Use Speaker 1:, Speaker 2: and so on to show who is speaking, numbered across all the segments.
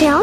Speaker 1: 聊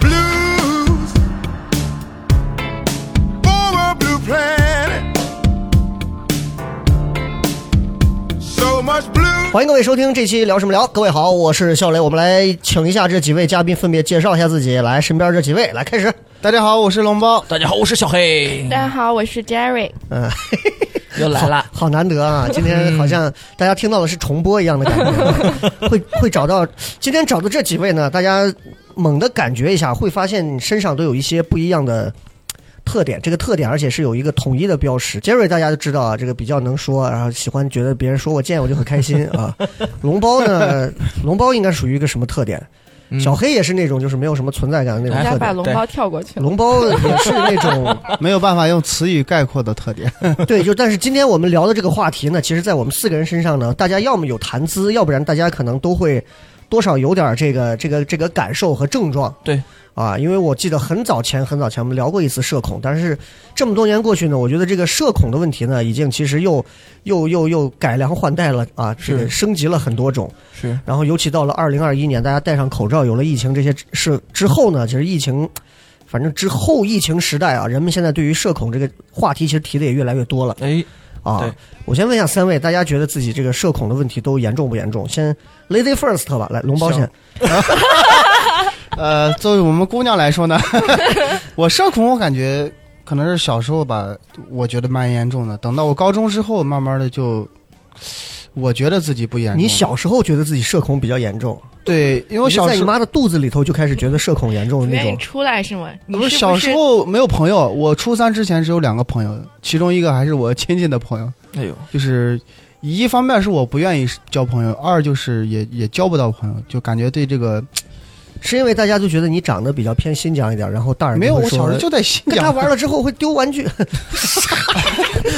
Speaker 2: blues over blue planet. So much blue.
Speaker 3: 欢迎各位收听这期聊什么聊。各位好，我是笑雷，我们来请一下这几位嘉宾，分别介绍一下自己。来，身边这几位，来开始。
Speaker 4: 大家好，我是龙包。
Speaker 5: 大家好，我是小黑，
Speaker 6: 大家好，我是 Jerry。
Speaker 3: 嗯，
Speaker 5: 又来了。
Speaker 3: 好难得啊！今天好像大家听到的是重播一样的感觉，会会找到今天找的这几位呢，大家猛地感觉一下，会发现身上都有一些不一样的特点。这个特点，而且是有一个统一的标识。杰瑞大家都知道啊，这个比较能说，然后喜欢觉得别人说我贱，我就很开心啊。龙包呢，龙包应该属于一个什么特点？小黑也是那种就是没有什么存在感的那
Speaker 6: 大
Speaker 3: 种
Speaker 6: 家
Speaker 3: 特
Speaker 6: 把
Speaker 3: 点。
Speaker 6: 龙包跳过去了。
Speaker 3: 龙包也是那种
Speaker 4: 没有办法用词语概括的特点，
Speaker 3: 对，就但是今天我们聊的这个话题呢，其实，在我们四个人身上呢，大家要么有谈资，要不然大家可能都会多少有点儿这个这个这个感受和症状。
Speaker 5: 对，
Speaker 3: 啊，因为我记得很早前很早前我们聊过一次社恐，但是这么多年过去呢，我觉得这个社恐的问题呢，已经其实又又又又改良换代了啊，这个
Speaker 5: 是
Speaker 3: 升级了很多种。
Speaker 5: 是
Speaker 3: 然后尤其到了二零二一年，大家戴上口罩，有了疫情这些事之后呢，其实疫情，反正之后疫情时代啊，人们现在对于社恐这个话题，其实提的也越来越多了
Speaker 5: 哎，
Speaker 3: 啊
Speaker 5: 对。
Speaker 3: 我先问一下三位，大家觉得自己这个社恐的问题都严重不严重？先 lady first 吧，来龙包先
Speaker 4: 行。呃，作为我们姑娘来说呢， 我社恐，我感觉可能是小时候吧，我觉得蛮严重的。等到我高中之后，慢慢的就，我觉得自己不严重。
Speaker 3: 你小时候觉得自己社恐比较严重，
Speaker 4: 对，因为
Speaker 3: 因
Speaker 4: 我小
Speaker 3: 在
Speaker 4: 时
Speaker 3: 你
Speaker 4: 候
Speaker 3: 妈的肚子里头就开始觉得社恐严重
Speaker 6: 不
Speaker 3: 的那
Speaker 6: 愿意
Speaker 3: 种。
Speaker 6: 出来是吗？你
Speaker 4: 不
Speaker 6: 是
Speaker 4: 小时候没有朋友，我初三之前只有两个朋友，其中一个还是我亲近的朋友，
Speaker 5: 哎呦，
Speaker 4: 就是一方面是我不愿意交朋友，二就是也也交不到朋友，就感觉对这个
Speaker 3: 是因为大家都觉得你长得比较偏新疆一点，然后大人
Speaker 4: 没有，
Speaker 3: 就会
Speaker 4: 我
Speaker 3: 说
Speaker 4: 小时候就在新
Speaker 3: 跟
Speaker 4: 疆
Speaker 3: 他玩了之后会丢玩具。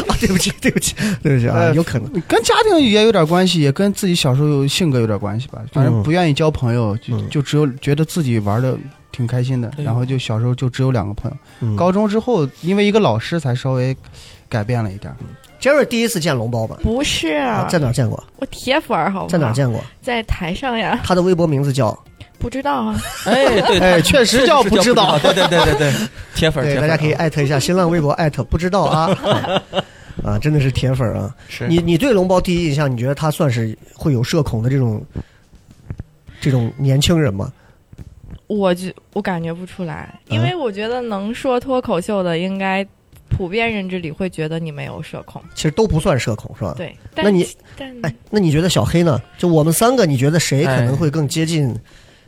Speaker 3: 啊，对不起，对不起，对不起啊，
Speaker 4: 呃
Speaker 3: 有可能。
Speaker 4: 跟家庭也有点关系，也跟自己小时候有性格有点关系吧。反正不愿意交朋友，
Speaker 3: 嗯
Speaker 4: 就就只有觉得自己玩的挺开心的。
Speaker 5: 哎呦
Speaker 4: 然后就小时候就只有两个朋友。
Speaker 3: 嗯
Speaker 4: 高中之后，因为一个老师才稍微改变了一点。
Speaker 3: Jerry 第一次见龙包吧？
Speaker 6: 不是
Speaker 3: 啊，在哪儿见过？
Speaker 6: 我铁粉儿，好不好？
Speaker 3: 在哪儿？见过？
Speaker 6: 在台上呀，
Speaker 3: 他的微博名字叫……
Speaker 6: 不知道啊。
Speaker 5: 哎，对，
Speaker 4: 哎，确实叫不知道。
Speaker 5: 对对 对对对，铁粉，
Speaker 3: 对，
Speaker 5: 铁
Speaker 3: 大
Speaker 5: 粉
Speaker 3: 家可以
Speaker 5: 啊
Speaker 3: 艾特一下新浪微博艾特，不知道啊。 啊，真的是铁粉啊！
Speaker 5: 是
Speaker 3: 你你对龙包第一印象，你觉得他算是会有社恐的这种这种年轻人吗？
Speaker 6: 我就我感觉不出来，
Speaker 3: 嗯
Speaker 6: 因为我觉得能说脱口秀的，应该普遍认知里会觉得你没有社恐。
Speaker 3: 其实都不算社恐，是吧？。
Speaker 6: 对，
Speaker 3: 嗯那
Speaker 6: 但
Speaker 3: 你
Speaker 6: 但
Speaker 3: 哎，那你觉得小黑呢？就我们三个，你觉得谁可
Speaker 5: 哎
Speaker 3: 能会更接近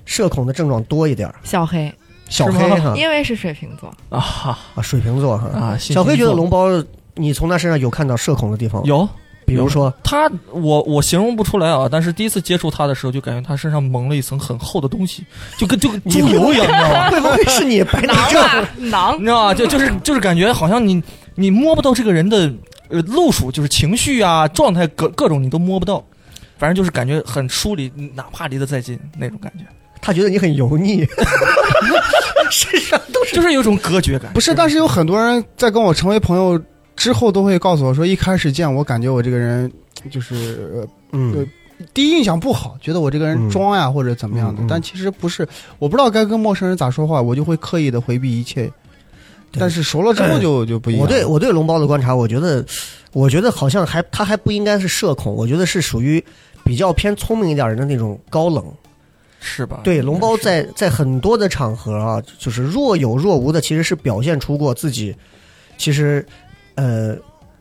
Speaker 3: 社恐的症状多一点儿？
Speaker 6: 小黑，
Speaker 3: 小黑
Speaker 5: 是吗
Speaker 3: 哈，
Speaker 6: 因为是水瓶座，
Speaker 5: 啊哈
Speaker 3: 啊，水瓶座哈
Speaker 5: 啊，
Speaker 3: 小黑觉得
Speaker 5: 信息
Speaker 3: 龙包，你从他身上有看到社恐的地方吗，
Speaker 5: 不有
Speaker 3: 比如 说
Speaker 5: 他，我我形容不出来啊，但是第一次接触他的时候，就感觉他身上蒙了一层很厚的东西，就跟就跟猪油一样，你知 道吗？
Speaker 3: 会不会是你白内
Speaker 6: 囊
Speaker 3: 障？
Speaker 6: 啊囊
Speaker 5: 你，知道吗？就就是就是感觉好像你你摸不到这个人的呃路数，就是情绪啊、状态各各种你都摸不到，反正就是感觉很疏离，哪怕离得再近那种感觉，
Speaker 3: 他觉得你很油腻，身上都是
Speaker 5: 就是有一种隔绝感。
Speaker 4: 不是，但是有很多人在跟我成为朋友之后，都会告诉我说，一开始见我感觉我这个人就是呃
Speaker 3: 嗯
Speaker 4: 对第一印象不好，觉得我这个
Speaker 3: 嗯
Speaker 4: 人装呀、或者怎么样的，
Speaker 3: 嗯嗯
Speaker 4: 但其实不是，我不知道该跟陌生人咋说话，我就会刻意的回避一切。
Speaker 3: 对
Speaker 4: 但是熟了之后 就就不一样。
Speaker 3: 我对我对龙包的观察，我觉得，我觉得好像还他还不应该是社恐，我觉得是属于比较偏聪明一点人的那种高冷。
Speaker 5: 啊是吧？
Speaker 3: 对，龙包在在很多的场合啊，就是若有若无的，其实是表现出过自己，其实，呃，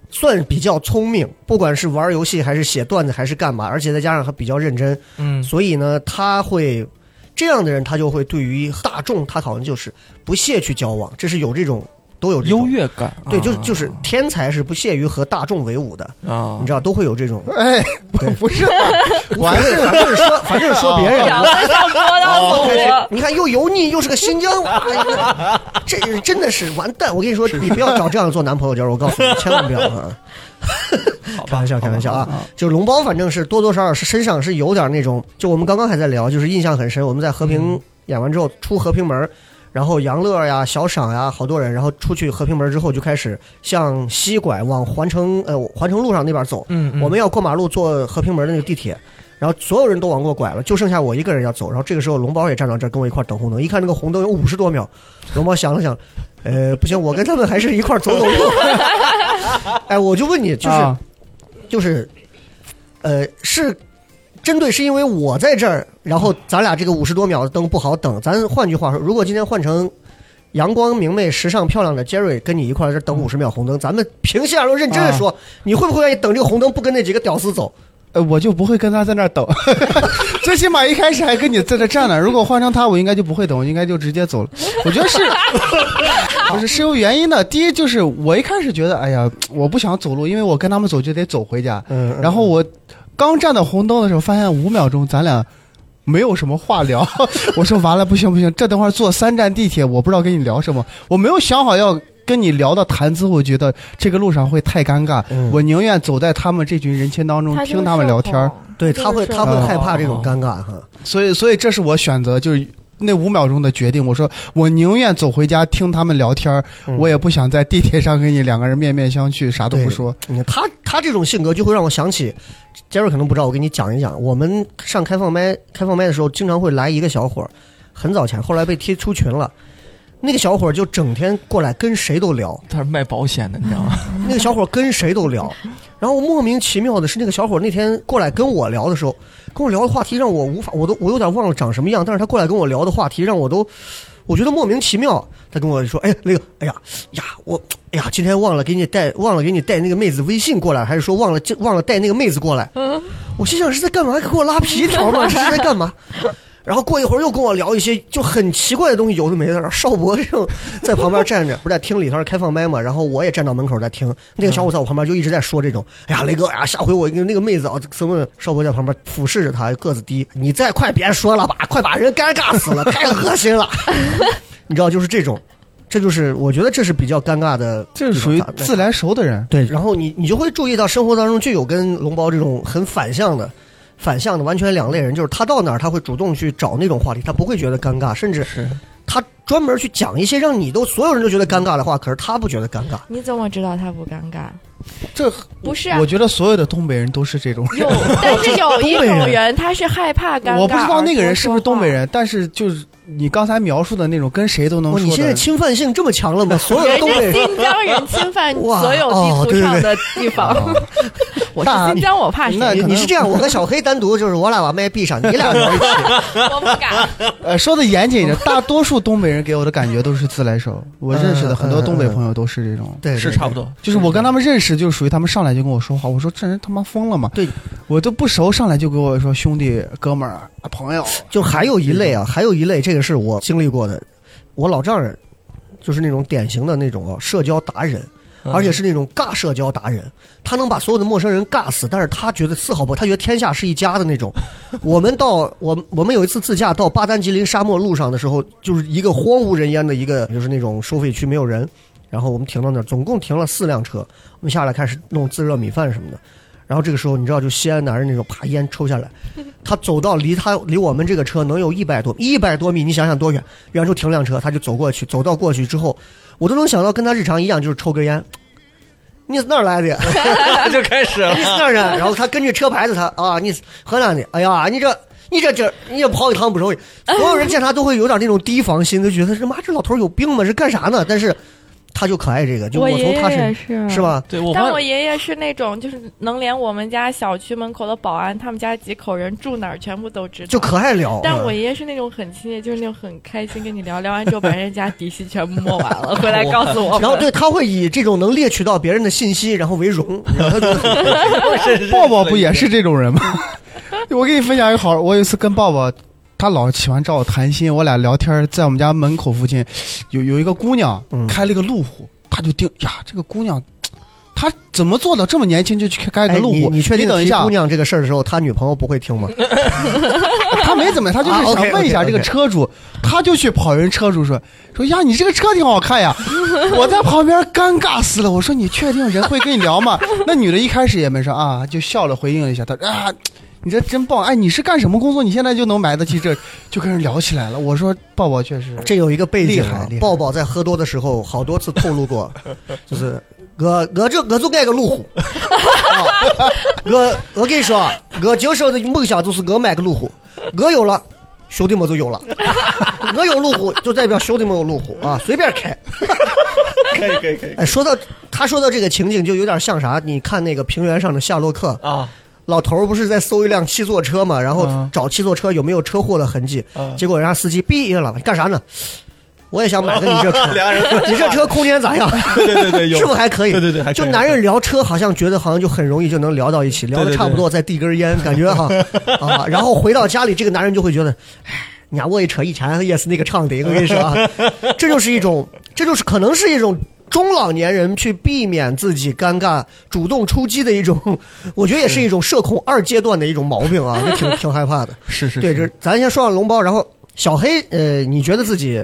Speaker 3: 算比较聪明，不管是玩游戏还是写段子还是干嘛，而且再加上他比较认真，
Speaker 5: 嗯，
Speaker 3: 所以呢，他会这样的人，他就会对于大众，他好像就是不屑去交往，这是有这种都有这种
Speaker 5: 优。越感，
Speaker 3: 对，
Speaker 5: 啊
Speaker 3: 就是就是天才是不屑于和大众为伍的，
Speaker 5: 啊
Speaker 3: 你，知道都会有 这种。
Speaker 4: 哎，不
Speaker 3: 对
Speaker 4: 不是，哦
Speaker 3: 我还是反正是说，反正是说别人。
Speaker 6: 养的像波
Speaker 3: 哦
Speaker 6: 当
Speaker 3: 哎
Speaker 6: 组。
Speaker 3: 你看又油腻又是个新疆，哎这人真的是完蛋！我跟你说，你不要找这样做男朋友，就是我告诉你，千万不要啊！
Speaker 5: 好
Speaker 3: 开
Speaker 5: 吧
Speaker 3: 玩，笑，开玩笑啊！
Speaker 4: 啊，
Speaker 3: 就龙包，反正是多多少少是身上是有点那种，就我们刚刚还在聊，就是印象很深。我们在和平
Speaker 5: 嗯
Speaker 3: 演完之后出和平门儿，然后杨乐呀、小赏呀，好多人，然后出去和平门之后就开始向西拐，往环城呃环城路上那边走。
Speaker 5: 嗯，嗯
Speaker 3: 我们要过马路坐和平门的那个地铁，然后所有人都往过拐了，就剩下我一个人要走。然后这个时候龙包也站到这儿跟我一块儿等红灯，一看那个红灯有五十多秒，龙包想了想，呃，不行，我跟他们还是一块儿走走路。 哎，我就问你，就是、
Speaker 4: 啊
Speaker 3: 就是，呃，是针对是因为我在这儿，然后咱俩这个五十多秒的灯不好等。咱换句话说，如果今天换成阳光明媚、时尚漂亮的 Jerry 跟你一块儿在这儿等五十秒红灯，咱们平心而论认真的说，你会不会愿意等这个红灯不跟那几个屌丝走？
Speaker 4: 呃，我就不会跟他在那儿等， 最起码一开始还跟你在这站呢。如果换成他，我应该就不会等，我应该就直接走了。我觉得是，不是是有原因的。第一就是我一开始觉得，哎呀，我不想走路，因为我跟他们走就得走回家。
Speaker 3: 嗯
Speaker 4: 然后我刚站到红灯的时候，发现五秒钟咱俩没有什么话聊。 我说完了，不行不行，这等会儿坐三站地铁，我不知道跟你聊什么，我没有想好要。跟你聊的谈资，我觉得这个路上会太尴尬，
Speaker 3: 嗯
Speaker 4: 我宁愿走在他们这群人群当中，
Speaker 6: 他就是
Speaker 4: 听他们聊天儿
Speaker 6: 社。恐
Speaker 3: 对他会
Speaker 6: 就是
Speaker 3: 他会
Speaker 4: 哦
Speaker 3: 害怕这种尴尬哈。
Speaker 4: 所以，所以这是我选择，就是那五秒钟的决定。我说，我宁愿走回家听他们聊天儿，
Speaker 3: 嗯
Speaker 4: 我也不想在地铁上跟你两个人面面相觑，啥都不说。
Speaker 3: 你看他他这种性格就会让我想起，Jerry 可能不知道，我给你讲一讲。我们上开放麦开放麦的时候，经常会来一个小伙儿，很早前，后来被踢出群了。那个小伙儿就整天过来跟谁都聊，
Speaker 5: 他是卖保险的，你知道吗？
Speaker 3: 那个小伙儿跟谁都聊。然后莫名其妙的是，那个小伙儿那天过来跟我聊的时候，跟我聊的话题让我无法，我都我有点忘了长什么样，但是他过来跟我聊的话题让我都，我觉得莫名其妙。他跟我说：“哎，那个，哎呀呀，我哎呀，今天忘了给你带，忘了给你带那个妹子微信过来，还是说忘了忘了带那个妹子过来？”我心想是在干嘛？给我拉皮条吗？这是在干嘛？然后过一会儿又跟我聊一些就很奇怪的东西，有的没的。然后邵博正 在旁边站着，不是在厅里，他是开放麦嘛。然后我也站到门口在听，那个小伙在我旁边就一直在说这种：“哎呀，雷哥，哎呀，下回我跟那个妹子啊，什么？”邵博在旁边俯视着他，个子低，你再快别说了吧，快把人尴尬死了，太恶心了。 你知道，就是这种，这就是我觉得这是比较尴尬的，
Speaker 4: 这是属于自来熟的人。
Speaker 3: 对，然后你你就会注意到生活当中就有跟龙包这种很反向的。反向的完全两类人，就是他到哪儿他会主动去找那种话题，他不会觉得尴尬，甚至
Speaker 5: 是，
Speaker 3: 他专门去讲一些让你都所有人都觉得尴尬的话，可是他不觉得尴尬。
Speaker 6: 你怎么知道他不尴尬？
Speaker 4: 这
Speaker 6: 不是啊
Speaker 4: 我觉得所有的东北人都是这种人。
Speaker 6: 有，但是有一
Speaker 3: 东
Speaker 6: 种
Speaker 3: 北
Speaker 6: 人他是害怕尴尬。
Speaker 4: 我不知道那个人是不是东北，人， 但是就是你刚才描述的那种，跟谁都能
Speaker 3: 哇，
Speaker 4: 嗯说的。
Speaker 3: 哦你现在侵犯性这么强了吗？所有的
Speaker 6: 人
Speaker 3: 东北
Speaker 6: 家
Speaker 3: 人，
Speaker 6: 新疆人侵犯
Speaker 3: 哇
Speaker 6: 所有
Speaker 3: 哦对
Speaker 6: 地图
Speaker 3: 对
Speaker 6: 上的地方。
Speaker 3: 我
Speaker 4: 大
Speaker 6: 新 疆我怕
Speaker 4: 那
Speaker 3: 哦你
Speaker 6: 谁？
Speaker 4: 可 能
Speaker 3: 你是这样，我和小黑单独就是我俩把麦闭上，你俩聊一起。
Speaker 6: 我不敢。
Speaker 4: 呃，说的严谨一 点，大多数东北人给我的感觉都是自来熟。我认
Speaker 3: 嗯
Speaker 4: 识的很多东北朋友都是这种。
Speaker 3: 对，
Speaker 5: 是
Speaker 3: 对
Speaker 5: 差不。多，
Speaker 4: 就是我跟他们认识，就属于他们上来就跟我说话，我说这人他妈疯了嘛，
Speaker 3: 对
Speaker 4: 我都不熟，上来就跟我说兄弟、哥们儿、啊朋友，
Speaker 3: 就还有一类啊，还有一类，这个是我经历过的，我老丈人就是那种典型的那种啊社交达人。而且是那种尬社交达人，他能把所有的陌生人尬死，但是他觉得丝毫不，他觉得天下是一家的那种。 我们到我我们有一次自驾到巴丹吉林沙漠路上的时候，就是一个荒无人烟的一个，就是那种收费区没有人，然后我们停到那儿，总共停了四辆车，我们下来开始弄自热米饭什么的。然后这个时候，你知道，就西安男人那种，啪烟抽下来，他走到离他离我们这个车能有一百多一百多米，你想想多远？远处停辆车，他就走过去，走到过去之后，我都能想到跟他日常一样，就是抽根烟。你是哪儿来 的？你
Speaker 5: 就开始了。
Speaker 3: 是哪儿人？然后他根据车牌子他，啊，你是河南的。哎呀，你这你这这你这跑一趟不容易。
Speaker 6: 哎
Speaker 3: 所有人见他都会有点那种提防心，就觉得这妈这老头有病吗？是干啥呢？但是他就可爱这个，就
Speaker 6: 我
Speaker 3: 从
Speaker 6: 爷
Speaker 3: 他
Speaker 6: 爷也
Speaker 3: 身
Speaker 6: 是，
Speaker 3: 是？吧？
Speaker 5: 对我
Speaker 6: 但
Speaker 5: 发
Speaker 6: 我爷爷是那种，就是能连我们家小区门口的保安，他们家几口人住哪儿全部都知道。
Speaker 3: 就可爱聊。
Speaker 6: 但我
Speaker 3: 嗯
Speaker 6: 爷爷是那种很亲切，就是那种很开心跟你聊，聊完之后把人家底细全部摸完了，回来告诉我
Speaker 3: 然后
Speaker 6: 们。
Speaker 3: 对他会以这种能猎取到别人的信息，然后为荣。然后他就
Speaker 4: 抱抱不也是这种人吗？我给你分享一个好，我有一次跟抱抱，他老喜欢找我谈心，我俩聊天，在我们家门口附近有有一个姑娘
Speaker 3: 嗯
Speaker 4: 开了个路虎，他就盯呀，这个姑娘他怎么做到这么年轻就去开个
Speaker 3: 哎，
Speaker 4: 路
Speaker 3: 你
Speaker 4: 虎？
Speaker 3: 你确定
Speaker 4: 等一
Speaker 3: 提
Speaker 4: 下啊
Speaker 3: 姑，娘这个事儿的时候，她女朋友不会 听吗？
Speaker 4: 他没怎么，他就是
Speaker 3: 啊
Speaker 4: 想
Speaker 3: ，OK，OK，
Speaker 4: 问一下这个
Speaker 3: OK
Speaker 4: 车主，他就去跑人车主说说呀，你这个车挺好看呀， 我在旁边尴尬死了。我说你确定人会跟你聊吗？ 那女的一开始也没说啊，就笑了回应了一下，她说啊，你这真棒，哎，你是干什么工作？你现在就能买得起这，就跟人聊起来了。我说抱抱确实，
Speaker 3: 这有一个背景
Speaker 4: 厉害
Speaker 3: 啊
Speaker 4: 厉害，
Speaker 3: 抱抱在喝多的时候好多次透露 过，就是我我就我就爱个路虎，啊我我跟你说，啊，我今生的梦想就是我买个路虎，我有了，兄弟们就有了，我有路虎就代表兄弟们有路虎啊，随便开。
Speaker 5: 可以可以可以
Speaker 3: 哎，说到他说到这个情景，就有点像啥？你看那个平原上的夏洛克，
Speaker 5: 啊，
Speaker 3: 老头儿不是在搜一辆七座车嘛，然后
Speaker 4: 嗯
Speaker 3: 找七座车有没有车祸的痕迹，
Speaker 5: 嗯
Speaker 3: 结果人家司机毕业了，你干啥呢？我也想买个你这车，
Speaker 5: 两人
Speaker 3: 你这车空间咋样？
Speaker 5: 对对对有
Speaker 3: 是不是还可以？
Speaker 5: 对对对还可以
Speaker 3: 就男人聊车，好像觉得好像就很容易就能聊到一起，聊
Speaker 5: 对
Speaker 3: 的
Speaker 5: 对
Speaker 3: 差不多，再递根烟，感觉 哈啊，然后回到家里，这个男人就会觉得，哎，你看我一扯一缠，yes 那个唱的，我跟你说啊， 这就是一种，这就是可能是一种。中老年人去避免自己尴尬、主动出击的一种，我觉得也是一种社恐二阶段的一种毛病啊，这挺挺害怕的。
Speaker 4: 是 是
Speaker 3: 对，这咱先说上龙包，然后小黑，呃，你觉得自己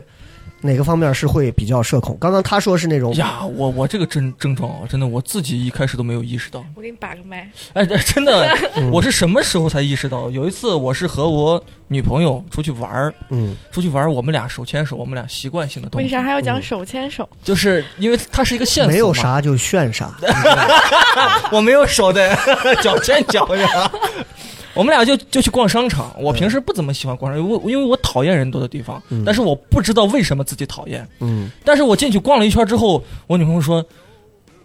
Speaker 3: 哪个方面是会比较社恐？刚刚他说是那种
Speaker 5: 呀，我我这个症症状啊，真的我自己一开始都没有意识到。
Speaker 6: 我给你把个麦，
Speaker 5: 哎，这真的，
Speaker 3: 嗯
Speaker 5: 我是什么时候才意识到？有一次我是和我女朋友出去玩儿，
Speaker 3: 嗯，
Speaker 5: 出去玩儿，我们俩手牵手，我们俩习惯性的动
Speaker 6: 为
Speaker 5: 作，
Speaker 6: 啥还要讲手牵手？
Speaker 5: 就是因为它是一个线索嘛
Speaker 3: 没有，啥就炫啥，
Speaker 5: 我没有手的脚牵脚呀。 我们俩就就去逛商场。我平时不怎么喜欢逛商场，因为我因为我讨厌人多的地方，
Speaker 3: 嗯
Speaker 5: 但是我不知道为什么自己讨厌。
Speaker 3: 嗯，
Speaker 5: 但是我进去逛了一圈之后，我女朋友说：“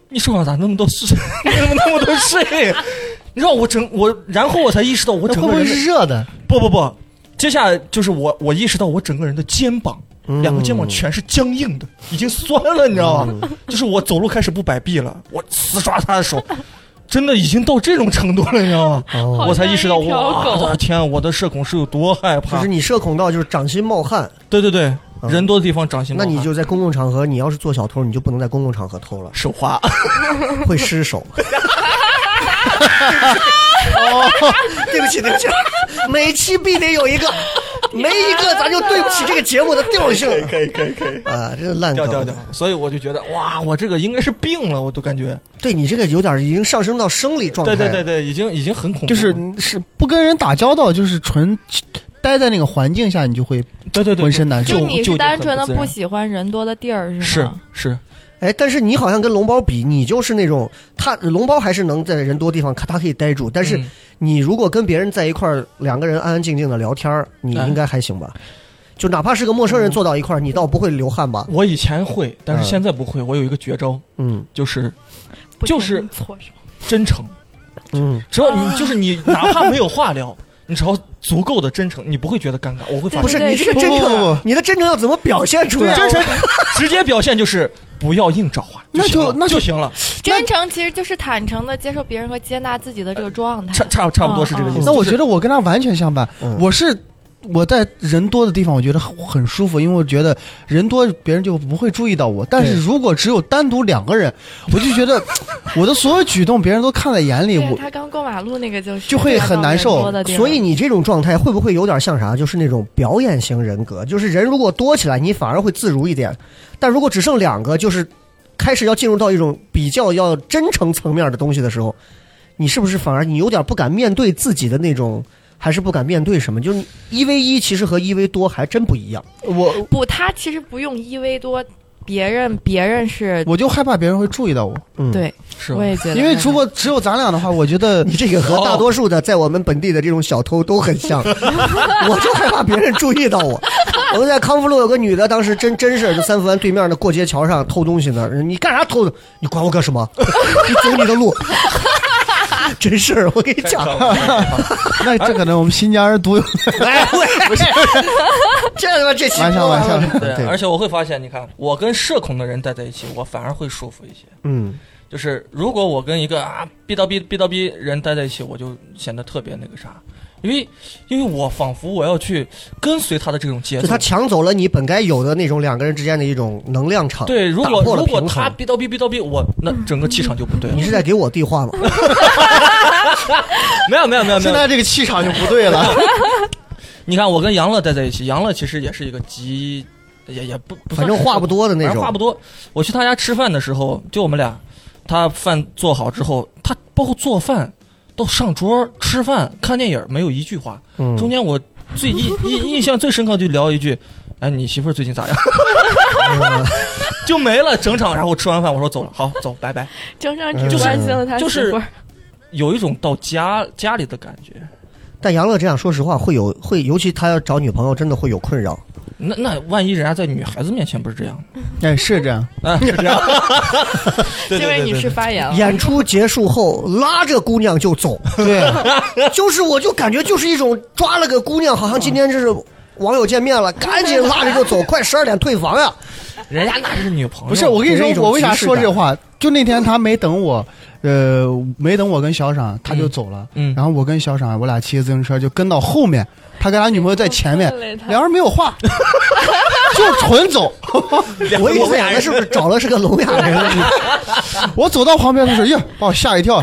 Speaker 5: 你手上咋那么多碎？你怎么 那么多碎？”你知道我整我，然后我才意识到我
Speaker 4: 那
Speaker 5: 整
Speaker 4: 会不
Speaker 5: 个人
Speaker 4: 会
Speaker 5: 的
Speaker 4: 是热的？
Speaker 5: 不不不，接下来就是我我意识到我整个人的肩膀。
Speaker 3: 嗯
Speaker 5: 两个肩膀全是僵硬的，已经酸了，你知道吗？
Speaker 3: 嗯
Speaker 5: 就是我走路开始不摆臂了，我死抓她的手，真的已经到这种程度了，你知道吗？
Speaker 3: 哦，
Speaker 5: 我才意识到，
Speaker 6: 好像一条
Speaker 5: 哇，
Speaker 6: 狗
Speaker 5: 我的天啊，我的社恐是有多害
Speaker 3: 就
Speaker 5: 怕
Speaker 4: 啊
Speaker 3: 是？你社恐到就是掌心冒汗，
Speaker 5: 对对对，
Speaker 3: 嗯
Speaker 5: 人多的地方长心
Speaker 3: 那
Speaker 5: 冒汗，
Speaker 4: 啊
Speaker 3: 你就在公共场合，你要是做小偷，你就不能在公共场合 偷了，
Speaker 5: 手滑。
Speaker 3: 会失手。哦，对不起，对不起，每期必得有一 个，没一个咱就对不起这个节目的 调性
Speaker 5: 可以可以可以，
Speaker 3: 啊！这个烂
Speaker 5: 掉掉
Speaker 3: 梗
Speaker 5: 掉，。 所以我就觉得哇，我这个应该是病了，我都感觉，
Speaker 3: 对你这个有点已经上升到生理状态
Speaker 5: 对
Speaker 3: 了。
Speaker 5: 对对对，已经已经很恐怖了，
Speaker 4: 就是是不跟人打交道，就是纯待在那个环境下，你就会
Speaker 5: 对对对，
Speaker 4: 浑身难受
Speaker 5: 就
Speaker 6: 你
Speaker 5: 就是
Speaker 6: 单纯的
Speaker 5: 很自然
Speaker 6: 不喜欢人多的地儿是
Speaker 5: 是
Speaker 6: 吗？
Speaker 5: 是，
Speaker 3: 哎，但是你好像跟龙包比，你就是那种他龙包还是能在人多地方，他他可以待住。但是
Speaker 5: 嗯
Speaker 3: 你如果跟别人在一块儿，两个人安安静静的聊天儿，你应该还行吧？就哪怕是个陌生人坐到一块儿，你倒不会流汗吧？
Speaker 5: 我以前会，但是
Speaker 3: 嗯
Speaker 5: 现在不会，我有一个绝招，
Speaker 3: 嗯
Speaker 5: 就是
Speaker 6: 不
Speaker 5: 就是
Speaker 6: 停地搓手
Speaker 5: 真诚。
Speaker 3: 嗯，
Speaker 5: 只要
Speaker 4: 啊
Speaker 5: 你就是你，哪怕没有话聊， 你只要足够的真诚，你不会觉得尴尬。我会发
Speaker 3: 不是
Speaker 6: 对
Speaker 3: 你这个
Speaker 4: 不
Speaker 3: 真
Speaker 4: 不
Speaker 3: 诚
Speaker 4: 不
Speaker 3: 啊，你的真诚要怎么表现出来？
Speaker 5: 真诚， 直接表现就是不要硬找话，
Speaker 4: 啊那
Speaker 5: 就
Speaker 4: 就
Speaker 5: 行了
Speaker 4: 那
Speaker 5: 就
Speaker 4: 就
Speaker 5: 行了，
Speaker 6: 真诚其实就是坦诚的接受别人和接纳自己的这个状态
Speaker 5: 差。差差不多是这个意思。
Speaker 4: 哦那我
Speaker 5: 就是
Speaker 4: 觉得我跟他完全相反，
Speaker 3: 嗯
Speaker 4: 我是我在人多的地方，我觉得很很舒服，因为我觉得人多别人就不会注意到我。但是
Speaker 3: 对
Speaker 4: 如果只有单独两个人，我就觉得我的所有举动别人都看在眼里，
Speaker 6: 对啊
Speaker 4: 我
Speaker 6: 他刚过马路那个就是
Speaker 4: 就会很难受
Speaker 6: 看到人多的地儿
Speaker 3: 哦所以你这种状态会不会有点像啥？就是那种表演型人格，就是人如果多起来，你反而会自如一点；但如果只剩两个，就是开始要进入到一种比较要真诚层面的东西的时候，你是不是反而你有点不敢面对自己的那种，还是不敢面对什么？就是一 v 一其实和一 v 多还真不一样。
Speaker 4: 我
Speaker 6: 不，他其实不用一 v 多，别人别人是
Speaker 4: 我就害怕别人会注意到我，
Speaker 3: 嗯，
Speaker 6: 对，
Speaker 5: 是吧
Speaker 6: 我也觉得，
Speaker 4: 嗯因为如果只有咱俩的话，我觉 得
Speaker 3: 你这个和大多数的在我们本地的这种小偷都很 像，我就害怕别人注意到我。我们在康复路有个女的，当时真真是就三福湾对面的过街桥上偷东西呢。人你干啥偷的？你管我干什么？你走你的 路。真事儿，我跟你讲，
Speaker 4: 那这可能我们新疆人独有的。
Speaker 3: 哎喂，这他妈这期
Speaker 4: 玩笑玩笑
Speaker 5: 对，
Speaker 3: 对
Speaker 5: 而且我会发现，你看，我跟社恐的人待在一起，我反而会舒服一些。
Speaker 3: 嗯，
Speaker 5: 就是如果我跟一个啊逼叨逼逼叨逼人待在一起，我就显得特别那个啥。因因为因为我仿佛我要去跟随他的这种节
Speaker 3: 就
Speaker 5: 奏
Speaker 3: 他。抢走了你本该有的那种两个人之间的一种能量场，
Speaker 5: 对，如
Speaker 3: 打
Speaker 5: 果
Speaker 3: 破了
Speaker 5: 如果
Speaker 3: 平衡
Speaker 5: 他逼叨逼逼叨逼，我那整个气场就不对了
Speaker 3: 你。是在给我递话吗？
Speaker 5: 没有没有没有没
Speaker 4: 现
Speaker 5: 有，
Speaker 4: 在这个气场就不对了。
Speaker 5: 你看我跟杨乐待在一起，杨乐其实也是一个极，也也不不
Speaker 3: 反
Speaker 5: 算
Speaker 3: 正话不多的那
Speaker 5: 反正
Speaker 3: 种
Speaker 5: 话。不多。我去他家吃饭的时候，就我们俩，他饭做好之后，他包括做饭到上桌吃饭看电影，没有一句话。
Speaker 3: 嗯
Speaker 5: 中间我最印印印象最深刻就聊一句：“哎，你媳妇儿最近咋 样？”就没了整场。然后我吃完饭，我说走了，好走，拜拜。
Speaker 6: 整整只
Speaker 3: 就是
Speaker 6: 关心了他
Speaker 5: 就是
Speaker 6: 媳妇儿
Speaker 5: 有一种到家家里的感觉。
Speaker 3: 但杨乐这样，说实话会有会，尤其他要找女朋友，真的会有困扰。
Speaker 5: 那那万一人家在女孩子面前不是这样
Speaker 4: 哎，是这样，
Speaker 5: 啊？是这样。对
Speaker 6: 这
Speaker 5: 对
Speaker 6: 位
Speaker 5: 对
Speaker 6: 女
Speaker 5: 对
Speaker 6: 士发言了，
Speaker 3: 演出结束后，拉着姑娘就走，
Speaker 4: 对，
Speaker 3: 就是我就感觉就是一种抓了个姑娘，好像今天这是网友见面了，赶紧拉着就 走，快十二点退房呀！
Speaker 5: 人家那是女朋友，
Speaker 4: 不是我跟你
Speaker 3: 给人一
Speaker 4: 说，
Speaker 3: 种
Speaker 4: 我为啥
Speaker 3: 即视
Speaker 4: 说
Speaker 3: 感
Speaker 4: 这话？就那天他没等我，呃，没等我跟小闪，他就
Speaker 5: 嗯
Speaker 4: 走了。
Speaker 5: 嗯
Speaker 4: 然后我跟小闪，我俩骑自行车就跟到后面，他跟他女朋友在前面
Speaker 6: 我看了，他
Speaker 4: 两人没有话，就纯走。
Speaker 3: 我以为俺是不是找了是个聋哑人？
Speaker 4: 我走到旁边，他说：“呀，把我吓一跳。”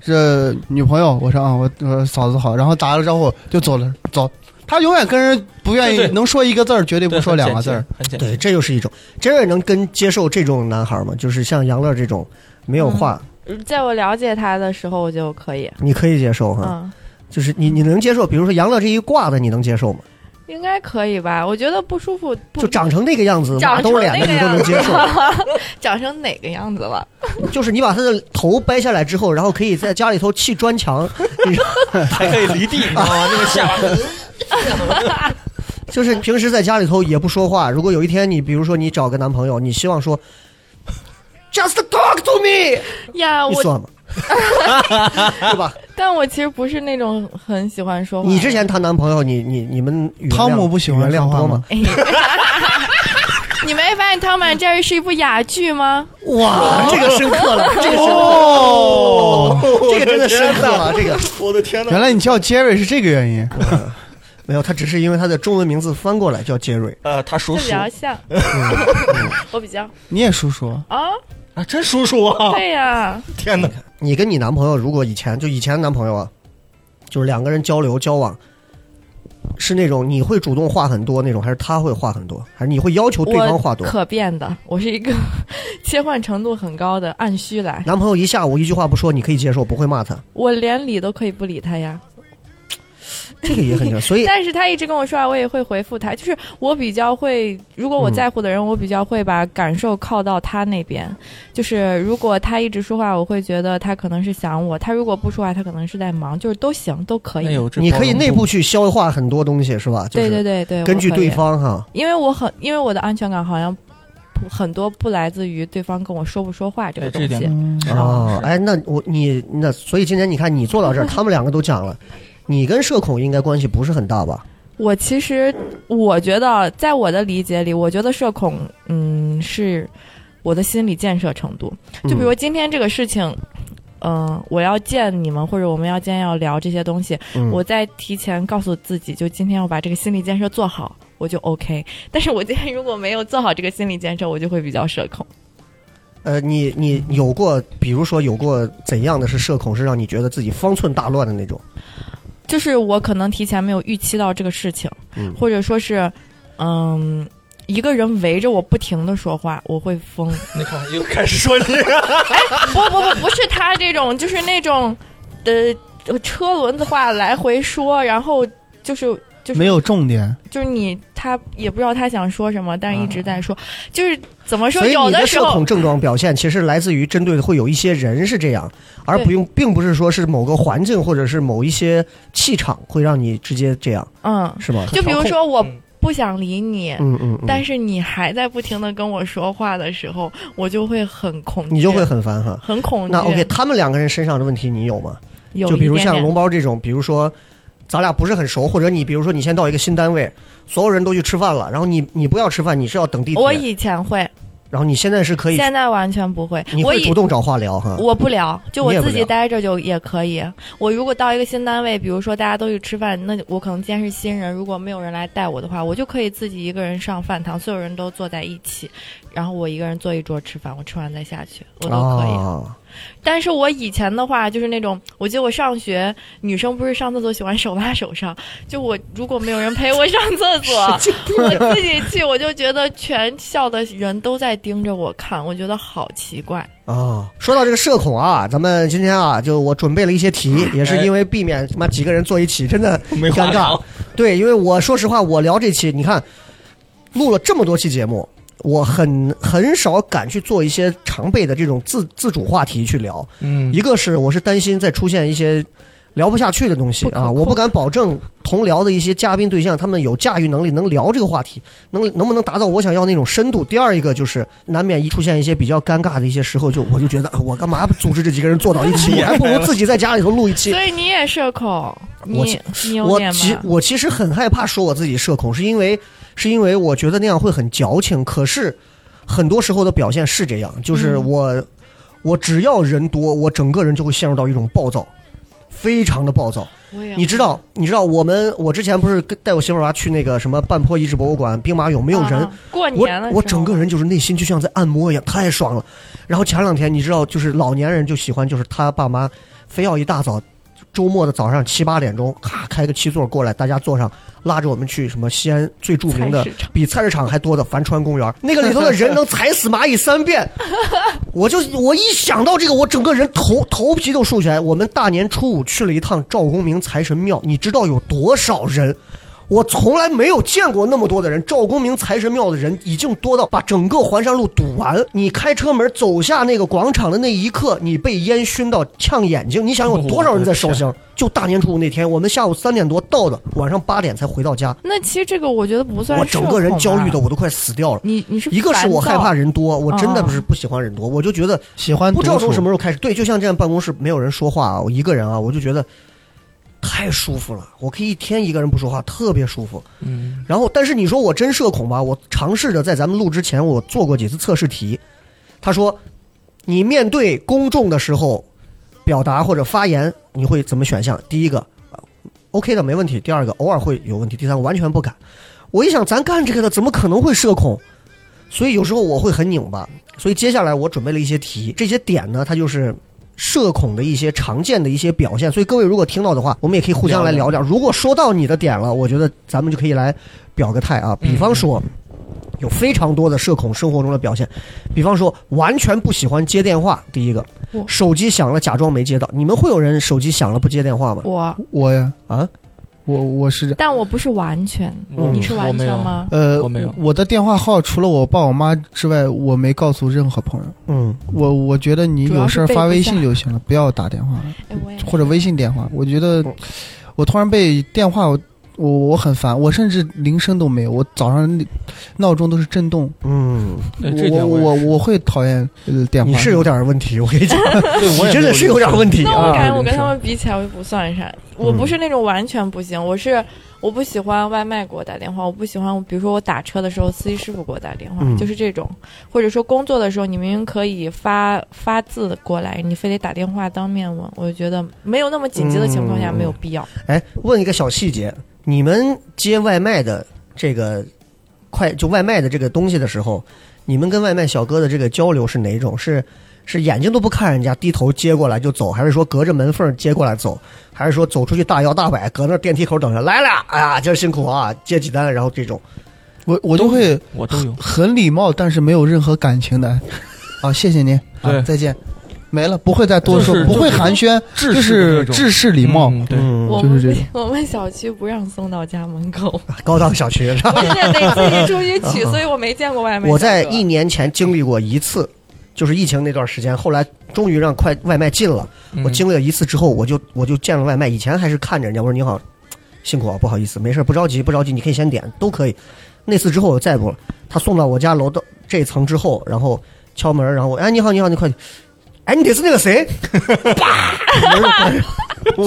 Speaker 4: 这女朋友，我说啊，我我嫂子好，然后打了招呼就走了，走。他永远跟人不愿意
Speaker 5: 对对
Speaker 4: 能说一个字儿，绝对不
Speaker 5: 对
Speaker 4: 说两个字儿。，
Speaker 5: 很简单很简单。
Speaker 3: 对，这又是一种。真人能跟接受这种男孩吗？就是像杨乐这种没有话，
Speaker 6: 在我了解他的时候，我就可以，
Speaker 3: 你可以接受哈。
Speaker 6: 嗯，
Speaker 3: 就是你你能接受，比如说杨乐这一挂的，你能接受吗？
Speaker 6: 应该可以吧？我觉得不舒服，不
Speaker 3: 就长成那个样子，马
Speaker 6: 长成
Speaker 3: 兜脸的
Speaker 6: 那个
Speaker 3: 你都能
Speaker 6: 样子
Speaker 3: 接受。
Speaker 6: 了， 长成哪个样子了？
Speaker 3: 就是你把他的头掰下来之后，然后可以在家里头砌砖 墙，你知道
Speaker 5: 还可以离地，你知道吗？那个下巴
Speaker 3: 就是平时在家里头也不说话。如果有一天你，比如说你找个男朋友，你希望说 “just talk to me”，
Speaker 6: 呀，
Speaker 4: 啊
Speaker 3: 你
Speaker 6: 我
Speaker 3: 算 吗？对吧？
Speaker 6: 但我其实不是那种很喜欢说话。
Speaker 3: 你之前谈男朋友，你你你们原谅
Speaker 4: 汤姆不喜欢
Speaker 3: 原
Speaker 4: 说
Speaker 3: 谅
Speaker 4: 话
Speaker 3: 多
Speaker 4: 吗
Speaker 3: 吗？
Speaker 6: 哎 你没发现《汤姆 and Jerry》是一部哑剧吗？
Speaker 3: 哇， 这个深刻了，这个深
Speaker 4: 哦，
Speaker 3: 这个真的深刻了，这 个
Speaker 4: 原来你叫杰瑞是这个原因。
Speaker 3: 没有，他只是因为他的中文名字翻过来叫杰瑞。
Speaker 5: 呃，他叔
Speaker 6: 这比
Speaker 5: 叔
Speaker 6: 较像，
Speaker 3: 嗯
Speaker 6: 我比较
Speaker 4: 你也叔叔，
Speaker 6: 啊，
Speaker 5: 啊，真叔叔
Speaker 3: 哦
Speaker 5: 啊！
Speaker 6: 对呀，
Speaker 5: 天哪，
Speaker 3: 你跟你男朋友如果以前就以前男朋友啊，就是两个人交流交往，是那种你会主动话很多那种，还是他会话很多，还是你会要求对方话
Speaker 6: 我
Speaker 3: 多？
Speaker 6: 可变的，我是一个 切换程度很高的，按需来，
Speaker 3: 男朋友一下午一句话不说，你可以接受，不会骂 他，
Speaker 6: 我连理都可以不理他呀。
Speaker 3: 这个也很正常。所以
Speaker 6: 但是他一直跟我说话，我也会回复他。就是我比较会，
Speaker 3: 嗯
Speaker 6: 如果我在乎的人，我比较会把感受靠到他那边。就是如果他一直说话，我会觉得他可能是想我；他如果不说话，他可能是在忙，就是都行，都可以。
Speaker 5: 哎呦，这
Speaker 3: 你可以
Speaker 5: 包容度
Speaker 3: 内部去消化很多东西，是吧？就
Speaker 6: 对对
Speaker 3: 是
Speaker 6: 对对，
Speaker 3: 根据
Speaker 6: 我可以
Speaker 3: 对，方 哈，
Speaker 6: 因为我很，因为我的安全感好像不很多不来自于对方跟我说不说话这
Speaker 5: 哎
Speaker 6: 个
Speaker 5: 这一
Speaker 6: 东
Speaker 5: 点
Speaker 6: 西。
Speaker 5: 是
Speaker 3: 哦，哎，那我你那所以今天你看你坐 到这儿，他们两个都讲了，你跟社恐应该关系不是很大吧？
Speaker 6: 我其实我觉得，在我的理解里，我觉得社恐，嗯，是我的心理建设程度。就比如今天这个事情，嗯、我要见你们，或者我们要今天要聊这些东西，
Speaker 3: 嗯
Speaker 6: 我在提前告诉自己，就今天要把这个心理建设做好，我就 OK。但是我今天如果没有做好这个心理建设，我就会比较社恐。
Speaker 3: 呃，你你
Speaker 6: 嗯
Speaker 3: 有过，比如说有过怎样的是社恐，是让你觉得自己方寸大乱的那种？
Speaker 6: 就是我可能提前没有预期到这个事情，
Speaker 3: 嗯
Speaker 6: 或者说是，嗯，一个人围着我不停的说话，我会疯。
Speaker 5: 你看又开始说你，
Speaker 6: 不不不，不是他这种，就是那种，呃，车轮子话来回说，然后就是就是
Speaker 4: 没有重点。
Speaker 6: 就是你他也不知道他想说什么，但是一直在说，就是怎么说，
Speaker 3: 啊所以
Speaker 6: 有
Speaker 3: 你的
Speaker 6: 时
Speaker 3: 社
Speaker 6: 候
Speaker 3: 恐症状表现其实来自于针对的会有一些人是这样，而不用并不是说是某个环境或者是某一些气场会让你直接这样，
Speaker 6: 嗯，
Speaker 3: 是吗？
Speaker 6: 就比如说我
Speaker 5: 嗯
Speaker 6: 不想理你。
Speaker 3: 嗯嗯，嗯
Speaker 6: 但是你还在不停的跟我说话的时候，我就会很恐惧，
Speaker 3: 你就会很烦哈。
Speaker 6: 很恐惧。
Speaker 3: 那 OK，他们两个人身上的问题你有吗？
Speaker 6: 嗯有
Speaker 3: 就比如
Speaker 6: 一点
Speaker 3: 像
Speaker 6: 点
Speaker 3: 龙包这种，比如说咱俩不是很熟，或者你比如说你先到一个新单位，所有人都去吃饭了，然后你你不要吃饭，你是要等地铁。
Speaker 6: 我以前会，
Speaker 3: 然后你现在是可以，
Speaker 6: 现在完全不会。
Speaker 3: 你
Speaker 6: 我
Speaker 3: 会
Speaker 6: 以
Speaker 3: 主动找话聊哈？
Speaker 6: 我不聊，就我
Speaker 3: 啊你也不
Speaker 6: 自己
Speaker 3: 聊
Speaker 6: 待着就也可以。我如果到一个新单位，比如说大家都去吃饭，那我可能今天是新人，如果没有人来带我的话，我就可以自己一个人上饭堂，所有人都坐在一起，然后我一个人坐一桌吃饭，我吃完再下去，我都可以。
Speaker 3: 啊，
Speaker 6: 但是我以前的话就是那种，我记得我上学，女生不是上厕所喜欢手拉手上，就我如果没有人陪我上厕
Speaker 3: 啊
Speaker 6: 所，我自己去，我就觉得全校的人都在盯着我看，我觉得好奇怪。
Speaker 3: 啊，说到这个社恐啊，咱们今天啊，就我准备了一些题，也是因为避免他妈几个人坐一起，真的
Speaker 5: 没话
Speaker 3: 尴尬
Speaker 5: 聊。
Speaker 3: 对，因为我说实话，我聊这期，你看录了这么多期节目，我很很少敢去做一些常备的这种自自主话题去聊。
Speaker 5: 嗯，
Speaker 3: 一个是我是担心再出现一些聊不下去的东西
Speaker 6: 不可
Speaker 3: 啊，
Speaker 6: 控
Speaker 3: 我不敢保证同聊的一些嘉宾对象他们有驾驭能力，能聊这个话题，能能不能达到我想要那种深度。第二一个就是难免一出现一些比较尴尬的一些时候，就我就觉得啊我干嘛不组织这几个人坐到一 起，我还不如自己在家里头录一期。
Speaker 6: 所以你也社恐，
Speaker 3: 我
Speaker 6: 你你有
Speaker 3: 我
Speaker 6: 点
Speaker 3: 其
Speaker 6: 吗？
Speaker 3: 我其实很害怕说我自己社恐，是因为是因为我觉得那样会很矫情。可是很多时候的表现是这样，就是
Speaker 6: 嗯
Speaker 3: 我、我只要人多，我整个人就会陷入到一种暴躁，非常的暴躁。
Speaker 6: 我也
Speaker 3: 你知道，你知道我们我之前不是跟带我媳妇儿娃去那个什么半坡遗址博物馆、兵马俑没有人，
Speaker 6: 啊过
Speaker 3: 我
Speaker 6: 年了，
Speaker 3: 我整个人就是内心就像在按摩一样，太爽了。然后前两天你知道，就是老年人就喜欢，就是他爸妈非要一大早，周末的早上七八点钟，咔开个七座过来，大家坐上，拉着我们去什么西安最著名的
Speaker 6: 菜市场
Speaker 3: 比菜市场还多的樊川公园，那个里头的人能踩死蚂蚁三 遍。我就我一想到这个，我整个人头头皮都竖起来。我们大年初五去了一趟赵公明财神庙，你知道有多少人？我从来没有见过那么多的人，赵公明财神庙的人已经多到把整个环山路堵完。你开车门走下那个广场的那一刻，你被烟熏到呛眼睛，你想有多少人在烧香？就大年初五那天，我们下午三点多到的，晚上八点才回到家，
Speaker 6: 那其实这个我觉得不算
Speaker 3: 我
Speaker 6: 社
Speaker 3: 整
Speaker 6: 恐吧，
Speaker 3: 个人焦虑的我都快死掉了。
Speaker 6: 你你是
Speaker 3: 一个是我害
Speaker 6: 烦
Speaker 3: 怕
Speaker 6: 躁，
Speaker 3: 人多，我真的不是
Speaker 6: 哦
Speaker 3: 不喜欢人多，我就觉得
Speaker 4: 喜欢
Speaker 3: 不知道
Speaker 4: 独
Speaker 3: 从
Speaker 4: 处
Speaker 3: 什么时候开始，对，就像这样办公室没有人说话啊，我一个人啊，我就觉得太舒服了，我可以一天一个人不说话，特别舒服。
Speaker 5: 嗯，
Speaker 3: 然后，但是你说我真社恐吧？我尝试着在咱们录之前，我做过几次测试题。他说，你面对公众的时候，表达或者发言，你会怎么选项？第一个呃，OK 的没问题；第二个，偶尔会有问题；第三个，完全不敢。我一想，咱干这个的怎么可能会社恐？所以有时候我会很拧巴。所以接下来我准备了一些题，这些点呢，它就是社恐的一些常见的一些表现。所以各位如果听到的话，我们也可以互相来聊聊。如果说到你的点了，我觉得咱们就可以来表个态啊。比方说，
Speaker 6: 嗯
Speaker 3: 有非常多的社恐生活中的表现，比方说完全不喜欢接电话，第一个
Speaker 6: 哇，
Speaker 3: 手机响了假装没接到。你们会有人手机响了不接电话吗？
Speaker 6: 我
Speaker 4: 我呀，
Speaker 3: 啊，
Speaker 4: 我我是这
Speaker 6: 但我不是完全，
Speaker 5: 我
Speaker 6: 你
Speaker 5: 嗯
Speaker 6: 是
Speaker 5: 我
Speaker 6: 完
Speaker 5: 没
Speaker 6: 全
Speaker 5: 有？
Speaker 6: 吗？
Speaker 4: 呃，
Speaker 5: 我没有
Speaker 4: 我的电话号除了我爸我妈之外，我没告诉任何朋友。
Speaker 3: 嗯，
Speaker 4: 我我觉得你
Speaker 6: 主要
Speaker 4: 有
Speaker 6: 是
Speaker 4: 事儿
Speaker 6: 备
Speaker 4: 发
Speaker 6: 不
Speaker 4: 微
Speaker 6: 下
Speaker 4: 信就行了，不要打电话
Speaker 6: 哎，嗯我也
Speaker 4: 或者微信电话。我觉得我突然被电话，我我我很烦，我甚至铃声都没有，我早上闹钟都是震动。
Speaker 3: 嗯，
Speaker 5: 对哎这
Speaker 4: 我
Speaker 5: 点
Speaker 4: 我
Speaker 5: 我也是
Speaker 4: 我会讨厌呃电话。
Speaker 3: 你是有点问题，我跟你讲，
Speaker 5: 对我
Speaker 3: 你
Speaker 5: 也
Speaker 3: 真的是有点问题
Speaker 6: 那我感
Speaker 3: 啊
Speaker 6: 觉。我跟他们比起来，我就不算啥。我不是
Speaker 3: 嗯
Speaker 6: 那种完全不行，我是我不喜欢外卖给我打电话，我不喜欢，比如说我打车的时候，司机师傅给我打电话，
Speaker 3: 嗯
Speaker 6: 就是这种。或者说工作的时候，你明明可以发发字过来，你非得打电话当面问，我就觉得没有那么紧急的情况下
Speaker 3: 嗯
Speaker 6: 没有必要。
Speaker 3: 哎，问一个小细节，你们接外卖的这个快就外卖的这个东西的时候，你们跟外卖小哥的这个交流是哪种？是是眼睛都不看人家，低头接过来就走，还是说隔着门缝接过来走，还是说走出去大摇大摆，搁那电梯口等着来了？哎呀，今儿辛苦啊，接几单，然后这种
Speaker 4: 我我就会
Speaker 5: 我都
Speaker 3: 啊
Speaker 5: 有。
Speaker 4: 很礼貌，但是没有任何感情的。 啊，谢谢您，啊
Speaker 5: 对，
Speaker 4: 再见，没了，不会再多
Speaker 5: 就是
Speaker 4: 说，不会
Speaker 5: 就是
Speaker 4: 寒暄，
Speaker 5: 制式的
Speaker 4: 就是
Speaker 5: 这种
Speaker 4: 制式礼貌。
Speaker 5: 嗯对，
Speaker 3: 嗯
Speaker 6: 我
Speaker 4: 就是
Speaker 6: 们
Speaker 4: 这种
Speaker 6: 我们小区不让送到家 门口，
Speaker 3: 高档小区。
Speaker 6: 我是得自己出去取，所以我没见过外卖小哥。
Speaker 3: 嗯我在一年前经历过一次，就是疫情那段时间，后来终于让快外卖进了。
Speaker 5: 嗯
Speaker 3: 我经历了一次之后，我就我就见了外卖，以前还是看着人家，我说你好，辛苦啊，不好意思，没事，不着急，不着急，你可以先点，都可以。那次之后我再不了，他送到我家楼道这层之后，然后敲门，然后我哎你好你好你快点，哎你得是那个谁，啪门就关上。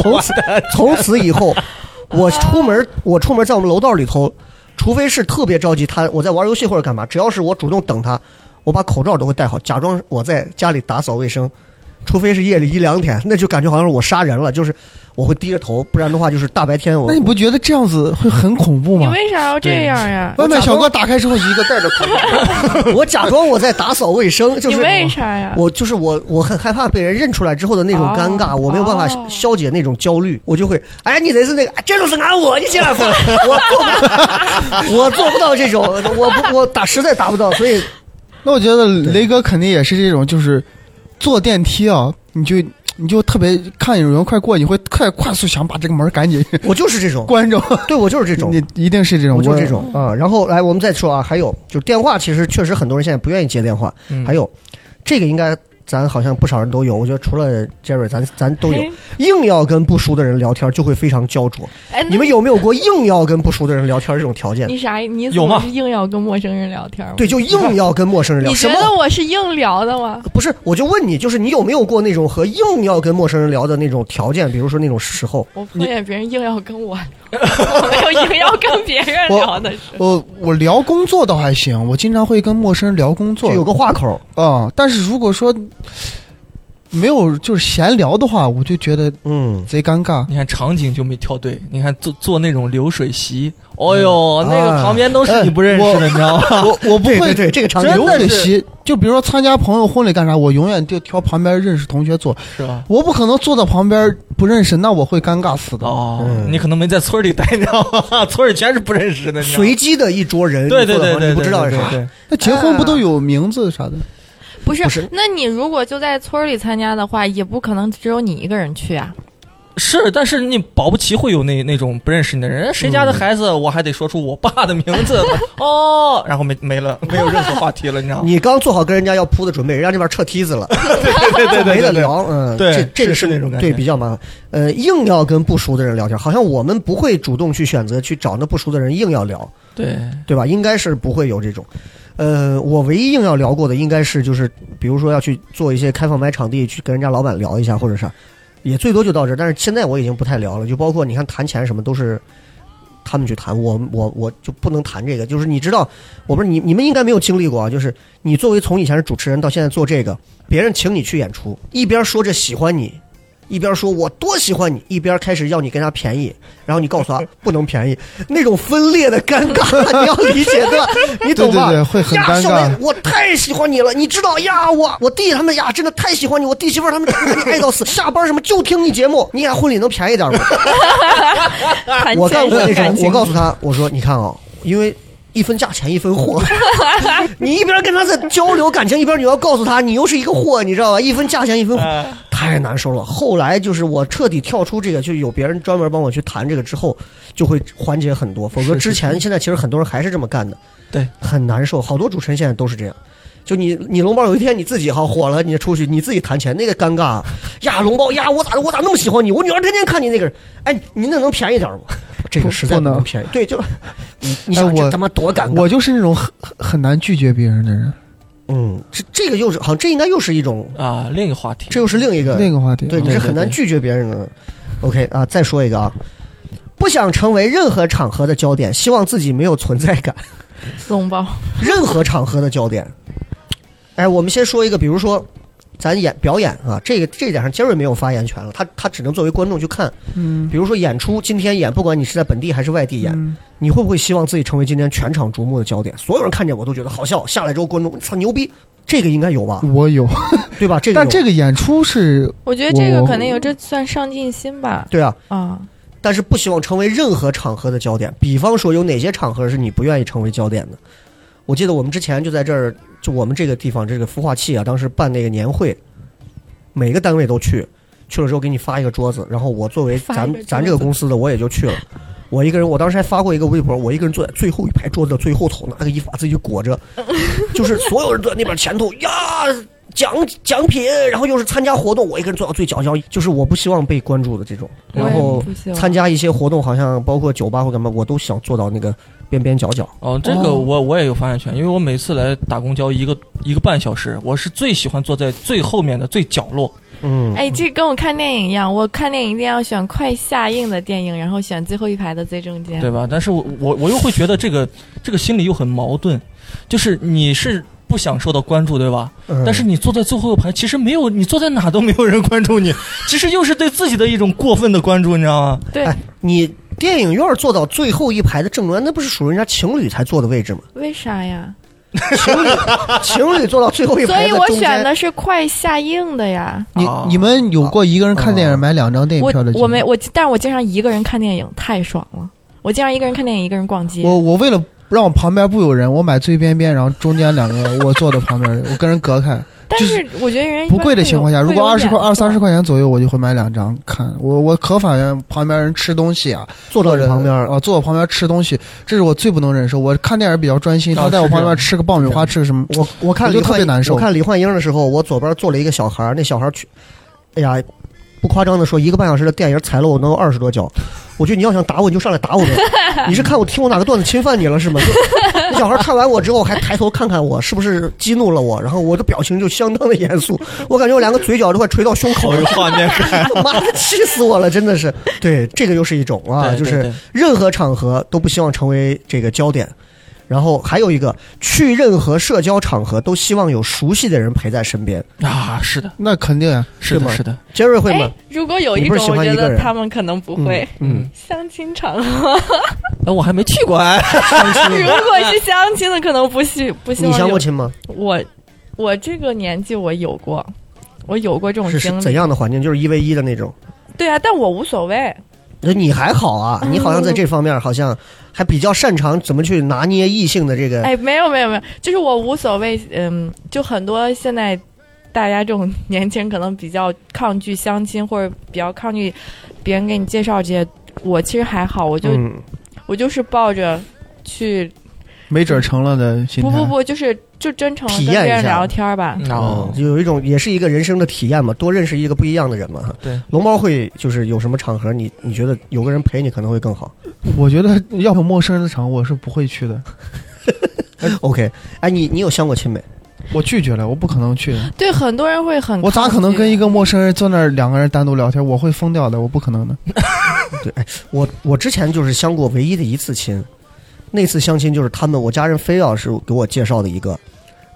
Speaker 3: 从此从此以后，我出门我出门在我们楼道里头，除非是特别着急他我在玩游戏或者干嘛，只要是我主动等他，我把口罩都会戴好，假装我在家里打扫卫生，除非是夜里一两点，那就感觉好像是我杀人了，就是我会低着头，不然的话就是大白天我
Speaker 4: 那你不觉得这样子会很恐怖
Speaker 6: 你
Speaker 4: 吗？
Speaker 6: 为啥要这样呀？
Speaker 4: 外卖小哥打开之后，一个 戴着口罩，
Speaker 3: 我假装我在打扫卫生，就
Speaker 6: 你
Speaker 3: 是
Speaker 6: 为啥呀？
Speaker 3: 我就是我，我很害怕被人认出来之后的那种尴尬，
Speaker 6: 啊哦
Speaker 3: 我没有办法
Speaker 6: 哦
Speaker 3: 消解那种焦虑，我就会，哎，你这是那个，哎这就是俺我，你 进来分，我做不到，我做不到这种，我不，我打实在达不到，所以
Speaker 4: 那我觉得雷哥肯定也是这种，就是坐电梯啊，你就你就特别看有人快过，你会快快速想把这个门赶紧
Speaker 3: 我就是这 种，
Speaker 4: 关着。
Speaker 3: 对我就是这种，
Speaker 4: 你一定是这种，
Speaker 3: 我就是这种啊。然后来，我们再说啊，还有就是电话，其实确实很多人现在不愿意接电话，
Speaker 5: 嗯
Speaker 3: 还有这个应该。咱好像不少人都有，我觉得除了 Jerry，咱咱都有
Speaker 6: 嘿。
Speaker 3: 硬要跟不熟的人聊天，就会非常焦灼。
Speaker 6: 哎，那
Speaker 3: 你们有没有过硬要跟不熟的人聊天这种条件？
Speaker 6: 你啥？你怎
Speaker 5: 有
Speaker 6: 么
Speaker 5: 吗
Speaker 6: 是硬要跟陌生人聊天
Speaker 5: 啊
Speaker 6: 吗？
Speaker 3: 对，就硬要跟陌生人聊。
Speaker 6: 你
Speaker 3: 什
Speaker 6: 觉
Speaker 3: 么？
Speaker 6: 得我是硬聊的吗？
Speaker 3: 不是，我就问你，就是你有没有过那种和硬要跟陌生人聊的那种条件？比如说那种时候，
Speaker 6: 我碰见别人硬要跟我， 我没有硬要跟别人聊的是。
Speaker 4: 我我聊工作倒还行，我经常会跟陌生人聊工
Speaker 3: 就
Speaker 4: 作，
Speaker 3: 有个话口，
Speaker 4: 啊、但是如果说没有就是闲聊的话，我就觉得
Speaker 3: 嗯，
Speaker 4: 贼尴尬。
Speaker 5: 你看场景就没挑对，你看坐坐那种流水席，
Speaker 3: 嗯
Speaker 5: 哦
Speaker 3: 啊
Speaker 5: 呦，那个旁边都是你不认
Speaker 3: 哎
Speaker 5: 识的，你知道吗？
Speaker 4: 我我不
Speaker 3: 对对
Speaker 4: 会
Speaker 3: 对，这个场景
Speaker 4: 流
Speaker 5: 真的
Speaker 4: 水
Speaker 5: 是
Speaker 4: 席，就比如说参加朋友婚礼干啥，我永远就挑旁边认识同学坐，
Speaker 5: 是吧？
Speaker 4: 我不可能坐到旁边不认识，那我会尴尬死的。
Speaker 5: 哦，
Speaker 3: 嗯
Speaker 5: 你可能没在村里待，你知道吗？ 村里全是不认识的，你知道吗
Speaker 3: 随机的一桌人，
Speaker 5: 对
Speaker 3: 你坐得
Speaker 5: 对对
Speaker 3: 好
Speaker 5: 对，
Speaker 3: 你不知道是
Speaker 5: 对
Speaker 3: 啥。
Speaker 5: 对对
Speaker 4: 那结婚不都有名字啥的？
Speaker 6: 不是，
Speaker 3: 不是
Speaker 6: 那你如果就在村儿里参加的话，也不可能只有你一个人去啊。
Speaker 5: 是，但是你保不齐会有那那种不认识你的人，哎谁
Speaker 3: 嗯
Speaker 5: 家的孩子，我还得说出我爸的名字 哦，然后没没了，没有任何话题了，你知道吗？
Speaker 3: 你刚做好跟人家要扑的准备，人家这边撤梯子了， 对对对，没得聊，嗯，
Speaker 5: 对
Speaker 3: 这这个
Speaker 5: 是是那种感觉
Speaker 3: 对比较麻烦，呃，硬要跟不熟的人聊天，好像我们不会主动去选择去找那不熟的人硬要聊，
Speaker 5: 对，
Speaker 3: 对吧？应该是不会有这种。呃，我唯一硬要聊过的应该是就是，比如说要去做一些开放麦场地，去跟人家老板聊一下，或者啥，也最多就到这儿。但是现在我已经不太聊了，就包括你看谈钱什么都是他们去谈，我我我就不能谈这个。就是你知道，我不是你你们应该没有经历过啊，就是你作为从以前是主持人到现在做这个，别人请你去演出，一边说着喜欢你。一边说我多喜欢你，一边开始要你跟他便宜，然后你告诉他不能便宜， 那种分裂的尴尬，你要理解对吧？你
Speaker 4: 对
Speaker 3: 懂
Speaker 4: 对
Speaker 3: 吗？
Speaker 4: 对，会很
Speaker 3: 呀，
Speaker 4: 尴
Speaker 3: 小梅
Speaker 4: 尬，。
Speaker 3: 我太喜欢你了，你知道呀，我我弟他们呀，真的太喜欢你，我弟媳妇儿他们 真的爱到死，下班什么就听你节目，你俩婚礼能便宜点吗？啊
Speaker 6: 谈
Speaker 3: 我干
Speaker 6: 钱
Speaker 3: 过那
Speaker 6: 是感
Speaker 3: 种，
Speaker 6: 情
Speaker 3: 我告诉他，我说你看啊、因为。一分价钱一分 货，你一边跟他在交流感情，一边你要告诉他你又是一个货，你知道吧？一分价钱一分货，
Speaker 5: 嗯
Speaker 3: 太难受了。后来就是我彻底跳出这个，就有别人专门帮我去谈这个之后，就会缓解很多。否则
Speaker 5: 是是
Speaker 3: 之前现在其实很多人还是这么干的，
Speaker 5: 对，
Speaker 3: 很难受。好多主持人现在都是这样。就你，你龙包有一天你自己哈火了，你出去你自己谈钱，那个尴尬呀，龙包呀，我咋我咋那么喜欢你？我女儿天天看你那个人，哎，你那能便宜点吗？这个实在
Speaker 4: 不能
Speaker 3: 能便宜。对，就你你
Speaker 4: 哎
Speaker 3: 想
Speaker 4: 我
Speaker 3: 这他妈多尴尬。
Speaker 4: 我就是那种很很很难拒绝别人的人。
Speaker 3: 嗯，这这个又是好像这应该又是一种，
Speaker 5: 啊，另一个话题，
Speaker 3: 这又是另一个
Speaker 4: 那个话题，
Speaker 3: 对，你是很难拒绝别人的。OK 啊，再说一个啊，不想成为任何场合的焦点，希望自己没有存在感，
Speaker 6: 龙包，
Speaker 3: 任何场合的焦点。哎，我们先说一个，比如说咱演表演啊，这个这一点上杰瑞没有发言权了，他他只能作为观众去看。
Speaker 4: 嗯
Speaker 3: 比如说演出，今天演，不管你是在本地还是外地演，
Speaker 4: 嗯，
Speaker 3: 你会不会希望自己成为今天全场瞩目的焦点？所有人看见我都觉得好笑，下来之后观众操牛逼，这个应该有吧，
Speaker 4: 我有，
Speaker 3: 对吧？这个
Speaker 4: 嗯但
Speaker 3: 有
Speaker 4: 这个演出是
Speaker 6: 我觉得这个
Speaker 4: 我
Speaker 6: 肯定有，这算上进心吧？
Speaker 3: 对啊，
Speaker 6: 啊，
Speaker 3: 但是不希望成为任何场合的焦点。比方说，有哪些场合是你不愿意成为焦点的？我记得我们之前就在这儿，就我们这个地方这个孵化器啊，当时办那个年会，每个单位都去，去了之后给你发一个桌子，然后我作为
Speaker 6: 发一
Speaker 3: 咱
Speaker 6: 个桌子
Speaker 3: 咱这个公司的，我也就去了。我一个人，我当时还发过一个微博，我一个人坐在最后一排桌子的最后头，拿个衣服把自己裹 着，就是所有人都在那边前头呀，奖奖品，然后又是参加活动，我一个人坐到最角角，就是我不希望被关注的这种。
Speaker 6: 我
Speaker 3: 然后
Speaker 6: 也不希望
Speaker 3: 参加一些活动，好像包括酒吧或干嘛，我都想坐到那个边边角角。
Speaker 5: 哦，这个我我也有发言权，因为我每次来打公交一个一个半小时，我是最喜欢坐在最后面的最角落。
Speaker 3: 嗯，
Speaker 6: 哎，这跟我看电影一样，我看电影一定要选快下映的电影，然后选最后一排的最中间。
Speaker 5: 对吧？但是我我我又会觉得这个这个心里又很矛盾，就是你是不想受到关注，对吧？
Speaker 3: 嗯
Speaker 5: 但是你坐在最后一排，其实没有，你坐在哪都没有人关注你， 其实又是对自己的一种过分的关注，你知道吗？
Speaker 6: 对，
Speaker 3: 哎，你电影院坐到最后一排的正中央，那不是属于人家情侣才坐的位置 吗？
Speaker 6: 为啥呀？
Speaker 3: 情侣情侣坐到最后一
Speaker 6: 所
Speaker 3: 排
Speaker 6: 以
Speaker 3: 的
Speaker 6: 我
Speaker 3: 中
Speaker 6: 选
Speaker 3: 间，
Speaker 6: 的是快下映的呀。
Speaker 4: 你
Speaker 5: 哦
Speaker 4: 你们有过一个人看电影买两张电影
Speaker 6: 我
Speaker 4: 票的经历？
Speaker 6: 我没我，但是我经常一个人看电影，太爽了。我经常一个人看电影，一个人逛街。
Speaker 4: 我我为了让我旁边不有人，我买最边边，然后中间两个我坐的 旁边，我跟人隔开。
Speaker 6: 但
Speaker 4: 就是
Speaker 6: 我觉得人一
Speaker 4: 不
Speaker 6: 般
Speaker 4: 贵的
Speaker 6: 会有
Speaker 4: 情况下，
Speaker 6: 会
Speaker 4: 如果
Speaker 6: 有
Speaker 4: 二十
Speaker 6: 眼
Speaker 4: 块、二三
Speaker 6: 色
Speaker 4: 十块钱左右，我就会买两张看。我我可反应旁边人吃东西啊，
Speaker 3: 坐到
Speaker 4: 或者
Speaker 3: 你旁边，
Speaker 4: 啊，坐我旁边吃东西，这是我最不能忍受。我看电影比较专心，
Speaker 5: 啊
Speaker 4: 他在我
Speaker 5: 是这
Speaker 4: 旁边
Speaker 5: 样
Speaker 4: 吃个爆米花，吃个什么，
Speaker 3: 我我看
Speaker 4: 我就
Speaker 3: 李焕
Speaker 4: 特别难受
Speaker 3: 我看李焕英的时候，我左边坐了一个小孩儿，那小孩儿去，哎呀，不夸张的说，一个半小时的电影踩了我能有二十多脚。我觉得你要想打我，你就上来打我呗。你是看我听我哪个段子侵犯你了是吗？就那小孩儿看完我之后还抬头看看我是不是激怒了我，然后我的表情就相当的严肃，我感觉我两个嘴角都快垂到胸口
Speaker 5: 有
Speaker 3: 了。
Speaker 5: 画面感，
Speaker 3: 妈的，气死我了！真的是，对这个又是一种啊，
Speaker 5: 对
Speaker 3: 就
Speaker 5: 对
Speaker 3: 是
Speaker 5: 对
Speaker 3: 任何场合都不希望成为这个焦点。然后还有一个，去任何社交场合都希望有熟悉的人陪在身边。
Speaker 5: 啊，是的，
Speaker 4: 那肯定呀。
Speaker 5: 是
Speaker 3: 对
Speaker 5: 的，
Speaker 3: 吗
Speaker 5: 是的，
Speaker 3: 杰瑞会
Speaker 6: 哎
Speaker 3: 吗？，
Speaker 6: 如果有
Speaker 3: 你
Speaker 6: 一
Speaker 3: 不是
Speaker 6: 种，
Speaker 3: 喜
Speaker 6: 我
Speaker 3: 欢
Speaker 6: 觉
Speaker 3: 一个
Speaker 6: 得
Speaker 3: 人
Speaker 6: 他们可能不会
Speaker 3: 嗯，
Speaker 6: 相亲场合。
Speaker 5: 哎，我还没去过哎，
Speaker 6: 如果是相亲的，可能不希不希
Speaker 3: 你
Speaker 6: 望
Speaker 3: 相
Speaker 6: 有
Speaker 3: 过。亲吗？
Speaker 6: 我我这个年纪我有过，我有过这种
Speaker 3: 是
Speaker 6: 经
Speaker 3: 是
Speaker 6: 历。
Speaker 3: 怎样的环境？就是一 v 一的那种。
Speaker 6: 对啊，但我无所谓。
Speaker 3: 那你还好啊，你好像在这方面好像还比较擅长怎么去拿捏异性的这个。
Speaker 6: 哎，没有没有没有，就是我无所谓。嗯，就很多现在大家这种 年轻人可能比较抗拒相亲，或者比较抗拒别人给你介绍这些。我其实还好，我就、
Speaker 3: 嗯，
Speaker 6: 我就是抱着去
Speaker 4: 没准儿成了的心态。
Speaker 6: 不不不，就是就真诚地
Speaker 3: 体
Speaker 6: 跟
Speaker 3: 验
Speaker 6: 别
Speaker 3: 一
Speaker 6: 人
Speaker 3: 下
Speaker 6: 聊天儿吧。
Speaker 3: 哦，有一种也是一个人生的体验嘛，多认识一个不一样的人嘛。
Speaker 5: 对，
Speaker 3: 龙猫会就是有什么场合你你觉得有个人陪你可能会更好。
Speaker 4: 我觉得要有陌生人的场，我是不会去的。
Speaker 3: OK，哎，你你有相过亲没？
Speaker 4: 我拒绝了，我不可能去的。
Speaker 6: 对，很多人会很
Speaker 4: 我咋可
Speaker 6: 抗
Speaker 4: 能
Speaker 6: 拒
Speaker 4: 跟一个陌生人坐那儿两个人单独聊天？我会疯掉的，我不可能的。
Speaker 3: 我我之前就是相过唯一的一次亲，那次相亲就是他们我家人非要是给我介绍的一个，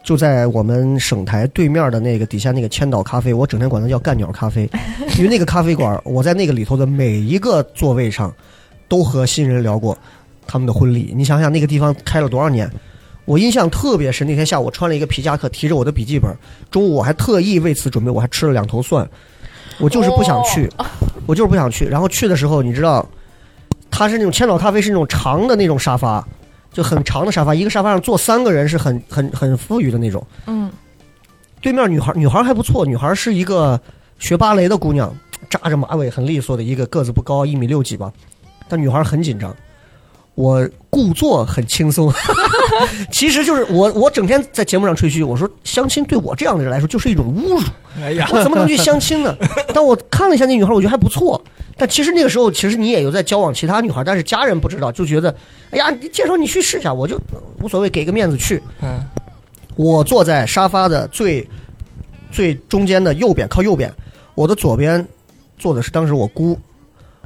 Speaker 3: 就在我们省台对面的那个底下那个千岛咖啡，我整天管它叫干鸟咖啡，因为那个咖啡馆我在那个里头的每一个座位上都和新人聊过他们的婚礼，你想想那个地方开了多少年。我印象特别深，那天下午我穿了一个皮夹克，提着我的笔记本，中午我还特意为此准备，我还吃了两头蒜，我就是不想去，我就是不想去。然后去的时候，你知道，它是那种千岛咖啡是那种长的那种沙发，就很长的沙发，一个沙发上坐三个人是很很很富裕的那种。
Speaker 6: 嗯，
Speaker 3: 对面女孩女孩还不错，女孩是一个学芭蕾的姑娘，扎着马尾，很利索的一个，个子不高，一米六几吧，但女孩很紧张。我故作很轻松， 其实就是我，我整天在节目上吹嘘，我说相亲对我这样的人来说就是一种侮辱。
Speaker 5: 哎呀，
Speaker 3: 我怎么能去相亲 呢？但我看了一下那女孩，我觉得还不错。但其实那个时候，其实你也有在交往其他女孩，但是家人不知道，就觉得，哎呀，你介绍你去试一下，我就呃无所谓，给个面子去。
Speaker 5: 嗯，
Speaker 3: 我坐在沙发的最最中间的右边，靠右边。我的左边坐的是当时我姑，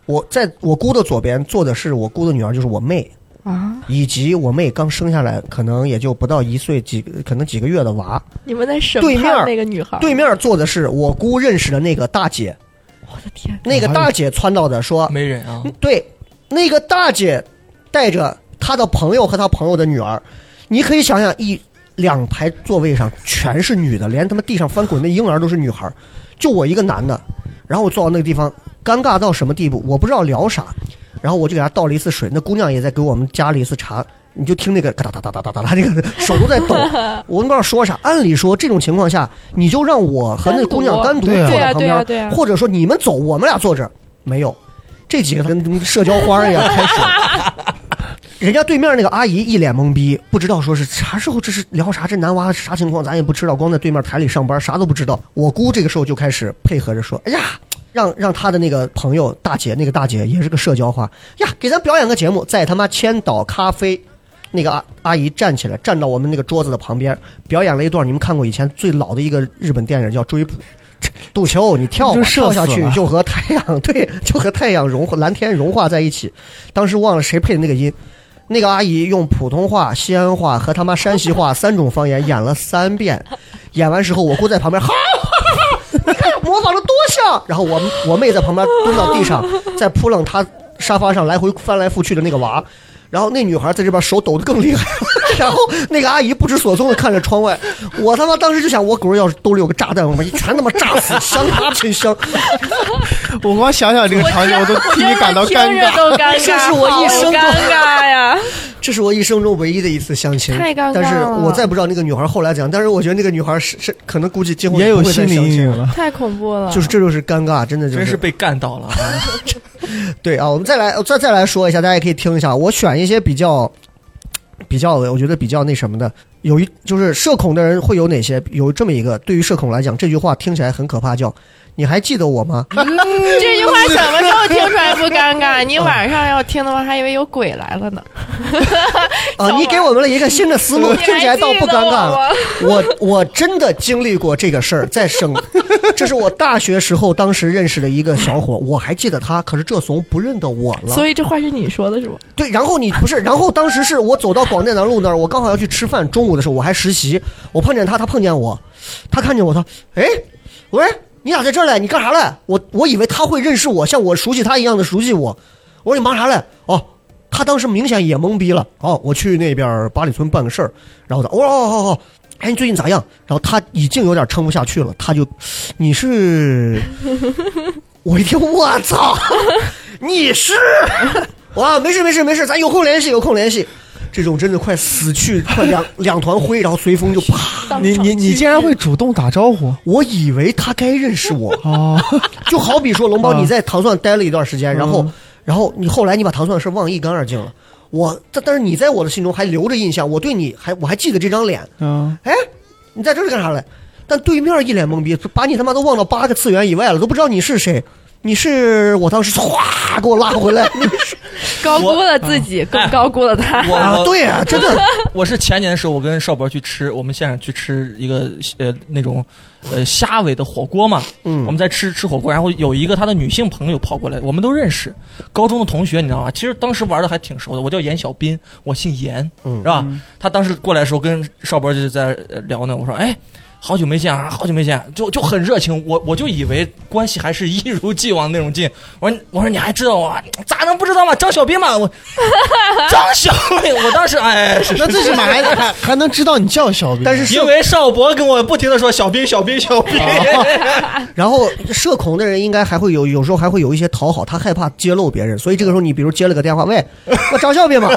Speaker 3: 我在我姑的左边坐的是我姑的女儿，就是我妹。
Speaker 6: 啊，
Speaker 3: 以及我妹刚生下来，可能也就不到一岁几，可能几个月的娃，
Speaker 6: 你们在审
Speaker 3: 对面儿
Speaker 6: 判那个女孩儿？
Speaker 3: 对面坐的是我姑认识的那个大姐，
Speaker 6: 我的天，
Speaker 3: 那个大姐撺掇的说，嗯
Speaker 5: 没人啊，
Speaker 3: 对，那个大姐带着她的朋友和她朋友的女儿，你可以想想一两排座位上全是女的，连他妈地上翻滚的婴儿都是女孩儿，就我一个男的。然后我坐到那个地方，尴尬到什么地步，我不知道聊啥。然后我就给她倒了一次水，那姑娘也在给我们加了一次茶。你就听那个哒哒哒哒哒哒哒，那个 手都在抖，我都不知道说啥。按理说这种情况下，你就让我和那姑娘单独
Speaker 4: 单独
Speaker 3: 坐
Speaker 4: 对啊
Speaker 3: 在旁边，
Speaker 6: 对啊对啊对啊
Speaker 3: 或者说你们走，我们俩坐这儿。没有，这几个跟社交花儿一样开始。人家对面那个阿姨一脸懵逼，不知道说是啥时候，这是聊啥？这男娃啥情况？咱也不知道，光在对面台里上班，啥都不知道。我姑这个时候就开始配合着说：“哎呀，让让她的那个朋友大姐，那个大姐也是个社交花呀，给咱表演个节目，在他妈千岛咖啡。”那个阿阿姨站起来，站到我们那个桌子的旁边，表演了一段你们看过以前最老的一个日本电影叫《追捕》，赌球你跳吧
Speaker 4: 就
Speaker 3: 跳
Speaker 4: 射
Speaker 3: 下
Speaker 4: 死
Speaker 3: 去
Speaker 4: 了
Speaker 3: 就和太阳对，就和太阳融化蓝天融化在一起。当时忘了谁配的那个音，那个阿姨用普通话、西安话和他妈山西话三种方言演了三遍，演完时候我姑在旁边哈。你看模仿的多像，然后我我妹在旁边蹲到地 上，在扑棱她沙发上来回翻来覆去的那个娃，然后那女孩在这边手抖得更厉害， 然后那个阿姨不知所踪的看着窗外，我他妈当时就想，我狗要是兜里有个炸弹，我妈全他妈炸死，香他真香，
Speaker 4: 我光想想这个场景，我都替你感到尴
Speaker 6: 听着
Speaker 4: 尬。
Speaker 6: 都尴尬，
Speaker 3: 这是我一生
Speaker 6: 好尴尬呀！
Speaker 3: 这是我一生中唯一的一次相亲，
Speaker 6: 太尴尬了
Speaker 3: 但是我再不知道那个女孩后来怎样，但是我觉得那个女孩是是可能估计今后
Speaker 4: 也有
Speaker 3: 不会再
Speaker 4: 心理
Speaker 3: 相
Speaker 4: 阴
Speaker 3: 亲
Speaker 4: 影。了。
Speaker 6: 太恐怖了，
Speaker 3: 就是这就是尴尬，真的就
Speaker 5: 真是被干到了啊。
Speaker 3: 对啊，我们再来再再来说一下，大家也可以听一下。我选一些比较比较，我觉得比较那什么的。有一就是社恐的人会有哪些？有这么一个，对于社恐来讲，这句话听起来很可怕，叫“你还记得我 吗
Speaker 6: 这句话什么时候听出来不尴尬？你晚上要听的话，还以为有鬼来了呢。”？
Speaker 3: 啊，你给我们了一个新的思路，听起来倒不尴尬。我我真的经历过这个事儿，在省， 这是我大学时候当时认识的一个小伙，我还记得他，可是这怂不认得我了。
Speaker 6: 所以这话是你说的是吧？
Speaker 3: 对，然后你不是，然后当时是我走到广电南路那儿，我刚好要去吃饭，中午的时候我还实习，我碰见他，他碰见我，他看见我，他，哎，我说你咋在这儿嘞？你干啥嘞？我我以为他会认识我，像我熟悉他一样的熟悉我。我说你忙啥嘞？哦，他当时明显也懵逼了。哦，我去那边八里村办个事儿，然后他，我说哦哦哦，哎，你最近咋样？然后他已经有点撑不下去了，他就，你是， 我一听，我操，你是。哇，没事没事没事，咱有空联系，有空联系。这种真的快死去，快两两团灰，然后随风就啪。
Speaker 4: 你你你竟然会主动打招呼
Speaker 3: 我以为他该认识我，
Speaker 4: 啊！
Speaker 3: 就好比说龙包，
Speaker 4: 啊
Speaker 3: 你在糖蒜待了一段时间，然后
Speaker 4: 嗯
Speaker 3: 然后你后来你把糖蒜的事忘一干二净了。我但但是你在我的心中还留着印象，我对你还我还记得这张脸。
Speaker 4: 嗯，
Speaker 3: 哎，你在这儿干啥嘞？但对面一脸懵逼，把你他妈都忘到八个次元以外了，都不知道你是谁。你是我当时哗给我拉回来，你是
Speaker 6: 高估
Speaker 3: 嗯
Speaker 6: 了自
Speaker 3: 哎
Speaker 6: 己，更高估了他。
Speaker 5: 我
Speaker 3: 啊
Speaker 5: 我
Speaker 3: 对啊，真的
Speaker 5: 我是前年的时候，我跟邵博去吃，我们现场去吃一个呃那种呃虾尾的火锅嘛，
Speaker 3: 嗯
Speaker 5: 我们在吃吃火锅，然后有一个他的女性朋友跑过来，我们都认识，高中的同学，你知道吗？其实当时玩的还挺熟的，我叫严小斌，我姓严，
Speaker 3: 嗯
Speaker 5: 是吧？他当时过来的时候跟邵博就在呃聊呢，我说哎。好久没见啊，好久没见，就就很热情，我我就以为关系还是一如既往那种近。我说 我说你还知道我啊，咋能不知道嘛？张小斌嘛，我 张小斌，我当时哎，是
Speaker 4: 那最起码还还还能知道你叫小兵，
Speaker 3: 但是
Speaker 5: 因为邵博跟我不停的说小兵小兵小兵，
Speaker 3: 啊然后社恐的人应该还会有，有时候还会有一些讨好，他害怕揭露别人，所以这个时候你比如接了个电话， 喂，我张笑斌嘛，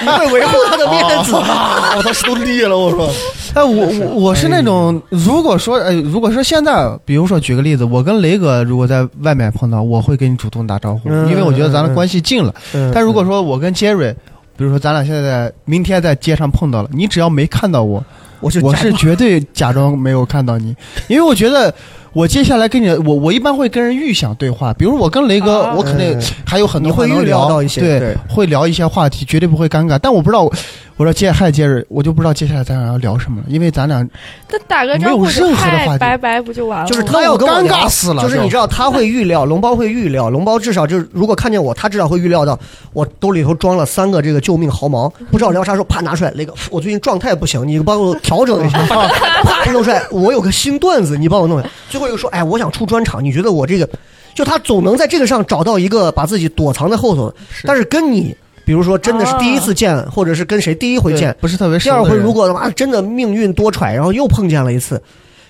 Speaker 3: 你会维护他的面子。哦
Speaker 5: 我当时都裂了，我说
Speaker 4: 哎，我我我是那种，如果说，哎，如果说现在，比如说举个例子，我跟雷哥如果在外面碰到，我会跟你主动打招呼，
Speaker 3: 嗯
Speaker 4: 因为我觉得咱的关系近了。但如果说我跟杰瑞，比如说咱俩现在明天在街上碰到了，你只要没看到我，
Speaker 3: 我就
Speaker 4: 我是绝对假装没有看 到你，因为我觉得我接下来跟你，我我一般会跟人预想对话，比如我跟雷哥，
Speaker 6: 啊
Speaker 4: 我肯定
Speaker 3: 嗯
Speaker 4: 还有很多
Speaker 3: 你会
Speaker 4: 话能
Speaker 3: 预料到一些
Speaker 4: 对，
Speaker 3: 对
Speaker 4: 会聊一些话题，绝对不会尴尬。但我不知道，我说接嗨接着，我就不知道接下来咱俩要聊什么了，因为咱俩
Speaker 6: 他打个招呼就嗨，拜拜不就完了？
Speaker 3: 就是
Speaker 4: 他
Speaker 3: 他要跟我聊
Speaker 4: 那我尴尬死了
Speaker 3: 就是你知道他会预料，龙包会预料，龙包至少就是如果看见我，他至少会预料到我兜里头装了三个这个救命毫毛，不知道聊啥时候啪拿出来，那个我最近状态不行，你帮我调整一下，啊啪弄出来，我有个新段子，你帮我弄一下。最后一个说，哎，我想出专场，你觉得我这个，就他总能在这个上找到一个把自己躲藏在后头，但是跟你。比如说，真的是第一次见，或者是跟谁第一回见，
Speaker 4: 不是特别熟
Speaker 3: 第
Speaker 4: 的
Speaker 3: 二
Speaker 4: 人。
Speaker 3: 回如果他妈真的命运多舛，然后又碰见了一次，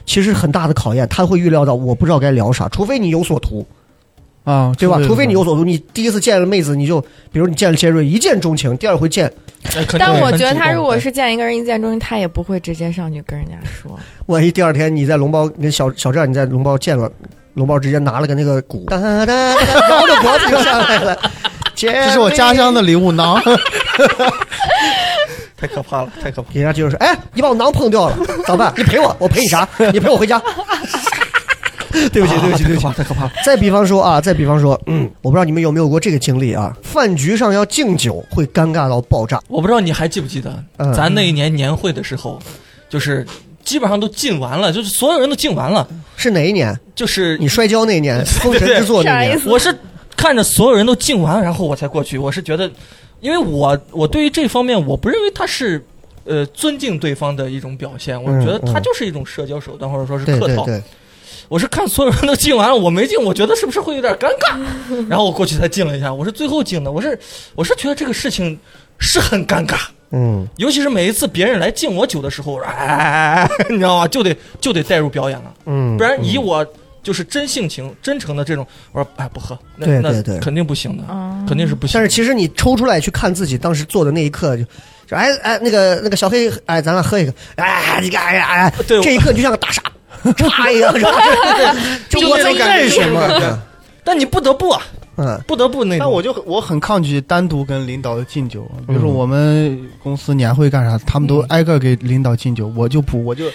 Speaker 3: 其实很大的考验。他会预料到我不知道该聊啥，除非你有所图，
Speaker 4: 啊，
Speaker 3: 对吧？
Speaker 4: 对
Speaker 3: 除非你有所图，你第一次见了妹子，你就比如你见了杰瑞一见钟情，第二回见
Speaker 5: 哎
Speaker 6: 但我觉得他如果是见一个人一见钟情，他也不会直接上去跟人家 说。
Speaker 3: 万一第二天你在龙包跟小小站你在龙包见了，龙包直接拿了个那个鼓，哒哒哒， 摇着脖子就上来 了。这
Speaker 4: 这是我家乡的 礼物啊囊，
Speaker 5: 太可怕了，太可怕了。
Speaker 3: 人家就是说，哎，你把我囊碰掉了， 咋办？你赔我，我赔你啥？你赔我回家。对不起，对不起， 对不起，太可怕了。 再比方说啊，再比方说，嗯，我不知道你们有没有过这个经历啊，饭局上要敬酒会尴尬到爆炸。
Speaker 5: 我不知道你还记不记得，
Speaker 3: 嗯
Speaker 5: 咱那一年年会的时候，就是基本上都进完了，就是所有人都进完了，
Speaker 3: 是哪一年？
Speaker 5: 就是
Speaker 3: 你摔跤那 年，封神之作那
Speaker 6: 啥意
Speaker 3: 年。
Speaker 6: 思？
Speaker 5: 我是看着所有人都进完，然后我才过去。我是觉得因为我我对于这方面，我不认为它是呃尊敬对方的一种表现，我
Speaker 3: 嗯
Speaker 5: 觉得它
Speaker 3: 嗯
Speaker 5: 就是一种社交手段，或者说是
Speaker 3: 对
Speaker 5: 客
Speaker 3: 对
Speaker 5: 套。
Speaker 3: 对，
Speaker 5: 我是看所有人都进完了，我没进，我觉得是不是会有点尴尬， 然后我过去才进了一下，我是最后进的，我是我是觉得这个事情是很尴尬。
Speaker 3: 嗯，
Speaker 5: 尤其是每一次别人来敬我酒的时候，我说哎哎哎，哎你知道吗？就得就得带入表演了，啊
Speaker 3: 嗯，
Speaker 5: 不然以我就是真性情、真诚的这种，我说哎不喝，那
Speaker 3: 对对对
Speaker 5: 那肯定不行的，肯定是不行
Speaker 3: 但
Speaker 5: 的。
Speaker 3: 是其实你抽出来去看自己当时做的那一刻，就就哎哎那个那个小黑，哎咱俩喝一个，哎你看哎哎哎，
Speaker 5: 对
Speaker 3: 这一刻你就像个 大傻叉一样，是吧 就
Speaker 5: 就
Speaker 3: 我
Speaker 5: 那
Speaker 3: 在
Speaker 5: 种感
Speaker 3: 干
Speaker 5: 觉
Speaker 3: 什么？
Speaker 5: 但你不得不啊，
Speaker 3: 嗯
Speaker 5: 不得不那
Speaker 4: 但
Speaker 5: 种。
Speaker 4: 我就我很抗拒单独跟领导敬酒，比如说
Speaker 3: 嗯
Speaker 4: 我们公司年会干啥，他们都挨个给领导敬酒，我就不，我就，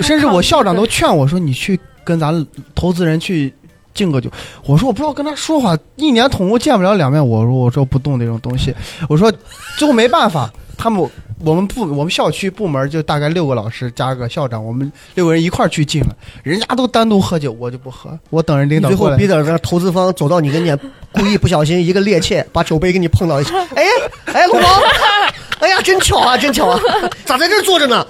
Speaker 4: 甚至我校长都劝我说你去跟咱投资人去敬个酒，我说我不知道跟他说话，一年统共见不了两面，我说我说不动这种 东西，我说最后没办法，他们我们部我们校区部门就大概六个老师加个校长，我们六个人一块儿去敬了，人家都单独喝酒，我就不喝，我等人领
Speaker 3: 你
Speaker 4: 导
Speaker 3: 最
Speaker 4: 过
Speaker 3: 后
Speaker 4: 来
Speaker 3: 逼。着让投资方走到你跟前，故意不小心一个趔趄，把酒杯给你碰到一起。哎哎，龙王，哎呀，真巧啊，真巧啊，咋在这儿坐着呢？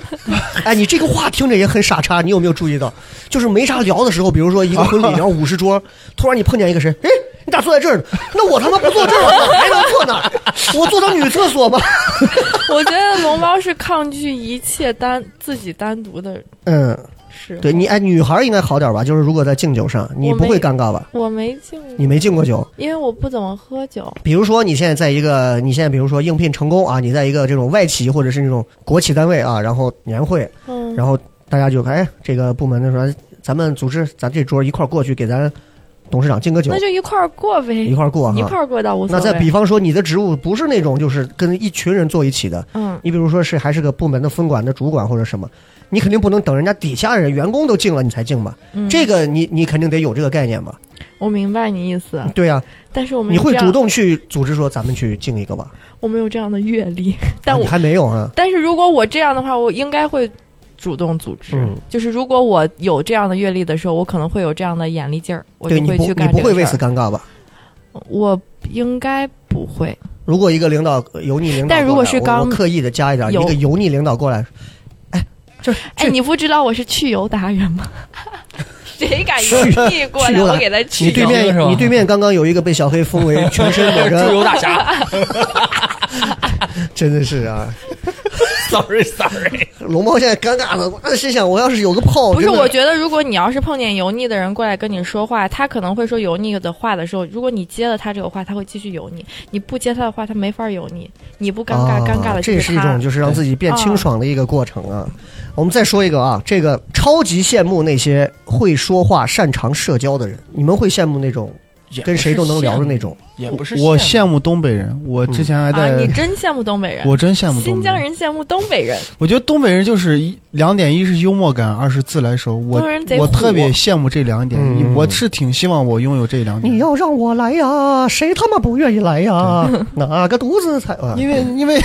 Speaker 3: 哎，你这个话听着也很傻叉，你有没有注意到？就是没啥聊的时候，比如说一个 婚礼，然后五十桌，突然你碰见一个谁，哎，你咋坐在这儿呢？那我他妈不坐这儿，我还能坐哪儿？我坐到女厕所吗？
Speaker 6: 我觉得龙猫是抗拒一切单自己单独的
Speaker 3: 嗯，
Speaker 6: 事。
Speaker 3: 对你哎，女孩应该好点吧？就是如果在敬酒上，你
Speaker 6: 我
Speaker 3: 不
Speaker 6: 没
Speaker 3: 会尴尬吧？
Speaker 6: 我没敬过，
Speaker 3: 你没敬过酒，
Speaker 6: 因为我不怎么喝酒。
Speaker 3: 比如说，你现在在一个，你现在比如说应聘成功啊，你在一个这种外企或者是那种国企单位啊，然后年会，
Speaker 6: 嗯，
Speaker 3: 然后大家就哎，这个部门的说，咱们组织咱这桌一块儿过去给咱董事长敬个酒
Speaker 6: 那，就一块儿过呗，
Speaker 3: 一块儿过
Speaker 6: 一
Speaker 3: 哈
Speaker 6: 块。儿过倒无所
Speaker 3: 那
Speaker 6: 谓。
Speaker 3: 再比方说，你的职务不是那种就是跟一群人坐一起的，
Speaker 6: 嗯，
Speaker 3: 你比如说是还是个部门的分管的主管或者什么，你肯定不能等人家底下人员工都敬了你才敬吧？
Speaker 6: 嗯
Speaker 3: 这个你你肯定得有这个概念吧？
Speaker 6: 我明白你意思，
Speaker 3: 对呀、
Speaker 6: 但是我
Speaker 3: 嗯
Speaker 6: 没
Speaker 3: 你
Speaker 6: 有
Speaker 3: 会
Speaker 6: 嗯这样
Speaker 3: 主，动去组织说咱们去敬一个吧？
Speaker 6: 我没有这样的阅历， 但
Speaker 3: 啊
Speaker 6: 我
Speaker 3: 你还没有啊？
Speaker 6: 但是如果我这样的话，我应该会主动组织。
Speaker 3: 嗯
Speaker 6: 就是如果我有这样的阅历的时候，我可能会有这样的眼力劲儿，我
Speaker 3: 对
Speaker 6: 就
Speaker 3: 你
Speaker 6: 会
Speaker 3: 不
Speaker 6: 去
Speaker 3: 你
Speaker 6: 干
Speaker 3: 不
Speaker 6: 这
Speaker 3: 会
Speaker 6: 个
Speaker 3: 为
Speaker 6: 事
Speaker 3: 此
Speaker 6: 儿。
Speaker 3: 尴尬吧？
Speaker 6: 我应该不会。
Speaker 3: 如果一个领导呃油腻领导过来，
Speaker 6: 但如果是
Speaker 3: 我
Speaker 6: 刚
Speaker 3: 我刻意的加一点，一
Speaker 6: 有
Speaker 3: 个油腻领导过来，哎，就是
Speaker 6: 哎，
Speaker 3: 这
Speaker 6: 你不知道我是去油达人吗？ 谁敢
Speaker 3: 去
Speaker 6: 油腻过
Speaker 3: 去
Speaker 6: 来，
Speaker 3: 油达
Speaker 6: 我给他
Speaker 3: 你
Speaker 6: 去
Speaker 3: 对
Speaker 5: 油
Speaker 6: 油。
Speaker 5: 是
Speaker 3: 面
Speaker 5: 吧
Speaker 3: 你对面刚刚有一个被小黑封为全身 抹
Speaker 5: 猪
Speaker 3: 着，
Speaker 5: 油 大侠
Speaker 3: 真的是啊，
Speaker 5: ，sorry sorry，
Speaker 3: 龙猫现在尴尬了，我心想我要是有个
Speaker 4: 哦
Speaker 3: 炮，
Speaker 6: 不是，
Speaker 3: 真的
Speaker 6: 我觉得如果你要是碰见油腻的人过来跟你说话，他可能会说油腻的话的时候，如果你接了他这个话，他会继续油腻；你不接他的话，他没法油腻。你不尴尬，
Speaker 4: 哦
Speaker 3: 啊
Speaker 6: 尴尬的
Speaker 3: 这
Speaker 6: 就
Speaker 3: 也
Speaker 6: 是
Speaker 3: 一
Speaker 6: 他。嗯
Speaker 3: 种就是让自己变清爽的一个过程啊。我们再说一个啊，这个超级羡慕那些会说话、擅长社交的人，你们会羡慕那种跟谁都能聊的那种？
Speaker 5: 也不是
Speaker 4: 我
Speaker 5: 羡
Speaker 4: 羡慕东北人，我
Speaker 3: 嗯
Speaker 4: 之前还
Speaker 6: 啊，
Speaker 4: 在
Speaker 6: 你真羡慕东北人，
Speaker 4: 我真羡慕东北
Speaker 6: 新疆。人羡慕东北人。
Speaker 4: 我觉得东北人就是一两点，一是幽默感，二是自来熟。我
Speaker 6: 东北人贼
Speaker 4: 我
Speaker 6: 虎
Speaker 4: 特别羡慕这两点，
Speaker 3: 嗯
Speaker 4: 我是挺希望我拥有这两点。
Speaker 3: 你要让我来呀，谁他妈不愿意来 呀？哪个犊子才？啊
Speaker 4: 因为因为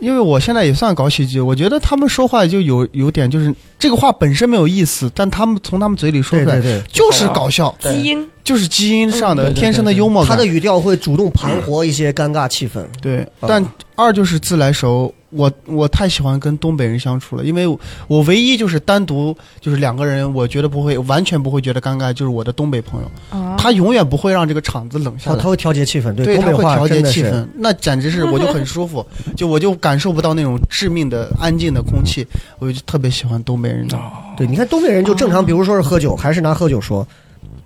Speaker 4: 因为我现在也算搞喜剧，我觉得他们说话就有有点就是这个话本身没有意思，但他们从他们嘴里说
Speaker 3: 对
Speaker 4: 出来
Speaker 3: 对对，
Speaker 4: 就是搞笑，
Speaker 5: 对
Speaker 6: 基因
Speaker 4: 就是基因上
Speaker 5: 嗯对
Speaker 4: 的
Speaker 5: 对对
Speaker 4: 天生的幽默
Speaker 3: 他
Speaker 4: 感
Speaker 3: 的。语调会主动盘活一些尴尬气氛。
Speaker 4: 对，
Speaker 3: 啊
Speaker 4: 但二就是自来熟，我我太喜欢跟东北人相处了，因为我我唯一就是单独就是两个人，我觉得不会完全不会觉得尴尬，就是我的东北朋友，
Speaker 6: 啊，
Speaker 4: 他永远不会让这个场子冷下
Speaker 3: 他
Speaker 4: 来
Speaker 3: 他。会调节气氛，对
Speaker 4: 对，
Speaker 3: 东
Speaker 4: 他
Speaker 3: 北
Speaker 4: 会
Speaker 3: 话
Speaker 4: 调节
Speaker 3: 真的
Speaker 4: 气
Speaker 3: 是
Speaker 4: 氛，那简直是我就很舒服，就我就感受不到那种致命的安静的空气，我就特别喜欢东北人的。
Speaker 3: 对。你看东北人就正常，比如说是喝酒，还是拿喝酒说。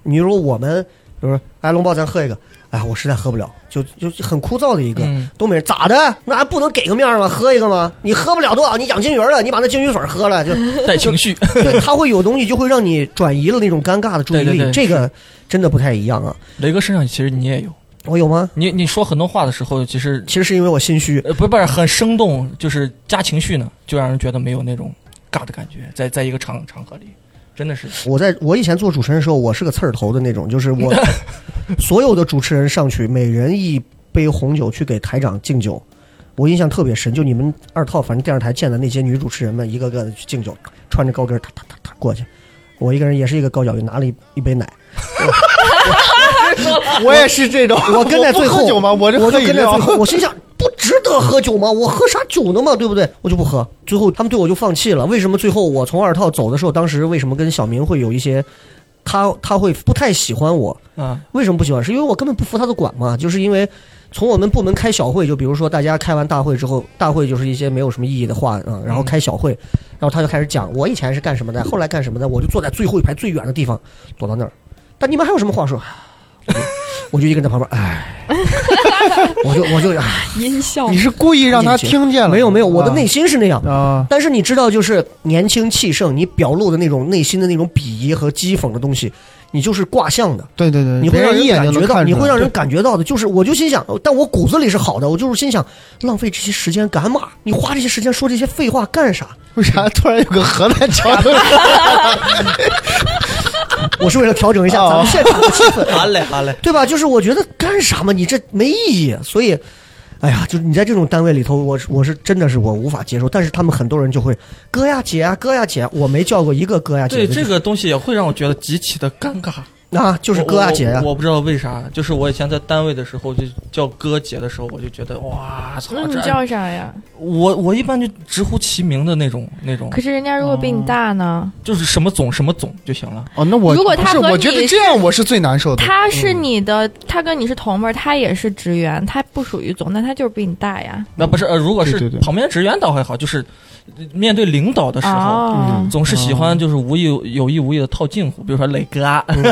Speaker 3: 你如果我们，比如说，哎，龙包，咱喝一个。哎，我实在喝不了，就就就很枯燥的一个、
Speaker 5: 嗯
Speaker 3: 东北人，咋的？那还不能给个面儿吗？喝一个吗？你喝不了多少，你养金鱼儿了，你把那金鱼粉儿喝了，就
Speaker 5: 慕带情绪，
Speaker 3: 对，他会有东西就会让你转移了那种尴尬的注意力，
Speaker 5: 对对对
Speaker 3: 这个真的不太一样啊。
Speaker 5: 雷哥身上其实你也有，
Speaker 3: 我有吗？
Speaker 5: 你你说很多话的时候，其实
Speaker 3: 其实是因为我心虚，
Speaker 5: 呃不不是很生动，就是加情绪呢，就让人觉得没有那种尬的感觉，在在一个场场合里，真的是
Speaker 3: 我在我以前做主持人的时候，我是个刺儿头的那种，就是 我所有的主持人上去，每人一杯红酒去给台长敬酒。我印象特别深，就你们二套反正电视台见的那些女主持人们，一个个的去敬酒，穿着高跟儿，哒哒哒哒过去。我一个人也是一个高脚，就拿了一一杯奶。我
Speaker 5: 说了。
Speaker 4: 我也是这种，
Speaker 3: 我跟在
Speaker 4: 不
Speaker 3: 最后
Speaker 4: 喝酒吗？我这
Speaker 3: 我
Speaker 4: 喝
Speaker 3: 就
Speaker 4: 饮
Speaker 3: 跟在
Speaker 4: 料
Speaker 3: 最， 后，我心想不值得喝酒吗？我喝啥酒呢嘛，对不对？我就不喝。最后他们对我就放弃了。为什么最后我从二套走的时候，当时为什么跟小明会有一些，他他会不太喜欢我？
Speaker 5: 啊，
Speaker 3: 为什么不喜欢？是因为我根本不服他的管嘛，就是因为从我们部门开小会，就比如说大家开完大会之后，大会就是一些没有什么意义的话啊、嗯然后开小会，然后他就开始讲我以前是干什么的，后来干什么的，我就坐在最后一排最远的地方，躲到那儿。但你们还有什么话说？我就我就一个人在旁边，唉，我就我就唉，
Speaker 6: 音效
Speaker 4: 你是故意让他听见了？
Speaker 3: 没有没有，我的
Speaker 4: 嗯
Speaker 3: 内心是那样。
Speaker 4: 啊，
Speaker 3: 但是你知道，就是年轻气盛，你表露的那种内心的那种鄙夷和讥讽的东西，你就是卦象的。
Speaker 4: 对对对，
Speaker 3: 你会
Speaker 4: 嗯别
Speaker 3: 让
Speaker 4: 人
Speaker 3: 人
Speaker 4: 一眼
Speaker 3: 感
Speaker 4: 就
Speaker 3: 觉
Speaker 4: 能
Speaker 3: 到，
Speaker 4: 看
Speaker 3: 你
Speaker 4: 出来
Speaker 3: 会让人感觉到的，就是我就心想，但我骨子里是好的，我就是心想，浪费这些时间干嘛？你花这些时间说这些废话干啥？
Speaker 4: 为啥突然有个河南腔？
Speaker 3: 我是为了调整一 下
Speaker 4: 哦
Speaker 3: 咱们现场的气氛，
Speaker 5: 好嘞，好嘞，
Speaker 3: 对吧？就是我觉得干啥嘛，你这没意义。所以，哎呀，就是你在这种单位里头，我是我是真的是我无法接受。但是他们很多人就会哥呀姐啊哥呀姐啊，我没叫过一个哥呀姐
Speaker 5: 对
Speaker 3: 的，
Speaker 5: 这个东西也会让我觉得极其的尴尬。
Speaker 3: 啊就是哥呀姐呀
Speaker 5: 我我，我不知道为啥，就是我以前在单位的时候，就叫哥姐的时候，我就觉得哇操
Speaker 6: 那，你
Speaker 5: 这
Speaker 6: 嗯叫啥呀？
Speaker 5: 我我一般就直呼其名的那种那种
Speaker 6: 可，是人家如果比你大呢？
Speaker 5: 就是什么总什么总就行了。
Speaker 4: 哦，那我
Speaker 6: 如果他
Speaker 4: 不是，
Speaker 6: 和
Speaker 4: 我觉
Speaker 6: 你
Speaker 4: 得这样我是最难受的。
Speaker 6: 他是你的，他跟你是同辈儿，他也是职员，他不属于总，那他就是比你大呀。
Speaker 5: 那不是呃，如果
Speaker 4: 对
Speaker 5: 是
Speaker 4: 对对
Speaker 5: 旁边职员倒还好，就是呃面对领导的时候，
Speaker 4: 嗯
Speaker 6: 哦，
Speaker 5: 总是喜欢就是无意有意无意的套近乎，比如说磊哥啊，
Speaker 3: 嗯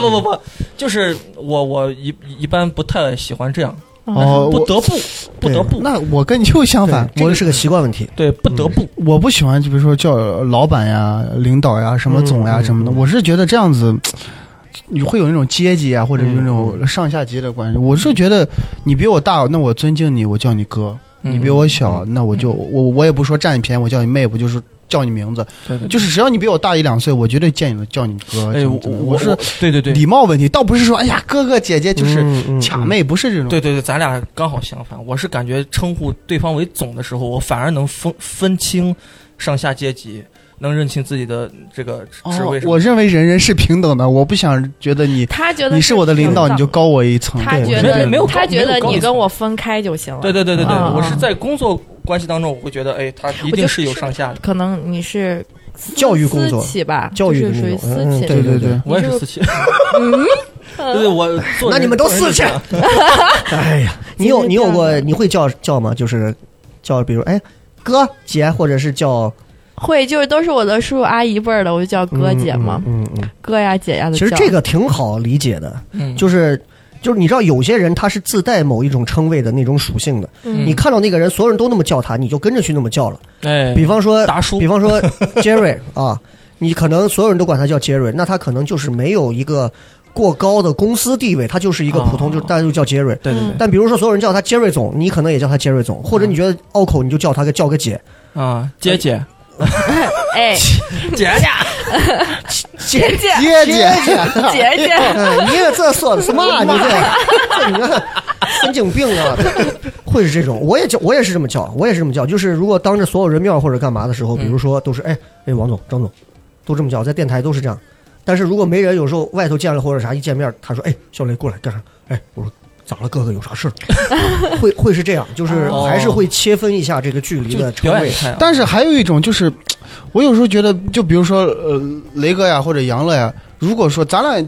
Speaker 5: 不不不，就是我我一一般不太喜欢这样，
Speaker 4: 哦，
Speaker 5: 不
Speaker 4: 我
Speaker 5: 得不不得不，
Speaker 4: 那我跟你又相
Speaker 3: 对
Speaker 4: 反，
Speaker 3: 这
Speaker 4: 我
Speaker 3: 个是个习惯问题。
Speaker 5: 对不得不，
Speaker 4: 我不喜欢，就比如说叫老板呀、领导呀、什么总呀、
Speaker 3: 嗯
Speaker 4: 什么的，
Speaker 3: 嗯
Speaker 4: 我是觉得这样子。你会有那种阶级啊，或者有那种上下级的关系。我是觉得你比我大，那我尊敬你，我叫你哥；
Speaker 5: 嗯
Speaker 4: 你比我小，那我就我我也不说占你便宜，我叫你妹，不就是叫你名字？
Speaker 5: 对对
Speaker 4: 就是只要你比我大一两岁，我绝对见你了叫你哥。
Speaker 5: 嗯哎
Speaker 4: 什
Speaker 5: 我
Speaker 4: 么之类的我是
Speaker 5: 对对对
Speaker 4: 礼貌问题，倒不是说哎呀哥哥姐姐就是
Speaker 3: 嗯嗯
Speaker 4: 卡妹，不是这种。
Speaker 5: 对对对，咱俩刚好相反，我是感觉称呼对方为总的时候，我反而能分分清上下阶级，能认清自己的这个职职
Speaker 4: 哦
Speaker 5: 位什么的。，
Speaker 4: 我认为人人是平等的，我不想觉得你
Speaker 6: 他觉得
Speaker 4: 你是我的领导，你就高我一层。
Speaker 6: 他
Speaker 4: 嗯对
Speaker 6: 觉
Speaker 4: 我
Speaker 5: 没
Speaker 6: 得
Speaker 5: 有没有高
Speaker 6: 他觉
Speaker 5: 没
Speaker 6: 得
Speaker 5: 有高
Speaker 6: 你
Speaker 5: 一
Speaker 6: 跟
Speaker 5: 层
Speaker 6: 我分开就行了。
Speaker 5: 对对对对对，
Speaker 6: 嗯
Speaker 5: 我是在工作关系当中，我会觉得，哎，他一定是有上下的。
Speaker 6: 可能你是私
Speaker 3: 教育工作
Speaker 6: 私企吧，
Speaker 3: 教育
Speaker 6: 就
Speaker 3: 工
Speaker 6: 是
Speaker 3: 作
Speaker 6: 属于私
Speaker 3: 嗯
Speaker 6: 企。
Speaker 4: 对对对，
Speaker 5: 我也是
Speaker 6: 你嗯
Speaker 5: 私企，对对，我做人
Speaker 3: 那你们都私企
Speaker 5: 做人就这样
Speaker 3: 哎呀，你有你有过你会叫叫吗？就是叫，比如哎哥姐，或者是叫
Speaker 6: 会就是都是我的叔叔阿姨辈儿的，我就叫哥姐嘛，
Speaker 3: 嗯嗯嗯嗯
Speaker 6: 哥呀姐呀的
Speaker 3: 其实
Speaker 6: 叫。
Speaker 3: 这个挺好理解的，
Speaker 5: 嗯，
Speaker 3: 就是。就是你知道，有些人他是自带某一种称谓的那种属性的。
Speaker 6: 嗯
Speaker 3: 你看到那个人，所有人都那么叫他，你就跟着去那么叫了。
Speaker 5: 哎，
Speaker 3: 比方说，
Speaker 5: 达叔
Speaker 3: 比方说 Jerry 啊，你可能所有人都管他叫 Jerry，那他可能就是没有一个过高的公司地位，他就是一个普通，
Speaker 5: 哦
Speaker 3: 就是大家就叫 Jerry。
Speaker 5: 对对
Speaker 3: 但比如说，所有人叫他杰瑞总，你可能也叫他杰瑞总，或者你觉得拗口，你就叫他个叫个 姐
Speaker 5: 对啊，姐姐
Speaker 6: 哎，
Speaker 5: 姐姐，
Speaker 6: 姐姐
Speaker 4: 姐姐，
Speaker 6: 姐姐，
Speaker 3: 哎你也这说的什么啊？你这这你看神经病 啊！会是这种，我也叫，我也是这么叫，我也是这么叫。就是如果当着所有人面或者干嘛的时候，比如说都是哎哎王总、张总，都这么叫，在电台都是这样。但是如果没人，有时候外头见了或者啥，一见面他说哎小雷过来干啥？哎我说。咋了，哥哥？有啥 事儿？会会是这样，就是
Speaker 5: 哦
Speaker 3: 还是会切分一下这个距离
Speaker 5: 就
Speaker 3: 的称
Speaker 5: 表演
Speaker 3: 谓。
Speaker 5: 派啊，
Speaker 4: 但是还有一种就是，我有时候觉得，就比如说呃，雷哥呀或者杨乐呀，如果说咱俩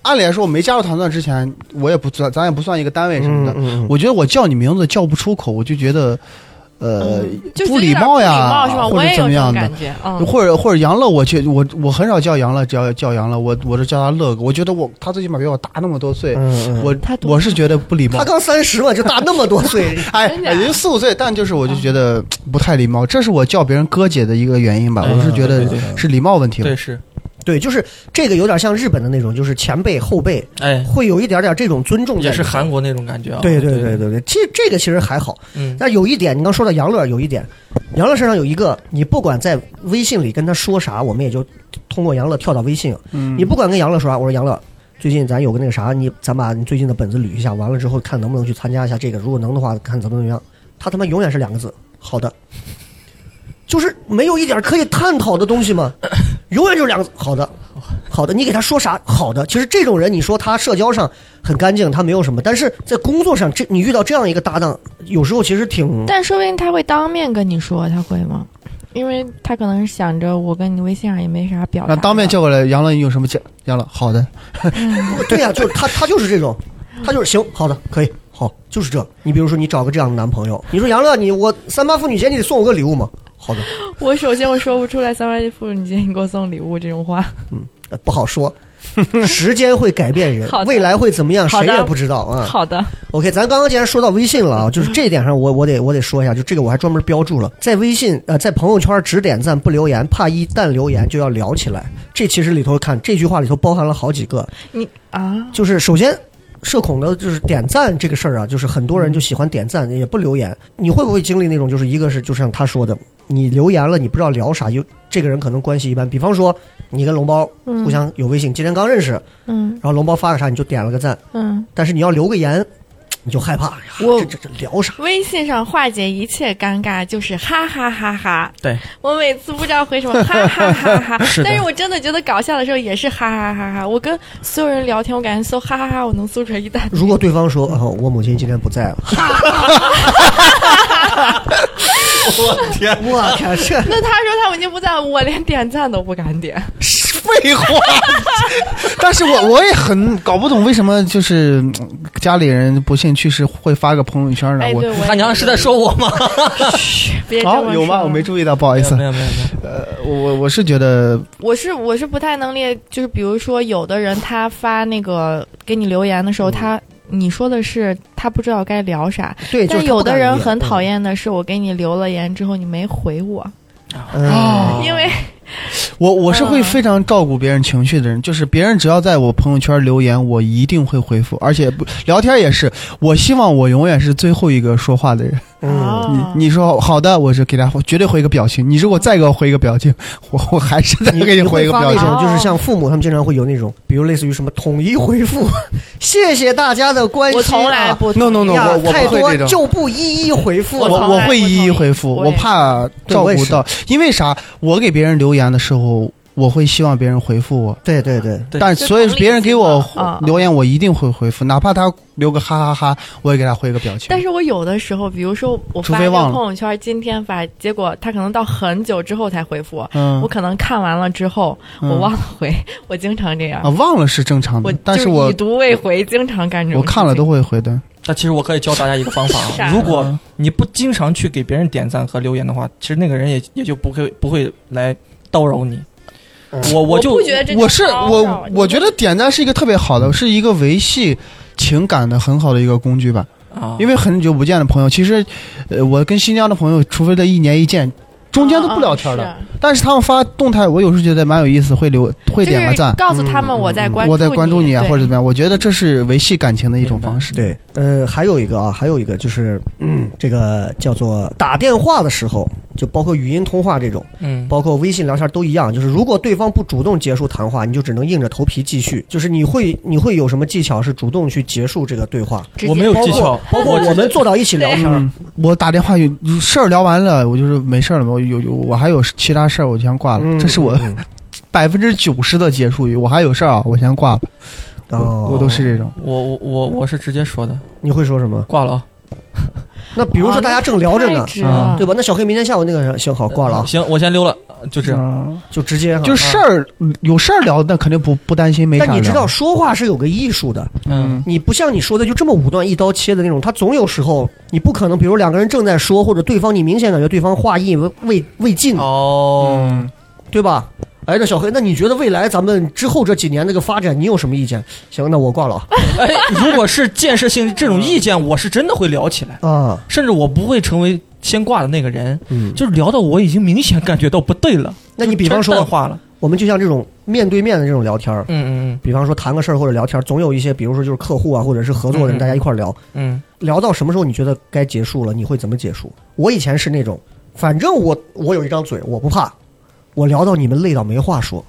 Speaker 4: 按理来说我没加入团队之前，我也不算，咱也不算一个单位什么的。
Speaker 3: 嗯嗯嗯
Speaker 4: 我觉得我叫你名字叫不出口，我就觉得呃、
Speaker 6: 嗯就是
Speaker 4: 不
Speaker 6: 有
Speaker 4: 礼
Speaker 6: 点
Speaker 4: 貌
Speaker 6: 不礼
Speaker 4: 呀，
Speaker 6: 貌是吧？
Speaker 4: 或
Speaker 6: 我
Speaker 4: 者
Speaker 6: 也
Speaker 4: 怎
Speaker 6: 有
Speaker 4: 么
Speaker 6: 这
Speaker 4: 样
Speaker 6: 种
Speaker 4: 的
Speaker 6: 感。觉，嗯，
Speaker 4: 或者或者杨乐，我去我我很少叫杨乐，只要叫杨乐，我我就叫他乐哥。我觉得我他最起码比我大那么多岁，
Speaker 3: 嗯嗯
Speaker 4: 我
Speaker 6: 他多
Speaker 4: 我是觉得不礼 貌。
Speaker 3: 他刚三十嘛，就大那么多 岁，
Speaker 4: 哎，
Speaker 6: 真的嗯啊
Speaker 4: 也就四五岁，但就是我就觉得不太礼貌，这是我叫别人哥姐的一个原因吧。
Speaker 5: 嗯
Speaker 4: 我是觉得
Speaker 5: 对对
Speaker 4: 是礼貌问题吧
Speaker 5: 对是，
Speaker 3: 对，就是这个有点像日本的那种，就是前辈后辈
Speaker 5: 哎，
Speaker 3: 会有一点点这种尊重在里
Speaker 5: 也
Speaker 3: 面，
Speaker 5: 是韩国那种感觉啊，
Speaker 3: 对对对，对对，其实这个其实还好，
Speaker 5: 嗯，
Speaker 3: 但有一点，你刚说到杨乐有一点，杨乐身上有一个，你不管在微信里跟他说啥，我们也就通过杨乐跳到微信了。
Speaker 4: 嗯
Speaker 3: 你不管跟杨乐说啥，我说杨乐，最近咱有个那个啥，你咱把你最近的本子捋一下，完了之后看能不能去参加一下这个，如果能的话，看怎么怎么样。他他妈永远是两个字，好的， 就是没有一点可以探讨的东西嘛，永远就两个字，好的。好的，你给他说啥好的。其实这种人，你说他社交上很干净，他没有什么，但是在工作上，这你遇到这样一个搭档，有时候其实挺
Speaker 6: 但说不定他会当面跟你说，他会吗？因为他可能是想着我跟你微信上也没啥表达的。
Speaker 4: 然后当面叫过来，杨乐，你有什么讲？杨乐，好的，
Speaker 3: 对呀、就是他他就是这种，他就是行，好的，可以，好，就是这。你比如说你找个这样的男朋友，你说杨乐，你我三八妇女节你得送我个礼物吗？好的，
Speaker 6: 我首先我说不出来三八妇女节你给我送礼物这种话。
Speaker 3: 呃不好 说。时间会改变人
Speaker 6: 好，的
Speaker 3: 未来会怎么样，
Speaker 6: 好
Speaker 3: 谁
Speaker 6: 的
Speaker 3: 也不知道啊。
Speaker 6: 好的，
Speaker 3: OK，咱刚刚既然说到微信了啊，就是这一点上我，我得我得说一下，就这个我还专门标注了，在微信呃，在朋友圈只点赞不留言，怕一旦留言就要聊起来。这其实里头看这句话里头包含了好几个，
Speaker 6: 你啊，
Speaker 3: 就是首先社恐的就是点赞这个事儿啊，就是很多人就喜欢点赞，也不留言。你会不会经历那种就是一个是就像他说的，你留言了你不知道聊啥，有这个人可能关系一般。比方说你跟龙包
Speaker 6: 嗯
Speaker 3: 互相有微信，今天刚认识，然
Speaker 6: 嗯
Speaker 3: 后龙包发个啥你就点了个赞，
Speaker 6: 嗯，
Speaker 3: 但是你要留个言，你就害怕哎呀，
Speaker 6: 我
Speaker 3: 这这这聊啥？
Speaker 6: 微信上化解一切尴尬就是哈哈哈哈。
Speaker 5: 对，
Speaker 6: 我每次不知道回 什么哈哈哈哈，
Speaker 5: 是的
Speaker 6: 但是我真的觉得搞笑的时候也是哈哈哈哈。我跟所有人聊天，我感觉搜哈哈哈，我能搜出来一大 堆。
Speaker 3: 如果对方说，哦，我母亲今天不在了，
Speaker 5: 我天，
Speaker 3: 我靠，这
Speaker 6: 那他说他们已经不在，我连点赞都不敢点。
Speaker 4: 废话。但是我我也很搞不懂，为什么就是嗯家里人不幸去世会发个朋友圈呢？
Speaker 6: 哎，
Speaker 4: 我
Speaker 6: 对，我
Speaker 5: 他娘是在说我吗？
Speaker 6: 别这么
Speaker 4: 哦，
Speaker 6: 说
Speaker 4: 有吗？我没注意到，不好意思
Speaker 5: 没。有没有没有，
Speaker 4: 我我我是觉得
Speaker 6: 我是我是不太能列，就是比如说有的人他发那个给你留言的时
Speaker 4: 嗯
Speaker 6: 候，他你说的是他不知道该聊啥，
Speaker 3: 对，就是
Speaker 6: 但
Speaker 3: 他
Speaker 6: 有
Speaker 3: 不
Speaker 6: 的
Speaker 3: 敢
Speaker 6: 人
Speaker 3: 理
Speaker 6: 很
Speaker 4: 嗯
Speaker 6: 讨，厌的是我给你留了言之后你没回我，
Speaker 3: 嗯
Speaker 4: 哦
Speaker 3: 嗯
Speaker 6: 因为
Speaker 4: 我我是会
Speaker 6: 嗯
Speaker 4: 非常照顾别人情绪的人，就是别人只要在我朋友圈留言，我一定会回复，而且不聊天也是，我希望我永远是最后一个说话的人。
Speaker 3: 嗯，
Speaker 6: 啊
Speaker 4: 你你说好的，我是给他绝对回一个表情。你如果再给我回一个表情， 我我还是再给
Speaker 3: 你
Speaker 4: 回
Speaker 3: 会
Speaker 4: 一个
Speaker 3: 发
Speaker 4: 表
Speaker 3: 那
Speaker 4: 情。
Speaker 6: 啊
Speaker 3: 种，就是像父母他们经常会有那种，比如类似于什么统一回复， 谢谢大家的关心、啊，
Speaker 6: 我从来不
Speaker 4: No no no，
Speaker 3: 呀
Speaker 4: 我我
Speaker 3: 太
Speaker 4: 不会
Speaker 3: 多
Speaker 4: 这种。
Speaker 3: 就不一一回复
Speaker 4: 我
Speaker 3: 了。
Speaker 6: 从
Speaker 4: 我
Speaker 6: 来
Speaker 4: 会
Speaker 6: 不
Speaker 4: 一一
Speaker 6: 同意
Speaker 4: 回复，
Speaker 6: 我
Speaker 4: 我
Speaker 6: 也
Speaker 4: 怕
Speaker 3: 对
Speaker 4: 照
Speaker 3: 我也
Speaker 4: 顾
Speaker 3: 是
Speaker 4: 到，因为啥？我给别人留言的时候，我会希望别人回复我，
Speaker 3: 对对对，
Speaker 5: 对
Speaker 4: 但
Speaker 6: 就
Speaker 4: 所以
Speaker 6: 同理
Speaker 4: 别人给
Speaker 6: 心
Speaker 4: 我
Speaker 6: 嘛啊
Speaker 4: 留言，我一定会回复，哪怕他留个哈哈哈，我也给他回一个表情。
Speaker 6: 但是我有的时候，比如说我
Speaker 4: 除
Speaker 6: 发
Speaker 4: 非
Speaker 6: 一个
Speaker 4: 忘了
Speaker 6: 朋友圈，今天发，结果他可能到很久之后才回复我，
Speaker 4: 嗯
Speaker 6: 我可能看完了之后我
Speaker 4: 嗯
Speaker 6: 忘了回，我经常这样
Speaker 4: 啊，，忘了是正常的
Speaker 6: 我，
Speaker 4: 但
Speaker 6: 就是
Speaker 4: 我
Speaker 6: 已读未回，经常干这种
Speaker 4: 我
Speaker 6: 事情。
Speaker 4: 看了都会回的。
Speaker 5: 但其实我可以教大家一个方法
Speaker 6: 啥
Speaker 5: 啊，如果你不经常去给别人点赞和留言的话，其实那个人也也就不会不会来叨扰你。
Speaker 3: 嗯
Speaker 5: 我我就
Speaker 6: 不觉得这
Speaker 4: 我是
Speaker 6: 叫骚扰
Speaker 4: 我，我觉
Speaker 6: 你
Speaker 4: 得点赞是一个特别好
Speaker 6: 嗯
Speaker 4: 的，是一个维系情感的很好的一个工具吧。
Speaker 5: 啊，
Speaker 4: 因为很久不见的朋友，其实，呃，我跟新疆的朋友，除非这一年一见，中间都不聊天的。
Speaker 6: 啊啊
Speaker 4: 但是他们发动态，我有时候觉得蛮有意思，会留会
Speaker 6: 是
Speaker 4: 点个赞嗯
Speaker 6: 就是，告诉他们我在关注
Speaker 4: 我在关注你啊，
Speaker 6: 对
Speaker 4: 或者怎么样。我觉得这是维系感情的一种方式。
Speaker 3: 对，呃，还有一个啊，还有一个就是，嗯，这个叫做打电话的时候，就包括语音通话这种，
Speaker 5: 嗯，
Speaker 3: 包括微信聊天都一样，就是如果对方不主动结束谈话，你就只能硬着头皮继续。就是你会你会有什么技巧是主动去结束这个对话？
Speaker 6: 直接
Speaker 5: 我没有技巧，
Speaker 3: 包括我们坐到一起聊天儿，
Speaker 4: 嗯，我打电话有有事儿聊完了，我就是没事儿了嘛，我有有我还有其他事儿，我就先挂了。
Speaker 3: 嗯
Speaker 4: 这是我
Speaker 3: 嗯
Speaker 4: 百分之九十的结束语，我还有事儿啊，我先挂了。
Speaker 3: 哦，
Speaker 4: 我都是这种。
Speaker 5: 我我我我是直接说的，
Speaker 3: 你会说什么？
Speaker 5: 挂了啊，
Speaker 3: 那比如说大家正聊着呢，
Speaker 4: 啊
Speaker 3: 对吧？那小黑明天下午那个行好挂了啊，
Speaker 5: 嗯行，我先溜了，呃就这样。
Speaker 4: 嗯
Speaker 3: 就直接哈
Speaker 4: 就事儿有事儿聊，那肯定不不担心没啥
Speaker 3: 但
Speaker 4: 聊。
Speaker 3: 你知道，说话是有个艺术的，
Speaker 5: 嗯，
Speaker 3: 你不像你说的就这么武断一刀切的那种，他总有时候你不可能，比如两个人正在说，或者对方你明显感觉对方话意未未未尽，
Speaker 5: 哦，
Speaker 4: 嗯，
Speaker 3: 对吧？哎，那小黑，那你觉得未来咱们之后这几年这个发展，你有什么意见？行，那我挂了啊
Speaker 5: 哎，如果是建设性这种意见，我是真的会聊起来，
Speaker 3: 啊啊，
Speaker 5: 甚至我不会成为先挂的那个人，
Speaker 3: 嗯，
Speaker 5: 就是聊到我已经明显感觉到不对了。
Speaker 3: 那你比方
Speaker 5: 就真
Speaker 3: 说，
Speaker 5: 淡化了，
Speaker 3: 我们就像这种面对面的这种聊天儿，
Speaker 5: 嗯嗯
Speaker 3: 比方说谈个事儿或者聊天儿，总有一些，比如说就是客户啊，或者是合作人，
Speaker 5: 嗯嗯
Speaker 3: 大家一块儿聊，
Speaker 5: 嗯
Speaker 3: 聊到什么时候你觉得该结束了，你会怎么结束？我以前是那种，反正我我有一张嘴，我不怕，我聊到你们累到没话 说，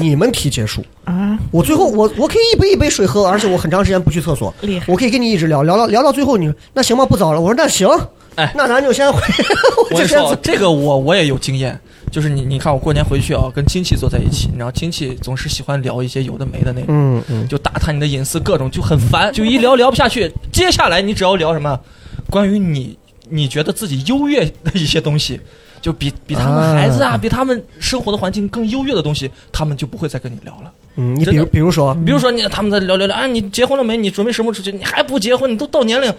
Speaker 3: 你们提结束。
Speaker 6: 啊，
Speaker 3: 我最后我我可以一杯一杯水喝，而且我很长时间不去厕所，
Speaker 6: 厉害。
Speaker 3: 我可以跟你一直聊聊到聊到最后你，那行吧，不早了。我说那行，
Speaker 5: 哎
Speaker 3: 那咱就先回，
Speaker 5: 嗯，我
Speaker 3: 就
Speaker 5: 跟你
Speaker 3: 先
Speaker 5: 说
Speaker 3: 走
Speaker 5: 这个我我也有经验，就是你你看我过年回去啊，跟亲戚坐在一起，你知道亲戚总是喜欢聊一些有的没的那种，
Speaker 3: 嗯嗯，
Speaker 5: 就打探你的隐私，各种就很 烦，就一聊聊不下去。接下来你只要聊什么，关于你你觉得自己优越的一些东西，就比比他们孩子啊，
Speaker 3: 啊
Speaker 5: 比他们生活的环境更优越的东西，他们就不会再跟你聊了。
Speaker 3: 嗯，你比
Speaker 5: 真
Speaker 3: 如
Speaker 5: 的
Speaker 3: 比如说，
Speaker 5: 比如说你他们在聊聊聊，啊，你结婚了没？你准备什么时候出去？你还不结婚？你都到年龄，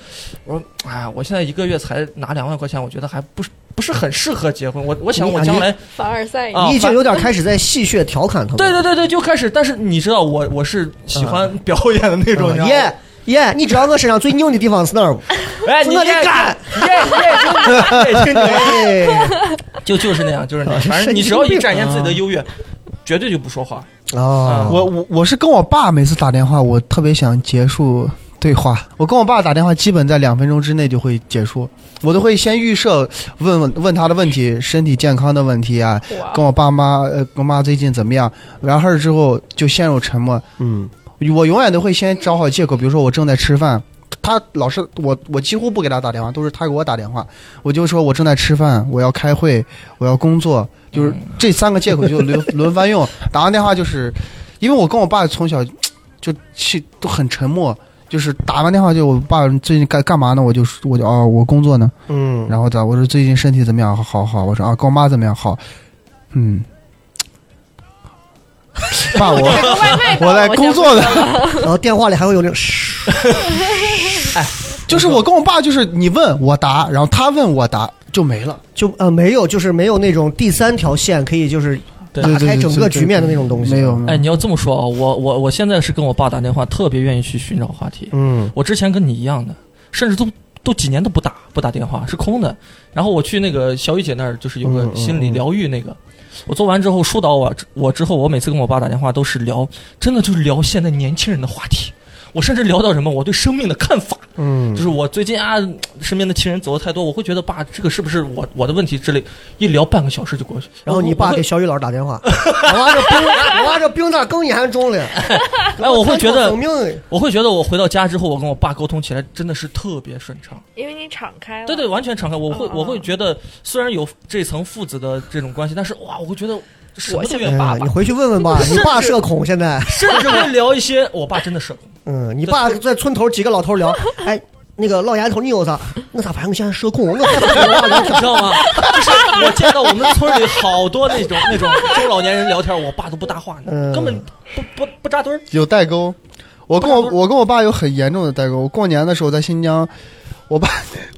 Speaker 5: 我说，哎，我现在一个月才拿两万块钱，我觉得还不是不是很适合结婚。我我想
Speaker 3: 你
Speaker 5: 我将来，
Speaker 6: 凡尔赛一
Speaker 5: 啊
Speaker 3: 你已经有点开始在戏谑调侃他们。
Speaker 5: 对对对对，就开始。但是你知道我我是喜
Speaker 3: 嗯
Speaker 5: 欢表演的那种，你知道吗
Speaker 3: 耶耶，你知道我身上最牛的地方是哪儿 吗？
Speaker 5: 哎，你
Speaker 3: 我得干，
Speaker 5: 耶耶，真的
Speaker 3: 哎，
Speaker 5: 就就是那样，就是那样。反正你只要一展现自己的优越，绝对就不说话。
Speaker 3: 哦，
Speaker 4: 我我我是跟我爸每次打电话，我特别想结束对话。我跟我爸打电话，基本在两分钟之内就会结束。我都会先预设问问问他的问题，身体健康的问题啊，
Speaker 6: 哇
Speaker 4: 跟我爸妈呃跟我妈最近怎么样，然后之后就陷入沉默。
Speaker 3: 嗯
Speaker 4: 我永远都会先找好借口，比如说我正在吃饭，他老是我我几乎不给他打电话，都是他给我打电话，我就说我正在吃饭，我要开会，我要工作，就是这三个借口就轮轮番用。打完电话就是，因为我跟我爸从小就去都很沉默。就是打完电话就我爸最近干干嘛呢？我就说我就哦我工作呢，
Speaker 3: 嗯，
Speaker 4: 然后咋？我说最近身体怎么样？好好好。我说啊，跟我妈怎么样？好，嗯， 爸我哎我在工作呢。
Speaker 3: 然后电话里还会有那种，嘘
Speaker 4: 就是我跟我爸，就是你问我答，然后他问我答就没了。
Speaker 3: 就呃没有，就是没有那种第三条线可以就是
Speaker 5: 对
Speaker 3: 打开整个局面的那种东西。
Speaker 4: 没有，，没
Speaker 5: 哎，
Speaker 4: 有。
Speaker 5: 你要这么说啊，我我我现在是跟我爸打电话，特别愿意去寻找话题。
Speaker 3: 嗯
Speaker 5: 我之前跟你一样的，甚至都都几年都不打不打电话，是空的。然后我去那个小雨姐那儿，就是有个
Speaker 3: 嗯嗯
Speaker 5: 心理疗愈那个，我做完之后疏导我我之后，我每次跟我爸打电话都是聊，真的就是聊现在年轻人的话题。我甚至聊到什么我对生命的看法，
Speaker 3: 嗯
Speaker 5: 就，是我最近啊身边的亲人走的太多，我会觉得爸这个是不是我我的问题之类，一聊半个小时就过去。
Speaker 3: 然后你
Speaker 5: 我
Speaker 3: 爸
Speaker 5: 会
Speaker 3: 给小雨老师打电话，我娃这病，我娃这病咋更严重了？
Speaker 5: 哎，我会觉得
Speaker 3: 生命
Speaker 5: 我会觉得我回到家之后，我跟我爸沟通起来真的是特别顺畅。
Speaker 6: 因为你敞开了，
Speaker 5: 对对，完全敞开。我会
Speaker 6: 嗯嗯
Speaker 5: 我会觉得，虽然有这层父子的这种关系，但是哇，我会觉得什么都怨爸
Speaker 3: 哎，
Speaker 5: 爸
Speaker 3: 你，回去问问吧，你爸社恐现在。
Speaker 5: 甚至会聊一些我爸真的社恐。
Speaker 3: 嗯，你爸在村头几个老头聊，哎，那个老丫头你有啥？我咋反正我现在社恐？我害怕跟我爸聊
Speaker 5: 你
Speaker 3: 天
Speaker 5: 知道吗？ 就是我见到我们村里好多那种那种中老年人聊天，我爸都不搭话，
Speaker 3: 嗯
Speaker 5: 根本不不不扎堆儿。
Speaker 4: 有代沟。我跟我
Speaker 5: 不是
Speaker 4: 我跟我爸有很严重的代沟。我过年的时候在新疆，我爸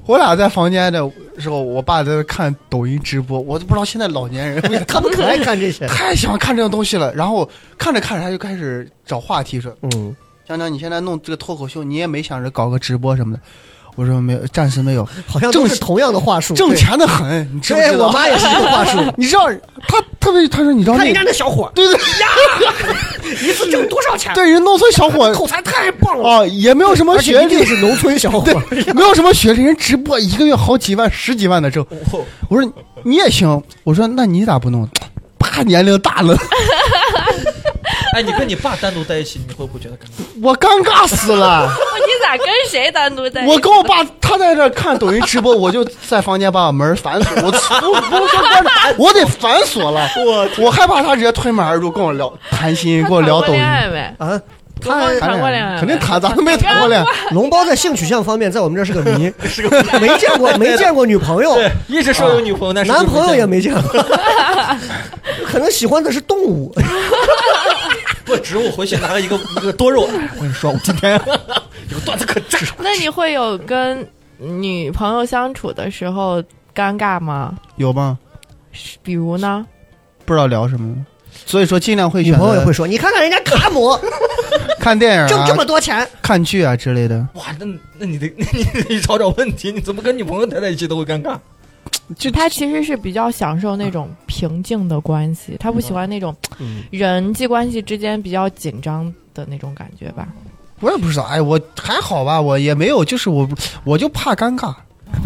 Speaker 4: 我俩在房间的时候，我爸在那看抖音直播，我都不知道现在老年人为啥
Speaker 3: 他们可爱 看这些。
Speaker 4: 太喜欢看这种东西了。然后看着看着他就开始找话题说
Speaker 3: 嗯，：“
Speaker 4: 江江，你现在弄这个脱口秀，你也没想着搞个直播什么的？”我说：“没有，暂时没有，
Speaker 3: 好像都是
Speaker 4: 挣
Speaker 3: 同样的话术。
Speaker 4: 挣
Speaker 3: 对，
Speaker 4: 钱的很，你知不
Speaker 3: 对
Speaker 4: 知
Speaker 3: 我
Speaker 4: 道？”
Speaker 3: 妈也是这个话术。
Speaker 4: 你知道他特别，他说你知道
Speaker 3: 看
Speaker 4: 那
Speaker 3: 人家那小伙，
Speaker 4: 对 对
Speaker 3: 一次挣多少钱？
Speaker 4: 对，人农村 小伙
Speaker 3: 口才太棒了。
Speaker 4: 啊，也没有什么
Speaker 3: 而且
Speaker 4: 学
Speaker 3: 一定
Speaker 4: 历，
Speaker 3: 是农村小伙，
Speaker 4: 没有什么学历，人直播一个月好几万、十几万的挣。
Speaker 3: 哦
Speaker 5: 我
Speaker 4: 我说你也行，我说那你咋不弄？爸年龄大了，
Speaker 5: 哎，你跟你爸单独在一起，你会不会觉得尴尬？
Speaker 4: 我尴尬死了。
Speaker 6: 哇你咋跟谁单独在一起？
Speaker 4: 我跟我爸他在这儿看抖音直播，我就在房间把门反锁，我 我不用说关 着，我得反锁了。我我害怕他直接推门而入跟我聊谈心，跟我聊抖音
Speaker 6: 恋。爱没？
Speaker 3: 啊，
Speaker 6: 他谈过恋爱没？
Speaker 4: 肯定谈，咱都没谈过恋爱。
Speaker 3: 龙包在性取向方面，在我们这儿是个谜， 没见过没见过女朋友，
Speaker 5: 对， 一直说有女朋友，但是
Speaker 3: 啊男朋友也
Speaker 5: 没
Speaker 3: 没见过，可能喜欢的是动物。
Speaker 5: 不植物，回去拿了一个一个多肉。哎我跟你说，我今天
Speaker 4: 哎
Speaker 5: 有个段子可炸。
Speaker 6: 那你会有跟女朋友相处的时候尴尬吗？
Speaker 4: 有吗？
Speaker 6: 比如呢？
Speaker 4: 不知道聊什么，所以说尽量会
Speaker 3: 女
Speaker 4: 选
Speaker 3: 朋友也会
Speaker 4: 择
Speaker 3: 说：“你看看人家卡姆
Speaker 4: 看电影
Speaker 3: 挣这么
Speaker 4: 啊、
Speaker 3: 多钱，
Speaker 4: 看剧啊之类的。
Speaker 5: 哇，那那你得你得找找问题，你怎么跟女朋友待在一起都会尴尬？
Speaker 4: 就
Speaker 6: 他其实是比较享受那种平静的关系，他不喜欢那种
Speaker 4: 嗯
Speaker 6: 人际关系之间比较紧张的那种感觉吧？
Speaker 4: 我也不知道，哎，我还好吧，我也没有，就是我我就怕尴尬，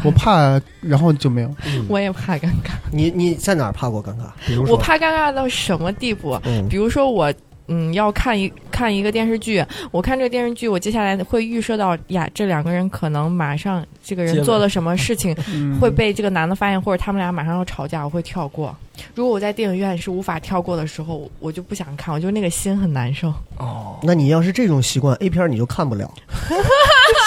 Speaker 4: 我怕，然后就没有。
Speaker 6: 我也怕尴尬，
Speaker 3: 你你在哪儿怕过尴尬？比如
Speaker 6: 我
Speaker 3: 说，
Speaker 6: 怕尴尬到什么地步？啊
Speaker 3: 嗯
Speaker 6: 比如说我，嗯，要看一看一个电视剧，我看这个电视剧，我接下来会预设到呀，这两个人可能马上这个
Speaker 5: 接
Speaker 6: 人
Speaker 5: 吻
Speaker 6: 做了什么事情，
Speaker 4: 嗯
Speaker 6: 会被这个男的发现，或者他们俩马上要吵架，我会跳过。如果我在电影院是无法跳过的时候，我就不想看，我就那个心很难受。
Speaker 5: 哦，
Speaker 3: 那你要是这种习惯，A 片儿你就看不了。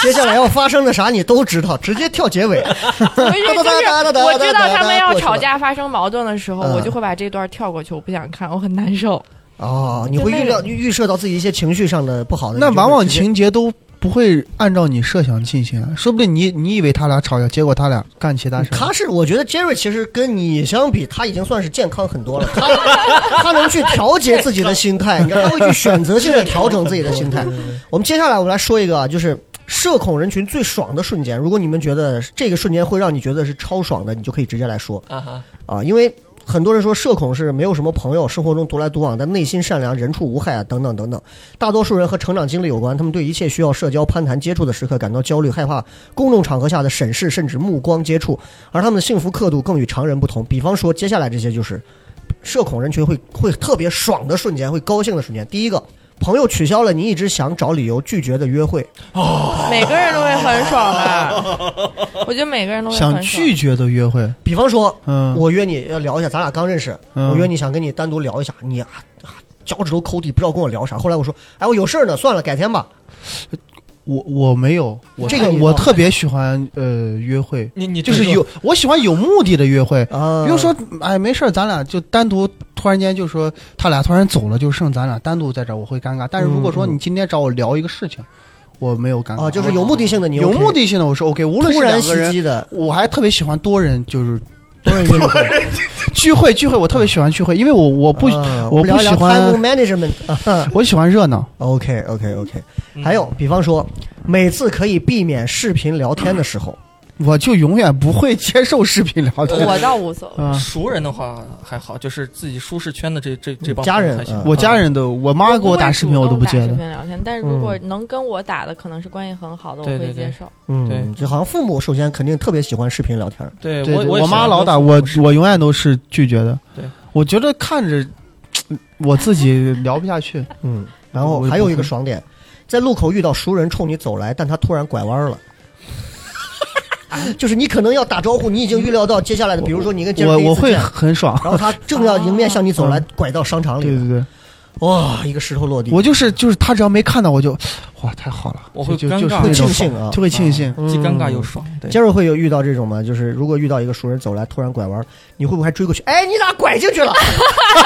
Speaker 3: 接下来要发生的啥你都知道，直接跳结尾。
Speaker 6: 我就是就是我知道他们要吵
Speaker 3: 过去了
Speaker 6: 架发生矛盾的时候，
Speaker 3: 嗯
Speaker 6: 我就会把这段跳过去，我不想看，我很难受。
Speaker 3: 哦，你会预料预设到自己一些情绪上的不好的，
Speaker 4: 那
Speaker 3: 你就
Speaker 4: 往往
Speaker 3: 直接
Speaker 4: 情节都不会按照你设想进行啊，说不定你你以为他俩吵架，结果他俩干其他事儿。
Speaker 3: 他是，我觉得 Jerry 其实跟你相比，他已经算是健康很多了。他他能去调节自己的心态，你知道，他会去选择性的调整自己的心态。我们接下来我们来说一个啊，就是社恐人群最爽的瞬间。如果你们觉得这个瞬间会让你觉得是超爽的，你就可以直接来说
Speaker 5: 啊哈，
Speaker 3: 啊，因为很多人说社恐是没有什么朋友，生活中独来独往，但内心善良，人畜无害啊，等等等等。大多数人和成长经历有关，他们对一切需要社交、攀谈、接触的时刻感到焦虑、害怕公众场合下的审视，甚至目光接触，而他们的幸福刻度更与常人不同。比方说，接下来这些就是社恐人群会会特别爽的瞬间，会高兴的瞬间。第一个，朋友取消了你一直想找理由拒绝的约会，
Speaker 6: 每个人都会很爽的，我觉得每个人都会很
Speaker 4: 想
Speaker 6: 爽。
Speaker 4: 拒绝的约会，
Speaker 3: 比方说，
Speaker 4: 嗯，
Speaker 3: 我约你要呃聊一下，咱俩刚认识，
Speaker 4: 嗯
Speaker 3: 我约你想跟你单独聊一下，你啊。啊脚趾头抠地，不知道跟我聊啥。后来我说，哎，我有事儿呢，算了，改天吧。
Speaker 4: 我我没有，我
Speaker 3: 这个你
Speaker 4: 我
Speaker 3: 倒
Speaker 4: 特别喜欢呃约会，
Speaker 5: 你你
Speaker 4: 就是
Speaker 5: 这个
Speaker 4: 有我喜欢有目的的约会。
Speaker 3: 啊，
Speaker 4: 比如说，哎，没事儿，咱俩就单独，突然间就说他俩突然走了，就剩咱俩单独在这儿，我会尴尬。但是如果说你今天找我聊一个事情，我没有尴尬。
Speaker 3: 啊，嗯就是有目的性的你
Speaker 4: 有
Speaker 3: OK
Speaker 4: 目的性的，我是 OK。无论
Speaker 3: 突
Speaker 4: 是
Speaker 3: 然
Speaker 4: 两个
Speaker 3: 袭
Speaker 4: 人，
Speaker 3: 击的，
Speaker 4: 我还特别喜欢多人，就是多人聚会聚会，我特别喜欢聚会，因为我我不、
Speaker 3: 啊
Speaker 4: 我
Speaker 3: 们聊
Speaker 4: 不
Speaker 3: 一
Speaker 4: 喜
Speaker 3: 聊 time
Speaker 4: 欢，
Speaker 3: management 啊。
Speaker 4: 我喜欢热闹。
Speaker 3: OK OK OK，还
Speaker 5: 嗯
Speaker 4: 嗯
Speaker 3: 有，比方说，每次可以避免视频聊天的时候，
Speaker 4: 我就永远不会接受视频聊天。
Speaker 6: 我倒无所谓。
Speaker 4: 啊，
Speaker 5: 熟人的话还好，就是自己舒适圈的这这这帮
Speaker 3: 家
Speaker 5: 朋友
Speaker 3: 人
Speaker 5: 还行啊
Speaker 3: 嗯
Speaker 4: 我家人都，我妈给我打视频我都不接
Speaker 6: 我会主动打视
Speaker 4: 的。
Speaker 6: 频聊天，但是如果能跟我打的，可能是关系很好的，我
Speaker 5: 对对
Speaker 6: 会接受。
Speaker 3: 嗯，
Speaker 5: 对
Speaker 3: 就好像父母首先肯定特别喜欢视频聊天，
Speaker 5: 对
Speaker 4: 对，
Speaker 5: 我
Speaker 4: 我妈老打我，我永远都是拒绝的。
Speaker 5: 对，
Speaker 4: 我觉得看着我自己聊不下去。
Speaker 3: 嗯，然后
Speaker 4: 我也不
Speaker 3: 还有一个
Speaker 4: 会
Speaker 3: 爽点，在路口遇到熟人冲你走来，但他突然拐弯了。就是你可能要打招呼，你已经预料到接下来的，比如说你跟杰
Speaker 4: 我
Speaker 3: 瑞第一
Speaker 4: 我
Speaker 3: 次
Speaker 4: 会
Speaker 3: 见
Speaker 4: 很爽。
Speaker 3: 然后他正要迎面向你走来
Speaker 4: 嗯，
Speaker 3: 拐到商场
Speaker 4: 对
Speaker 3: 里，
Speaker 4: 对对，
Speaker 3: 哇，一个石头落地，
Speaker 4: 我就是就是他只要没看到我就，哇太好了，
Speaker 5: 我会
Speaker 4: 就
Speaker 5: 尴
Speaker 4: 就就是
Speaker 5: 尬
Speaker 3: 会
Speaker 4: 那
Speaker 3: 庆
Speaker 4: 种
Speaker 3: 幸啊，
Speaker 4: 就会庆幸。
Speaker 5: 既尴尬又爽。
Speaker 4: 嗯
Speaker 5: 对，
Speaker 3: 杰瑞会有遇到这种吗？就是如果遇到一个熟人走来突然拐弯，你会不会还追过去？哎，你咋拐进去了？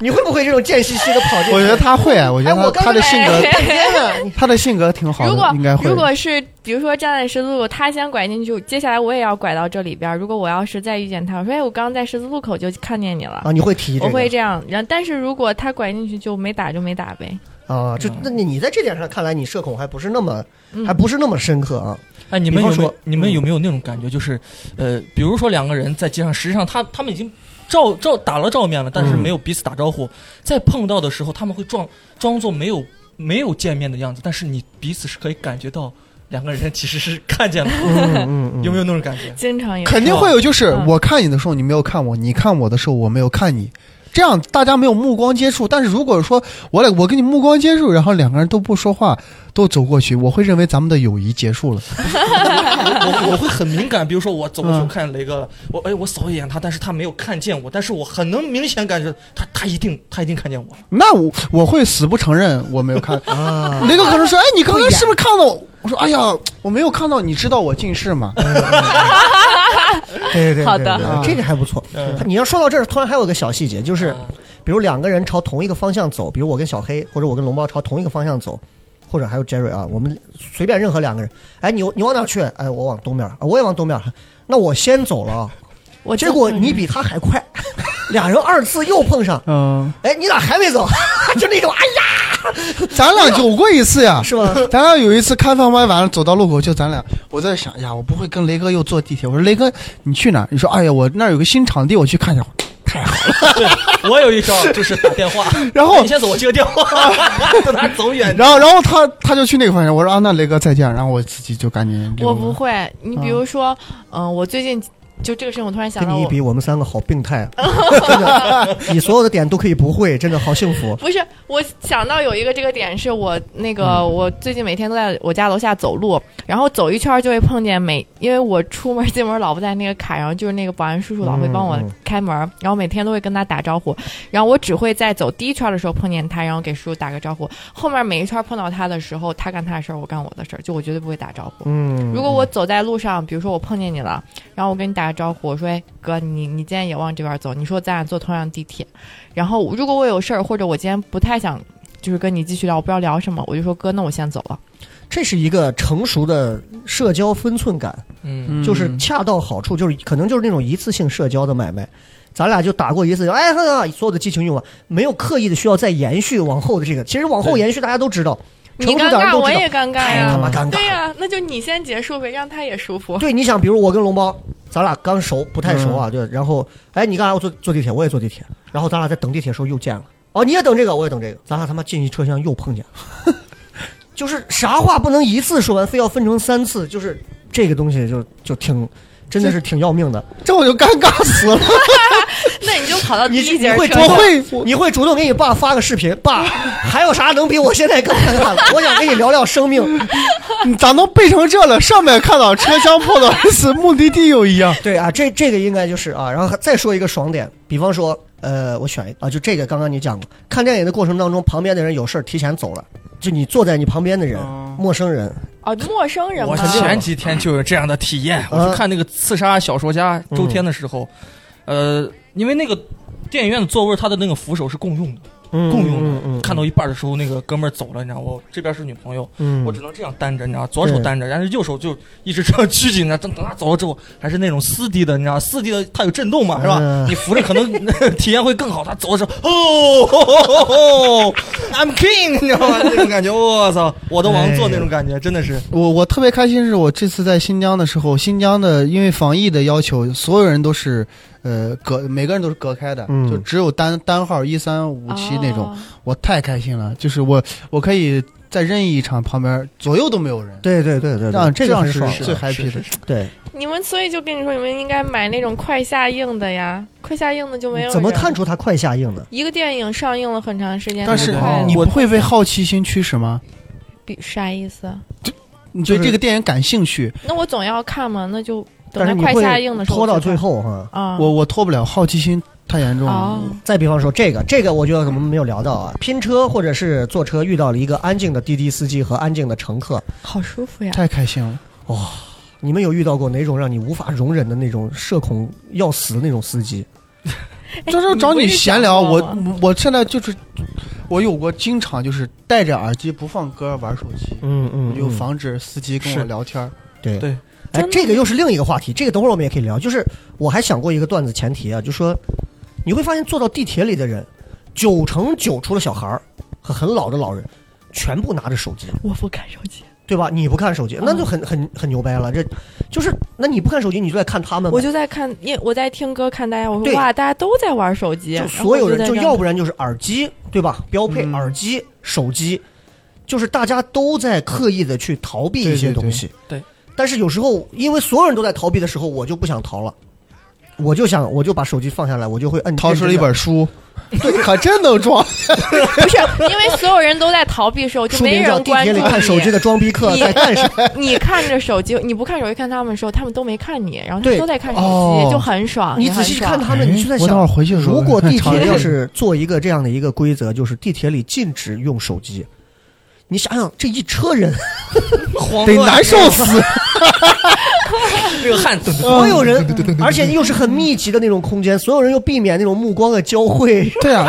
Speaker 3: 你会不会这种贱兮兮的跑进去？
Speaker 4: 我觉得他会，啊，我觉
Speaker 3: 哎我
Speaker 4: 得
Speaker 3: 刚
Speaker 4: 他他的
Speaker 3: 才
Speaker 4: 性格，
Speaker 3: 半天呢 你
Speaker 4: 他的性格挺好
Speaker 6: 如
Speaker 4: 的，应该
Speaker 6: 果
Speaker 4: 会
Speaker 6: 如。果是比如说站在十字路口，他先拐进去，接下来我也要拐到这里边儿。如果我要是再遇见他，我说哎，我刚刚在十字路口就看见你了，
Speaker 3: 啊，你会提这
Speaker 6: 我
Speaker 3: 个？
Speaker 6: 会这样。然后，但是如果他拐进去就没打就没打呗。
Speaker 3: 啊，就那你你在这点上看来，你社恐还不是那么
Speaker 6: 嗯
Speaker 3: 还不是那么深刻啊。
Speaker 5: 哎，你们有
Speaker 3: 比
Speaker 5: 没
Speaker 3: 方
Speaker 5: 有
Speaker 3: 说
Speaker 5: 你们有没有那种感觉？就是，呃，比如说两个人在街上，实际上他他们已经照照打了照面了，但是
Speaker 3: 嗯
Speaker 5: 没有彼此打招呼。在碰到的时候，他们会装装作没有没有见面的样子，但是你彼此是可以感觉到两个人其实是看见了。
Speaker 3: 嗯嗯
Speaker 5: 有没有那种感觉？
Speaker 6: 经常有
Speaker 4: 肯定会有，就是
Speaker 6: 嗯
Speaker 4: 我看你的时候你没有看我，你看我的时候我没有看你，这样大家没有目光接触。但是如果说我俩我跟你目光接触，然后两个人都不说话，都走过去，我会认为咱们的友谊结束了。
Speaker 5: 我我会很敏感，比如说我走过去
Speaker 4: 嗯
Speaker 5: 我看雷哥了，我哎我扫一眼他，但是他没有看见我，但是我很能明显感觉他他一定他一定看见我了。
Speaker 4: 那我我会死不承认我没有看。
Speaker 3: 啊，
Speaker 4: 雷哥可能说：“哎，你刚刚是不是看到我？”我说：“哎呀，我没有看到，你知道我近视吗？”
Speaker 3: 对对对，
Speaker 6: 好的
Speaker 3: 对对这个还不错。你要说到这儿，突然还有个小细节，就是比如两个人朝同一个方向走，比如我跟小黑或者我跟龙猫朝同一个方向走，或者还有 Jerry 啊，我们随便任何两个人，哎，你你往哪儿去？哎，我往东边儿，啊我也往东边儿，那我先走了啊。
Speaker 6: 我
Speaker 3: 结果你比他还 快，俩人二次又碰上，
Speaker 4: 嗯，
Speaker 3: 哎，你咋还没走？ 就那种，哎呀，
Speaker 4: 咱俩有过一次 呀，
Speaker 3: 是吧？
Speaker 4: 咱俩有一次开放麦完了，走到路口就咱俩，我在想呀，我不会跟雷哥又坐地铁。我说雷哥，你去哪儿？你说哎呀，我那儿有个新场地，我去看一下。
Speaker 5: 对，我有一招就是打电话，
Speaker 4: 然 后
Speaker 5: 你先走，我接个电话， 等他走远。
Speaker 4: 然后，然后他他就去那个方向，我说啊，那雷哥再见。然后我自己就赶紧溜
Speaker 6: 我
Speaker 4: 了
Speaker 6: 不会，你比如说，嗯、我最近就这个事情，我突然想
Speaker 3: 跟
Speaker 6: 到
Speaker 3: 你一
Speaker 6: 我
Speaker 3: 比，我们三个好病态啊，真的，你所有的点都可以不会，真的好幸福。
Speaker 6: 不是，我想到有一个这个点，是我那个、
Speaker 3: 嗯
Speaker 6: 我最近每天都在我家楼下走路，然后走一圈儿就会碰见每，因为我出门进门老不带那个卡，然后就是那个保安叔叔老会帮我
Speaker 3: 嗯嗯
Speaker 6: 开门，然后每天都会跟他打招呼，然后我只会在走第一圈儿的时候碰见他，然后给叔叔打个招呼，后面每一圈儿碰到他的时候，他干他的事儿，我干我的事儿，就我绝对不会打招呼。
Speaker 3: 嗯，
Speaker 6: 如果我走在路上，比如说我碰见你了，然后我跟你打个招呼，我说：“哎，哥，你你今天也往这边走。”你说咱俩坐同样的地铁。然后如果我有事儿，或者我今天不太想就是跟你继续聊，我不知道聊什么，我就说：“哥，那我先走了。
Speaker 3: 这是一个成熟的社交分寸感，
Speaker 5: 嗯，
Speaker 4: 嗯
Speaker 3: 就是恰到好处，就是可能就是那种一次性社交的买卖。咱俩就打过一次，哎，呵呵所有的激情用完，没有刻意的需要再延续往后的这个。其实往后
Speaker 5: 对
Speaker 3: 延续，大家都知道，”成
Speaker 6: 你
Speaker 3: 熟
Speaker 6: 尴
Speaker 3: 点儿
Speaker 6: 尬，
Speaker 3: 都
Speaker 6: 我
Speaker 3: 知道
Speaker 6: 也，尴尬
Speaker 3: 太
Speaker 6: 呀、
Speaker 3: 他妈尴尬
Speaker 6: 对
Speaker 3: 了。
Speaker 6: 呀、那就你先结束呗，让他也 舒服。
Speaker 3: 对，你想，比如我跟龙猫，咱俩刚熟，不太熟啊，对，然后，哎，你干啥？我坐坐地铁，我也坐地铁，然后咱俩在等地铁的时候又见了，哦，你也等这个，我也等这个，咱俩他妈进一车厢又碰见了， 就是啥话不能一次说完，非要分成三次，就是这个东西就就挺。真的是挺要命的，
Speaker 4: 这我就尴尬死 了。
Speaker 6: 那你就跑到第
Speaker 3: 你
Speaker 6: 一
Speaker 3: 你
Speaker 6: 节
Speaker 3: 会
Speaker 6: 车
Speaker 3: 主
Speaker 4: 我
Speaker 6: 厢，
Speaker 4: 会
Speaker 3: 动，你会主动给你爸发个视频，爸，还有啥能比我现在更尴尬的？我想跟你聊聊生命。
Speaker 4: 你咋能背成这了？上面看到车厢碰到一次，目的地又一样。
Speaker 3: 对啊，这这个应该就是啊，然后再说一个爽点，比方说，呃，我选一啊，就这个刚刚你讲过，看电影的过程当中，旁边的人有事儿提前走了，就你坐在你旁边的人，陌生人，
Speaker 6: 哦，陌生人嘛
Speaker 5: 我，
Speaker 4: 嗯
Speaker 5: 前几天就有这样的体验，我去看那个刺杀小说家
Speaker 4: 嗯
Speaker 5: 周天的时候，呃，因为那个电影院的座位，它的那个扶手是共用的，
Speaker 3: 嗯
Speaker 5: 共用
Speaker 3: 嗯嗯，
Speaker 5: 看到一半的时候，那个哥们儿走了，你知道，我这边是女朋友，
Speaker 3: 嗯，
Speaker 5: 我只能这样单着，你知道，左手单着，但是右手就一直这样拘谨着。等等他走了之后，还是那种四 D 的，你知道，四 D 的它有震动嘛，是吧？
Speaker 3: 嗯
Speaker 5: 你扶着可 能体验会更好。他走的时候，哦哦哦哦，I'm king，你知道吗？那种感觉，我操，我的王座那种感觉，真的是，
Speaker 4: 我我特别开心是我这次在新疆的时候，新疆的因为防疫的要求，所有人都是呃隔每个人都是隔开的，
Speaker 3: 嗯
Speaker 4: 就只有单单号一三
Speaker 6: 哦
Speaker 4: 五七那种，我太开心了，就是我我可以在任意一场旁边左右都没有人，
Speaker 3: 对对对对，对
Speaker 5: 啊
Speaker 3: 这
Speaker 4: 这样这
Speaker 3: 个
Speaker 4: 样
Speaker 3: 很
Speaker 4: 是
Speaker 3: 爽，
Speaker 4: 最 happy 的。
Speaker 3: 对，
Speaker 6: 你们所以就跟你说，你们应该买那种快下映的呀，快下映的就没有
Speaker 3: 怎么
Speaker 6: 人
Speaker 3: 看出他快下映的？
Speaker 6: 一个电影上映了很长时间，
Speaker 4: 但是
Speaker 6: 很快
Speaker 3: 哦
Speaker 4: 你不会被好奇心驱使吗？
Speaker 6: 比啥意思？
Speaker 4: 你对
Speaker 3: 就是
Speaker 4: 这个电影感兴趣？
Speaker 6: 那我总要看嘛，那就等
Speaker 3: 但是
Speaker 6: 它
Speaker 3: 你
Speaker 6: 快下映的
Speaker 3: 会
Speaker 6: 时候
Speaker 3: 拖到最后
Speaker 6: 后
Speaker 3: 哈。
Speaker 6: 啊，
Speaker 4: 我我脱不了好奇心太严重了
Speaker 6: 哦。，
Speaker 3: 再比方说这个，这个我觉得我们没有聊到啊，拼车或者是坐车遇到了一个安静的滴滴司机和安静的乘客，
Speaker 6: 好舒服呀！
Speaker 4: 太开心了，
Speaker 3: 你们有遇到过哪种让你无法容忍的那种社恐要死的那种司机？
Speaker 4: 这时候找
Speaker 6: 哎你
Speaker 4: 你
Speaker 6: 不是
Speaker 4: 闲聊，
Speaker 6: 想
Speaker 4: 我
Speaker 6: 过吗
Speaker 4: 我现在就是，我有过经常就是戴着耳机不放歌玩手机，
Speaker 3: 嗯嗯
Speaker 4: 就防止司机跟我聊天儿。
Speaker 3: 对
Speaker 5: 对，
Speaker 3: 哎
Speaker 6: 真，的
Speaker 3: 这个又是另一个话题，这个等会儿我们也可以聊。就是我还想过一个段子前提啊，就说你会发现坐到地铁里的人，九成九除了小孩儿和很老的老人，全部拿着手机，
Speaker 6: 我不看手机，
Speaker 3: 对吧？你不看手机，那就很很很牛掰了。这就是那你不看手机，你就在看他们呗，
Speaker 6: 我就在看，因我在听歌看大家，我
Speaker 3: 对
Speaker 6: 说哇，大家都在玩手机，
Speaker 3: 就
Speaker 6: 然后
Speaker 3: 所有人
Speaker 6: 我
Speaker 3: 就
Speaker 6: 在
Speaker 3: 要
Speaker 6: 这
Speaker 3: 不然就是耳机，对吧？标配、
Speaker 4: 嗯
Speaker 3: 耳机、手机，就是大家都在刻意的去逃避一些
Speaker 4: 对对对
Speaker 3: 东西。
Speaker 5: 对
Speaker 3: 但是有时候，因为所有人都在逃避的时候，我就不想逃了，我就想，我就把手机放下来，我就会摁。
Speaker 4: 掏出了一
Speaker 3: 认
Speaker 4: 本 书，可真 能装。
Speaker 6: 样，因为所有人都在逃避的时候，
Speaker 3: 真地
Speaker 6: 就
Speaker 3: 书
Speaker 6: 没
Speaker 3: 名叫《
Speaker 6: 人
Speaker 3: 地
Speaker 6: 关
Speaker 3: 铁
Speaker 6: 注
Speaker 3: 里看手机
Speaker 6: 你。
Speaker 3: 的装逼客
Speaker 6: 你
Speaker 3: 在 干什么》。
Speaker 6: 你看着手机，你不看手机看他们的时候，他们都没看你，然后他
Speaker 3: 对
Speaker 6: 们都在看手
Speaker 4: 哦
Speaker 6: 机，就很爽。
Speaker 3: 你
Speaker 6: 也
Speaker 3: 仔
Speaker 6: 很
Speaker 3: 细
Speaker 6: 爽
Speaker 3: 看他们，你就在
Speaker 4: 哎我待会儿
Speaker 3: 想，
Speaker 4: 回去的时候，
Speaker 3: 如果地
Speaker 4: 尝
Speaker 3: 铁
Speaker 4: 试
Speaker 3: 要是做一个这样的一个规则，就是地铁里禁止用手机。你想想，这一车人，
Speaker 5: 慌
Speaker 4: 得
Speaker 5: 乱
Speaker 4: 难受死，
Speaker 5: 热啊汗。
Speaker 3: 所有人，而且又是很密集的那种空间，所有人又避免那种目光的交汇，
Speaker 4: 对 啊，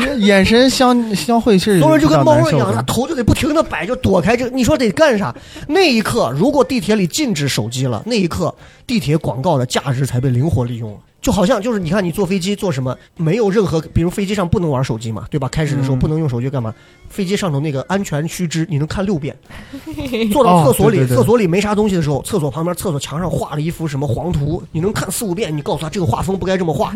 Speaker 4: 眼眼神相相会 是
Speaker 3: 所有人就跟猫
Speaker 4: 比
Speaker 3: 儿一
Speaker 4: 较难
Speaker 3: 样，
Speaker 4: 受
Speaker 3: 他
Speaker 4: 的。
Speaker 3: 头就得不停的摆，就躲开这。你说得干啥？那一刻，如果地铁里禁止手机了，那一刻地铁广告的价值才被灵活利用了。就好像就是你看你坐飞机坐什么，没有任何，比如飞机上不能玩手机嘛，对吧？开始的时候
Speaker 4: 嗯
Speaker 3: 不能用手机干嘛？飞机上头那个安全须知，你能看六遍。坐到厕所里，
Speaker 4: 哦对对对
Speaker 3: 厕所里没啥东西的时候，厕所旁边厕所墙上画了一幅什么黄图，你能看四五遍。你告诉他这个画风不该这么画，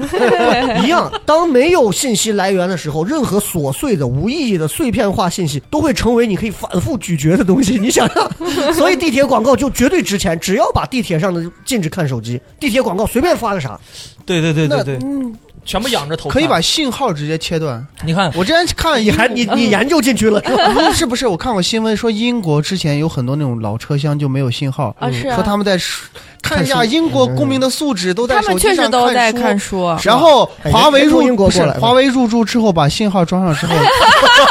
Speaker 3: 一样。当没有信息来源的时候，任何琐碎的、无意义的碎片化信息都会成为你可以反复咀嚼的东西。你想想，所以地铁广告就绝对值钱。只要把地铁上的禁止看手机，地铁广告随便发个啥，
Speaker 5: 对对对对对，
Speaker 4: 嗯，
Speaker 5: 全部仰着头看。
Speaker 4: 可以把信号直接 切断。
Speaker 5: 你看，
Speaker 4: 我之前看
Speaker 3: 你还你你研究进去了是吧？
Speaker 4: 不是不是，我看过新闻说英国之前有很多那种老车厢就没有信号，
Speaker 6: 啊，是啊
Speaker 4: 说他们在书看一下英
Speaker 3: 嗯
Speaker 4: 国公民的素质，都在
Speaker 6: 他
Speaker 4: 手
Speaker 6: 们
Speaker 4: 机
Speaker 6: 确实
Speaker 4: 上
Speaker 6: 都在
Speaker 4: 看
Speaker 6: 看
Speaker 4: 书。
Speaker 6: 书，
Speaker 4: 然后
Speaker 3: 哎
Speaker 4: 华为
Speaker 3: 人
Speaker 4: 入
Speaker 3: 从英国
Speaker 4: 不是
Speaker 3: 过来的
Speaker 4: 华为入驻之后，把信号装上之后，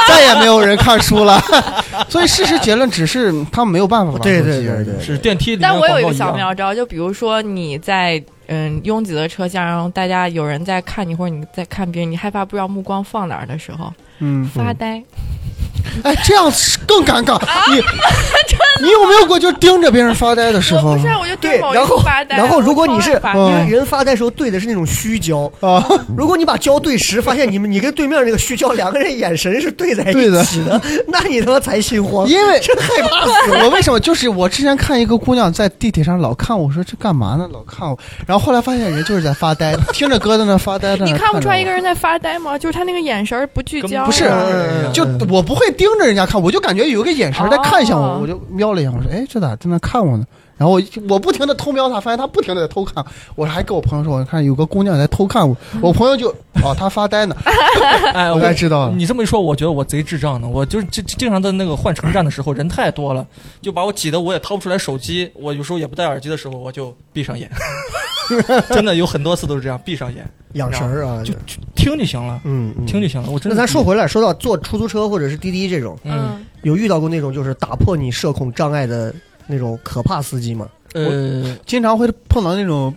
Speaker 4: 再也没有人看书了。 所以事实结论只是他们没有办法玩
Speaker 3: 对
Speaker 4: 手
Speaker 3: 对
Speaker 4: 机
Speaker 3: 对
Speaker 4: 而已
Speaker 3: 对
Speaker 5: 是电梯里面
Speaker 6: 但
Speaker 5: 的
Speaker 6: 我
Speaker 5: 广告
Speaker 6: 有一个
Speaker 5: 一
Speaker 6: 小
Speaker 5: 样
Speaker 6: 妙招，就比如说你在嗯拥挤的车厢，然后大家有人在看你，或者你在看别人，你害怕不知道目光放哪儿的时候，
Speaker 4: 嗯，
Speaker 6: 发呆。
Speaker 4: 哎，这样是更尴尬。你你有没有过就盯着别人发呆的时
Speaker 6: 我
Speaker 4: 候
Speaker 6: 不？是，我就
Speaker 3: 对
Speaker 6: 对某，
Speaker 3: 然后
Speaker 6: 人发呆。
Speaker 3: 然后如果你是
Speaker 6: 我超爱发
Speaker 4: 嗯
Speaker 3: 因为人发呆时候对的是那种虚焦，
Speaker 4: 啊，
Speaker 3: 如果你把胶对实，发现你们你跟对面那个虚焦两个人眼神是对在
Speaker 4: 对
Speaker 3: 一
Speaker 4: 的
Speaker 3: 起的，那你他妈才心慌。
Speaker 4: 因 为
Speaker 3: 真害怕 死。
Speaker 4: 我为什么就是我之前看一个姑娘在地铁上老看我，我说这干嘛呢？老看我，然后后来发现人就是在发呆，听着歌在那发
Speaker 3: 嗯
Speaker 4: 呆的。
Speaker 6: 你看不出来一个
Speaker 4: 人。
Speaker 6: 人在发呆吗？就是他那个眼神儿不聚
Speaker 5: 根本
Speaker 6: 焦，啊
Speaker 4: 不是
Speaker 5: 嗯
Speaker 4: 就我不会盯着人家看，我就感觉有一个眼神在看向我，
Speaker 6: 哦
Speaker 4: 我就瞄了一眼，我说：“哎，这咋在那看我呢？”然后我我不停的偷瞄他，发现他不停的在偷看，我还跟我朋友说：“我看有个姑娘在偷看我。”我朋友就哦，她发呆呢，
Speaker 5: 哎，
Speaker 4: 我才知
Speaker 3: 啊
Speaker 4: 道了。
Speaker 5: 你这么一说，我觉得我贼智障呢。我就是经经常在那个换乘站的时候，人太多了，就把我挤得我也掏不出来手机。我有时候也不戴耳机的时候，我就闭上眼。 真的有很多次都是这样，闭上眼
Speaker 3: 养神儿啊，
Speaker 5: 就就听就行了，
Speaker 3: 嗯，嗯
Speaker 5: 听就。行了。我真
Speaker 3: 那
Speaker 5: 的
Speaker 3: 咱说回来，说到坐出租车或者是滴滴这种，
Speaker 5: 嗯，
Speaker 3: 有遇到过那种就是打破你社恐障碍的那种可怕司机吗？
Speaker 5: 呃，
Speaker 4: 经常会碰到那种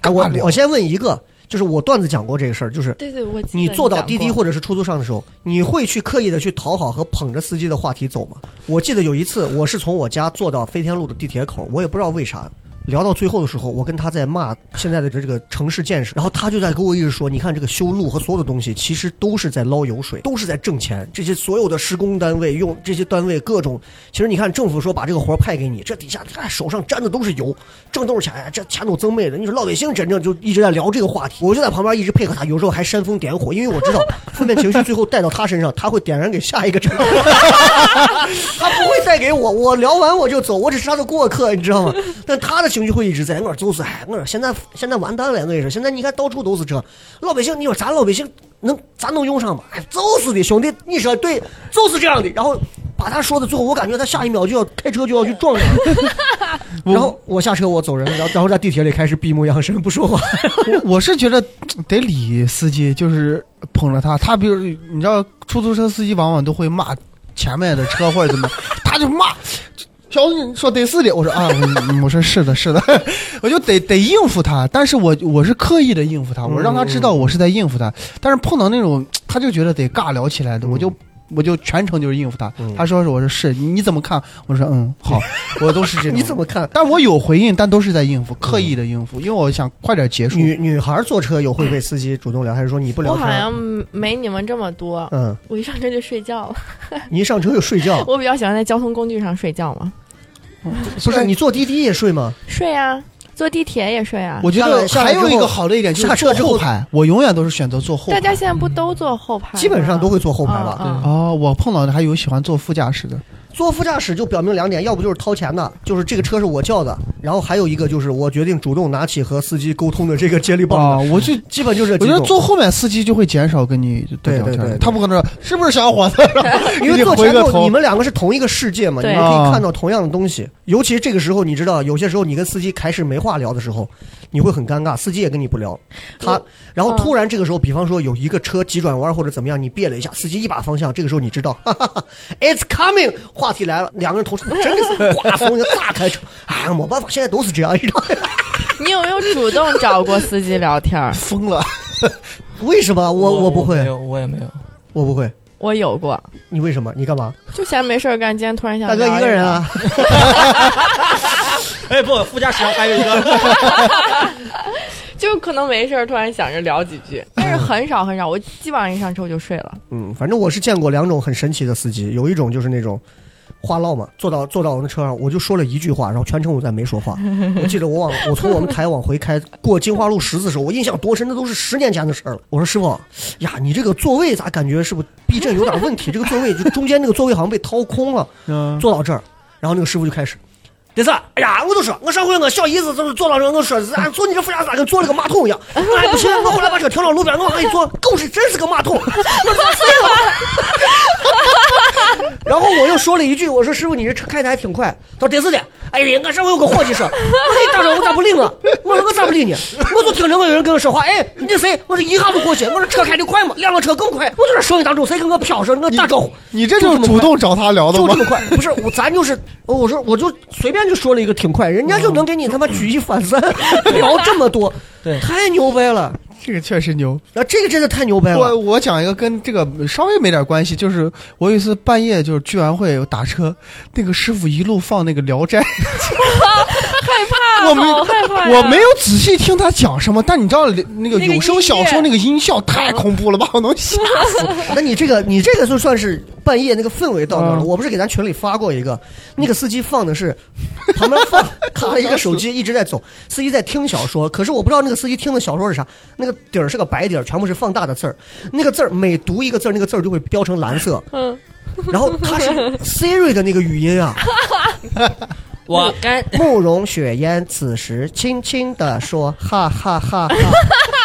Speaker 3: 哎，我
Speaker 4: 尬聊
Speaker 3: 我先问一个，就是我段子讲过这个事儿，就是
Speaker 6: 对对，我记得
Speaker 3: 你坐到滴滴
Speaker 6: 讲过
Speaker 3: 或者是出租上的时候，你会去刻意的去讨好和捧着司机的话题走吗？我记得有一次，我是从我家坐到飞天路的地铁口，我也不知道为啥。聊到最后的时候，我跟他在骂现在的这个城市建设，然后他就在跟我一直说，你看这个修路和所有的东西，其实都是在捞油水，都是在挣钱。这些所有的施工单位用这些单位各种，其实你看政府说把这个活儿派给你，这底下哎手上沾的都是油，挣都是钱，这钱都增妹的。你说老百姓真正就一直在聊这个话题，我就在旁边一直配合他，有时候还煽风点火，因为我知道负面情绪最后带到他身上，他会点燃给下一个城市，他不会带给我。 我聊完我就走，我只是他的过客，你知道吗？ 但他的情绪会一直在，我就是哎，我现在现在完蛋了，我跟你说，现在你看到处都是这，老百姓，你说咱老百姓能咱能用上吗？哎，就是的，兄弟，你说对，就是这样的。然后把他说的最后，我感觉他下一秒就要开车就要去撞人。 然后我下车，我走人，然后然后在地铁里开始闭目养神，不说话。
Speaker 4: 我是觉得得理司机，就是捧着他，他比如你知道，出租车司机往往都会骂前面的车或者怎么，他就骂。小子，你说得是的，我说啊，我我说是的，是的， 我就得得应付他，但是我我是刻意的应付他，我让他知道我是在应付他，但是碰到那种他就觉得得尬聊起来的，我就我就全程就是应付他，他说是我说是，你怎么看？我说嗯好， 我都是这种，
Speaker 3: 你怎么看？
Speaker 4: 但我有回应，但都是在应付，刻意的应付，因为我想快点结束。
Speaker 3: 女女孩坐车有会被司机主动聊，还是说你不
Speaker 6: 我
Speaker 3: 聊
Speaker 6: 好
Speaker 3: 天？
Speaker 6: 像没你们这么多，
Speaker 3: 嗯，
Speaker 6: 我一上车就睡觉了。
Speaker 3: 你一上车就睡觉，
Speaker 6: 我比较喜欢在交通工具上睡觉嘛，
Speaker 3: 不是你坐滴滴也睡吗？
Speaker 6: 睡啊，坐地铁也睡啊。
Speaker 4: 我觉得还有一个好的一点就是
Speaker 3: 下车之
Speaker 4: 坐
Speaker 3: 后
Speaker 4: 后排，我永远都是选择坐后
Speaker 6: 大
Speaker 4: 排。
Speaker 6: 家现在不都坐后排吗？
Speaker 3: 基本上都会坐后排吧。
Speaker 6: 嗯嗯
Speaker 4: 哦，我碰到的还有喜欢坐副驾驶的，
Speaker 3: 坐副驾驶就表明两点，要不就是掏钱的，就是这个车是我叫的，然后还有一个就是我决定主动拿起和司机沟通的这个接力棒
Speaker 4: 啊，
Speaker 3: 的，
Speaker 4: 我就
Speaker 3: 基本哦就是
Speaker 4: 我
Speaker 3: 这几
Speaker 4: 觉得
Speaker 3: 种
Speaker 4: 坐后面司机就会减少跟你
Speaker 3: 对
Speaker 4: 聊
Speaker 3: 对对对
Speaker 4: 天，他不可能说是不是小伙子，
Speaker 3: 因为
Speaker 4: 你
Speaker 3: 坐
Speaker 4: 回
Speaker 3: 前
Speaker 4: 个
Speaker 3: 后
Speaker 4: 头？
Speaker 3: 你们两个是同一个世界嘛，你
Speaker 6: 对
Speaker 3: 们可以看到同样的东西。尤其这个时候，你知道，有些时候你跟司机开始没话聊的时候，你会很尴尬，司机也跟你不聊。他，然后突然这个时候，比方说有一个车急转弯或者怎么样，你别了一下，司机一把方向，这个时候你知道哈 哈哈，It's coming，话题来了，两个人同时真的是刮风就大开车，哎呀，没办法，现在都是这样，你知道吗
Speaker 6: 你有没有主动找过司机聊天儿
Speaker 4: 疯了。
Speaker 3: 为什么我
Speaker 5: 我
Speaker 3: 不
Speaker 5: 没
Speaker 3: 会，
Speaker 5: 有我也没有。
Speaker 3: 我不会，
Speaker 6: 我有过，
Speaker 3: 你为什么？你干嘛？
Speaker 6: 就闲没事儿干，今天突然想
Speaker 3: 大哥
Speaker 6: 聊
Speaker 3: 一个人
Speaker 6: 聊
Speaker 3: 啊。？
Speaker 5: 哎，不，副驾驶上还有一个，
Speaker 6: 就就可能没事儿突然想着聊几句，但是很少很少，我基本上一上车我就睡了。
Speaker 3: 嗯，反正我是见过两种很神奇的司机，有一种就是那种话唠嘛，坐到坐到我们车上，我就说了一句话，然后全程我在没说话。我记得我往我从我们台往回开，过金花路十字的时候，我印象多深，那都是十年前的事儿了。我说师傅呀，你这个座位咋感觉是不是避震有点问题？这个座位就中间那个座位好像被掏空了。
Speaker 4: 嗯，
Speaker 3: 坐到这儿，然后那个师傅就开始。第三，哎呀，我都说，我上回我小姨子就是坐到这儿，我说是俺坐你这副驾驶咋跟坐了个马桶一样？我还不行，我后来把车停到路边，我往一坐，狗是真是个马桶，我坐碎了。然后我又说了一句，我说师傅，你这车开的还挺快。到第四天，哎呀，我上回有个伙计说，哎，大哥，我咋不领啊？我说我咋不领呢？我就听着我有人跟我说话，哎，你这谁？我这一下就过去，我说车开的快嘛，两个车更快。我就在生意当中，谁跟我飘上，我打招呼。
Speaker 4: 你这就是主动找他聊的
Speaker 3: 就
Speaker 4: 吗
Speaker 3: 这？么快，不是我，咱就是哦我说我就随便就说了一个挺快，人家就能给你他妈举一反三，聊这么多，
Speaker 5: 对
Speaker 3: 太牛掰了，
Speaker 4: 这个确实牛。
Speaker 3: 啊，这个真的太牛掰
Speaker 4: 我
Speaker 3: 了，
Speaker 4: 我讲一个跟这个稍微没点关系，就是我有一次半夜就是聚完会我打车，那个师傅一路放那个《聊斋》，
Speaker 6: 怕，
Speaker 4: 我没
Speaker 6: 好害怕呀
Speaker 4: 我没有仔细听他讲什么，但你知道那个有声小说那个音效太恐怖了，把我能吓死。
Speaker 3: 那你这个你这个就算是半夜那个氛围到那儿了，
Speaker 4: 嗯
Speaker 3: 我不是给咱群里发过一个，那个司机放的是旁边放卡了一个手机一直在走，司机在听小说，可是我不知道那个司机听的小说是啥，那个底儿是个白底儿，全部是放大的字儿，那个字儿每读一个字儿，那个字儿就会标成蓝色，
Speaker 6: 嗯，
Speaker 3: 然后它是 Siri 的那个语音啊。
Speaker 5: 我该
Speaker 3: 慕容雪烟此时轻轻地说：“哈哈哈哈，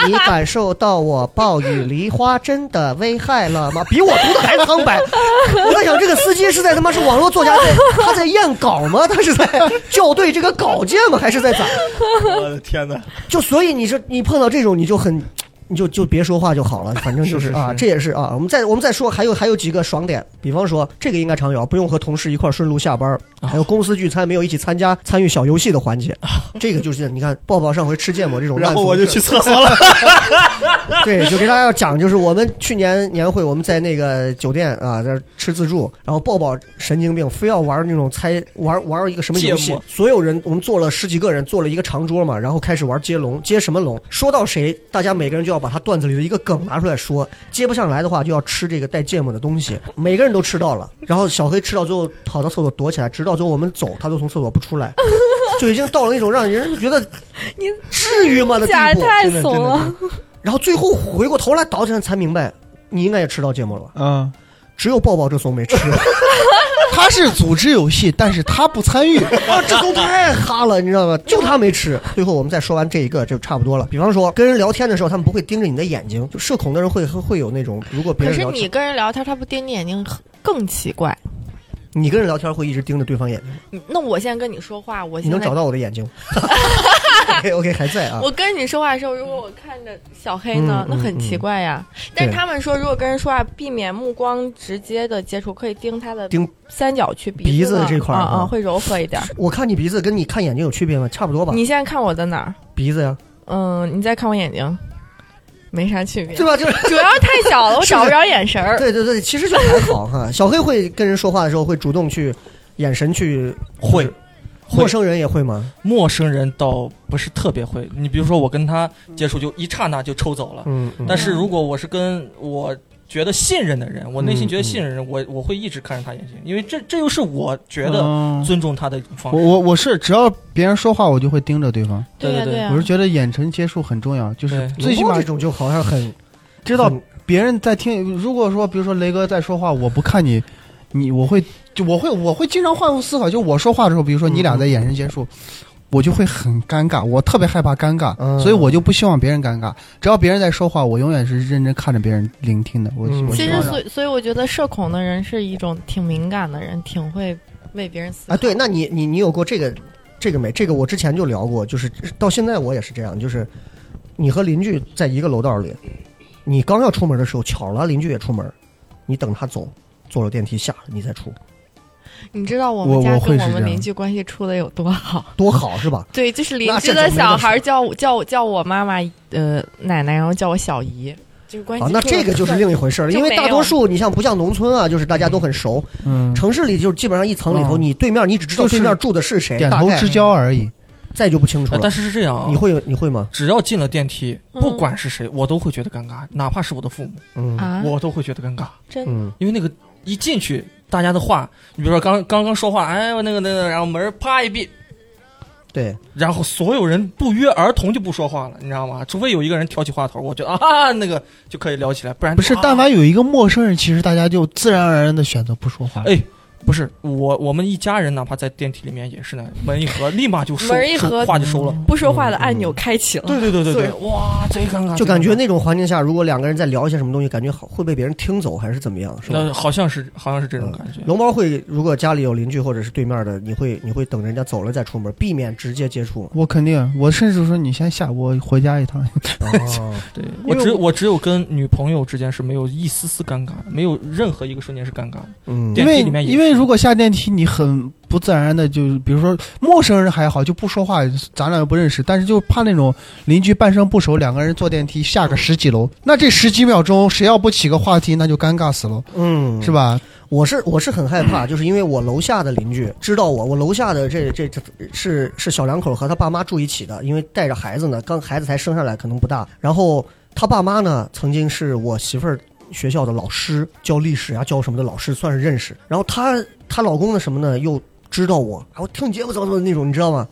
Speaker 3: 你感受到我暴雨梨花针的危害了吗？”比我读的还苍白。 我在想，这个司机是在他妈是网络作家在他在验稿吗？他是在校对这个稿件吗？还是在咋？
Speaker 5: 我的天哪！
Speaker 3: 就所以你是你碰到这种你就很。你就就别说话就 好了，反正就是
Speaker 5: 是是
Speaker 3: 啊，
Speaker 5: 是
Speaker 3: 这也是啊。我们再我们再说，还有还有几个爽点，比方说这个应该常有，不用和同事一块儿顺路下班儿，还有公司聚餐没有一起参加参与小游戏的环 节，这个就是你看抱抱上回吃芥末这种烂俗的事儿，
Speaker 5: 厕所了。
Speaker 3: 对，就给大家要讲，就是我们去年年会，我们在那个酒店啊，在那儿吃自助，然后抱抱神经病，非要玩那种猜玩玩一个什么游
Speaker 5: 芥
Speaker 3: 戏
Speaker 5: 末，
Speaker 3: 所有人我们坐了十几个人，坐了一个长桌嘛，然后开始玩接龙，接什么龙？说到谁，大家每个人就要把他段子里的一个梗拿出来说，接不上来的话就要吃这个带芥末的东 西，每个人都吃到了，然后小黑吃到最后跑到厕所躲起来，直到最后我们走，他都从厕所不出 来。就已经到了那种让人觉得
Speaker 6: 你
Speaker 3: 至于吗的地
Speaker 6: 假
Speaker 3: 步，
Speaker 6: 太
Speaker 5: 真的真的
Speaker 6: 怂了。
Speaker 3: 然后最后回过头来倒腾才明白，你应该也吃到芥末了吧？
Speaker 4: 嗯，
Speaker 3: 只有抱抱这怂 没吃，
Speaker 4: 他是组织游戏，但是他不参与。
Speaker 3: 啊，这怂
Speaker 4: 嗯
Speaker 3: 太哈了，你知道吗？就他没 吃。最后我们再说完这一个就差不多了。比方说跟人聊天的时候，他们不会盯着你的眼睛，就社恐的人会会会有那种，如果别
Speaker 6: 可
Speaker 3: 人
Speaker 6: 是
Speaker 3: 聊
Speaker 6: 你
Speaker 3: 天，
Speaker 6: 跟人聊天，他不盯你眼睛很更奇怪。
Speaker 3: 你跟人聊天会一直盯着对 方眼睛，
Speaker 6: 你那我现在跟你说话，我
Speaker 3: 你
Speaker 6: 现
Speaker 3: 能
Speaker 6: 在
Speaker 3: 找到嗯我的眼睛 ？OK OK 还在啊
Speaker 6: 我，跟你说话的时候，如果我看着小黑呢，
Speaker 3: 嗯
Speaker 6: 那很奇怪呀。但是
Speaker 3: 对
Speaker 6: 他们说，如果跟人说话，避免目光直接的接触，可以盯他的
Speaker 3: 盯
Speaker 6: 三角区、
Speaker 3: 鼻
Speaker 6: 子
Speaker 3: 子
Speaker 6: 呢
Speaker 3: 这块儿
Speaker 6: 啊
Speaker 3: 啊
Speaker 6: 啊，会柔和一点。
Speaker 3: 我看你鼻子跟你看眼睛有区别吗？差不多吧，
Speaker 6: 你现在看我的哪儿？
Speaker 3: 鼻子呀，
Speaker 6: 嗯，你再看我眼睛，没啥区 别
Speaker 3: 对。吧？就是。
Speaker 6: 主要是太小了，我
Speaker 3: 是不
Speaker 6: 找
Speaker 3: 是
Speaker 6: 不着眼神儿。
Speaker 3: 对对对，其实就还好 哈。小黑会跟人说话的时候会主动去眼神去，
Speaker 5: 会
Speaker 3: 陌生人也会吗？
Speaker 5: 陌生人倒不是特别会，你比如说我跟他接触就一刹那就抽走了，
Speaker 3: 嗯，嗯
Speaker 5: 但是如果我是跟我觉得信任的人，我内心觉得信任的人，我我会一直看着他眼睛，因为这这又是我觉得
Speaker 4: 嗯
Speaker 5: 尊重他的一种方
Speaker 4: 我
Speaker 5: 式。
Speaker 4: 我我是只要别人说话，我就会盯着对方。
Speaker 5: 对
Speaker 6: 呀
Speaker 5: 对啊
Speaker 6: 对呀
Speaker 4: 我是觉得眼神接触很重要，就是
Speaker 5: 对
Speaker 4: 最起
Speaker 3: 龙猫
Speaker 4: 码
Speaker 3: 这种就好像很
Speaker 4: 知道
Speaker 3: 很
Speaker 4: 别人在听。如果说，比如说雷哥在说话，我不看你，你我会就我会我会经常换位思考。就我说话的时候，比如说你俩在眼神接触，我就会很尴尬，我特别害怕尴尬，
Speaker 3: 嗯
Speaker 4: 所以我就不希望别人尴尬。只要别人在说话，我永远是认真看着别人聆听的。我、
Speaker 3: 嗯
Speaker 4: 我
Speaker 6: 其
Speaker 4: 希
Speaker 6: 实
Speaker 4: 望
Speaker 6: 所以所以我觉得社恐的人是一种挺敏感的人，挺会为别人思考。
Speaker 3: 啊，对，那你你你有过这个这个没？这个我之前就聊过，就是到现在我也是这样，就是你和邻居在一个楼道里，你刚要出门的时候巧了，邻居也出门，你等他走，坐了电梯下了你再出，
Speaker 6: 你知道我
Speaker 4: 我
Speaker 6: 们家
Speaker 4: 我会
Speaker 6: 跟
Speaker 4: 是
Speaker 6: 我们
Speaker 4: 这样
Speaker 6: 邻居关系处的有多好？
Speaker 3: 多好是 吧？
Speaker 6: 对，就是邻
Speaker 3: 那
Speaker 6: 居
Speaker 3: 这
Speaker 6: 的
Speaker 3: 就没
Speaker 6: 小
Speaker 3: 得
Speaker 6: 孩儿叫我叫我叫我妈妈呃奶奶，然后叫我小姨，就是关系
Speaker 3: 啊
Speaker 6: 处，得
Speaker 3: 那
Speaker 6: 特别好。
Speaker 3: 这个就是另一回事了，
Speaker 6: 就
Speaker 3: 因为
Speaker 6: 没
Speaker 3: 大
Speaker 6: 有
Speaker 3: 多数你像不像农村啊，就是大家都很熟，
Speaker 4: 嗯，
Speaker 3: 城市里就是基本上一层里头，
Speaker 4: 嗯
Speaker 3: 你对面你只知道
Speaker 4: 就是
Speaker 3: 对面住的是谁，
Speaker 4: 点
Speaker 3: 大
Speaker 4: 头
Speaker 3: 概
Speaker 4: 之交而已。
Speaker 3: 再就不清楚
Speaker 5: 哎
Speaker 3: 了。
Speaker 5: 但是是这样啊，
Speaker 3: 你会有你会吗？
Speaker 5: 只要进了电梯，
Speaker 7: 嗯
Speaker 5: 不管是谁，我都会觉得尴尬，哪怕是我的父母，
Speaker 3: 嗯
Speaker 6: 啊，
Speaker 5: 我都会觉得尴尬，
Speaker 7: 真
Speaker 3: 嗯，
Speaker 5: 因为那个一进去，大家的话，你比如说刚刚刚说话，哎，我那个那个，然后门啪一闭，
Speaker 3: 对，
Speaker 5: 然后所有人不约而同就不说话了，你知道吗？除非有一个人挑起话头，我觉得啊，那个就可以聊起来，不然
Speaker 4: 不是，
Speaker 5: 啊
Speaker 4: 但凡有一个陌生人，其实大家就自然而然的选择不说话。
Speaker 5: 哎不是我我们一家人，哪怕在电梯里面也是那样门一合，立马就收，
Speaker 7: 门一合
Speaker 5: 收话就收了。
Speaker 7: 不说话的按钮开启
Speaker 6: 嗯
Speaker 7: 了，
Speaker 5: 对对对对对，哇，贼尴
Speaker 4: 啊
Speaker 5: 尬，
Speaker 3: 就感觉
Speaker 5: 贼尴尬
Speaker 3: 那种环境下，如果两个人在聊一些什么东西，感觉好会被别人听走还是怎么样，是吧？
Speaker 5: 那好像是好像是这种感觉。
Speaker 3: 龙猫会，如果家里有邻居或者是对面的，你会你会等人家走了再出门，避免直接接 触。
Speaker 4: 我肯定，我甚至说你先下，我回家一趟。
Speaker 3: 哦，
Speaker 5: 对
Speaker 3: 因
Speaker 5: 我
Speaker 3: 为
Speaker 5: 只
Speaker 3: 我
Speaker 5: 我只有跟女朋友之间是没有一丝丝尴尬的，没有任何一个瞬间是尴尬的。
Speaker 3: 嗯，
Speaker 5: 电
Speaker 4: 因
Speaker 5: 梯
Speaker 4: 为
Speaker 5: 里面也是
Speaker 4: 因为如果下电梯，你很不自然的就，比如说陌生人还好，就不说话，咱俩又不认识，但是就怕那种邻居半生不熟，两个人坐电梯下个十几楼，那这十几秒钟谁要不起个话题，那就尴尬死了，
Speaker 3: 嗯，
Speaker 4: 是？吧？
Speaker 3: 我是我是很害怕，就是因为我楼下的邻居知道我，我楼下的这这这是是小两口和他爸妈住一起的，因为带着孩子呢，刚孩子才生下来，可能不大。然后他爸妈呢，曾经是我媳妇儿学校的老师，教历史呀、教什么的老师，算是认识。然后她她老公呢什么呢，又知道我，啊，我听你节目怎么怎么那种，你知道吗？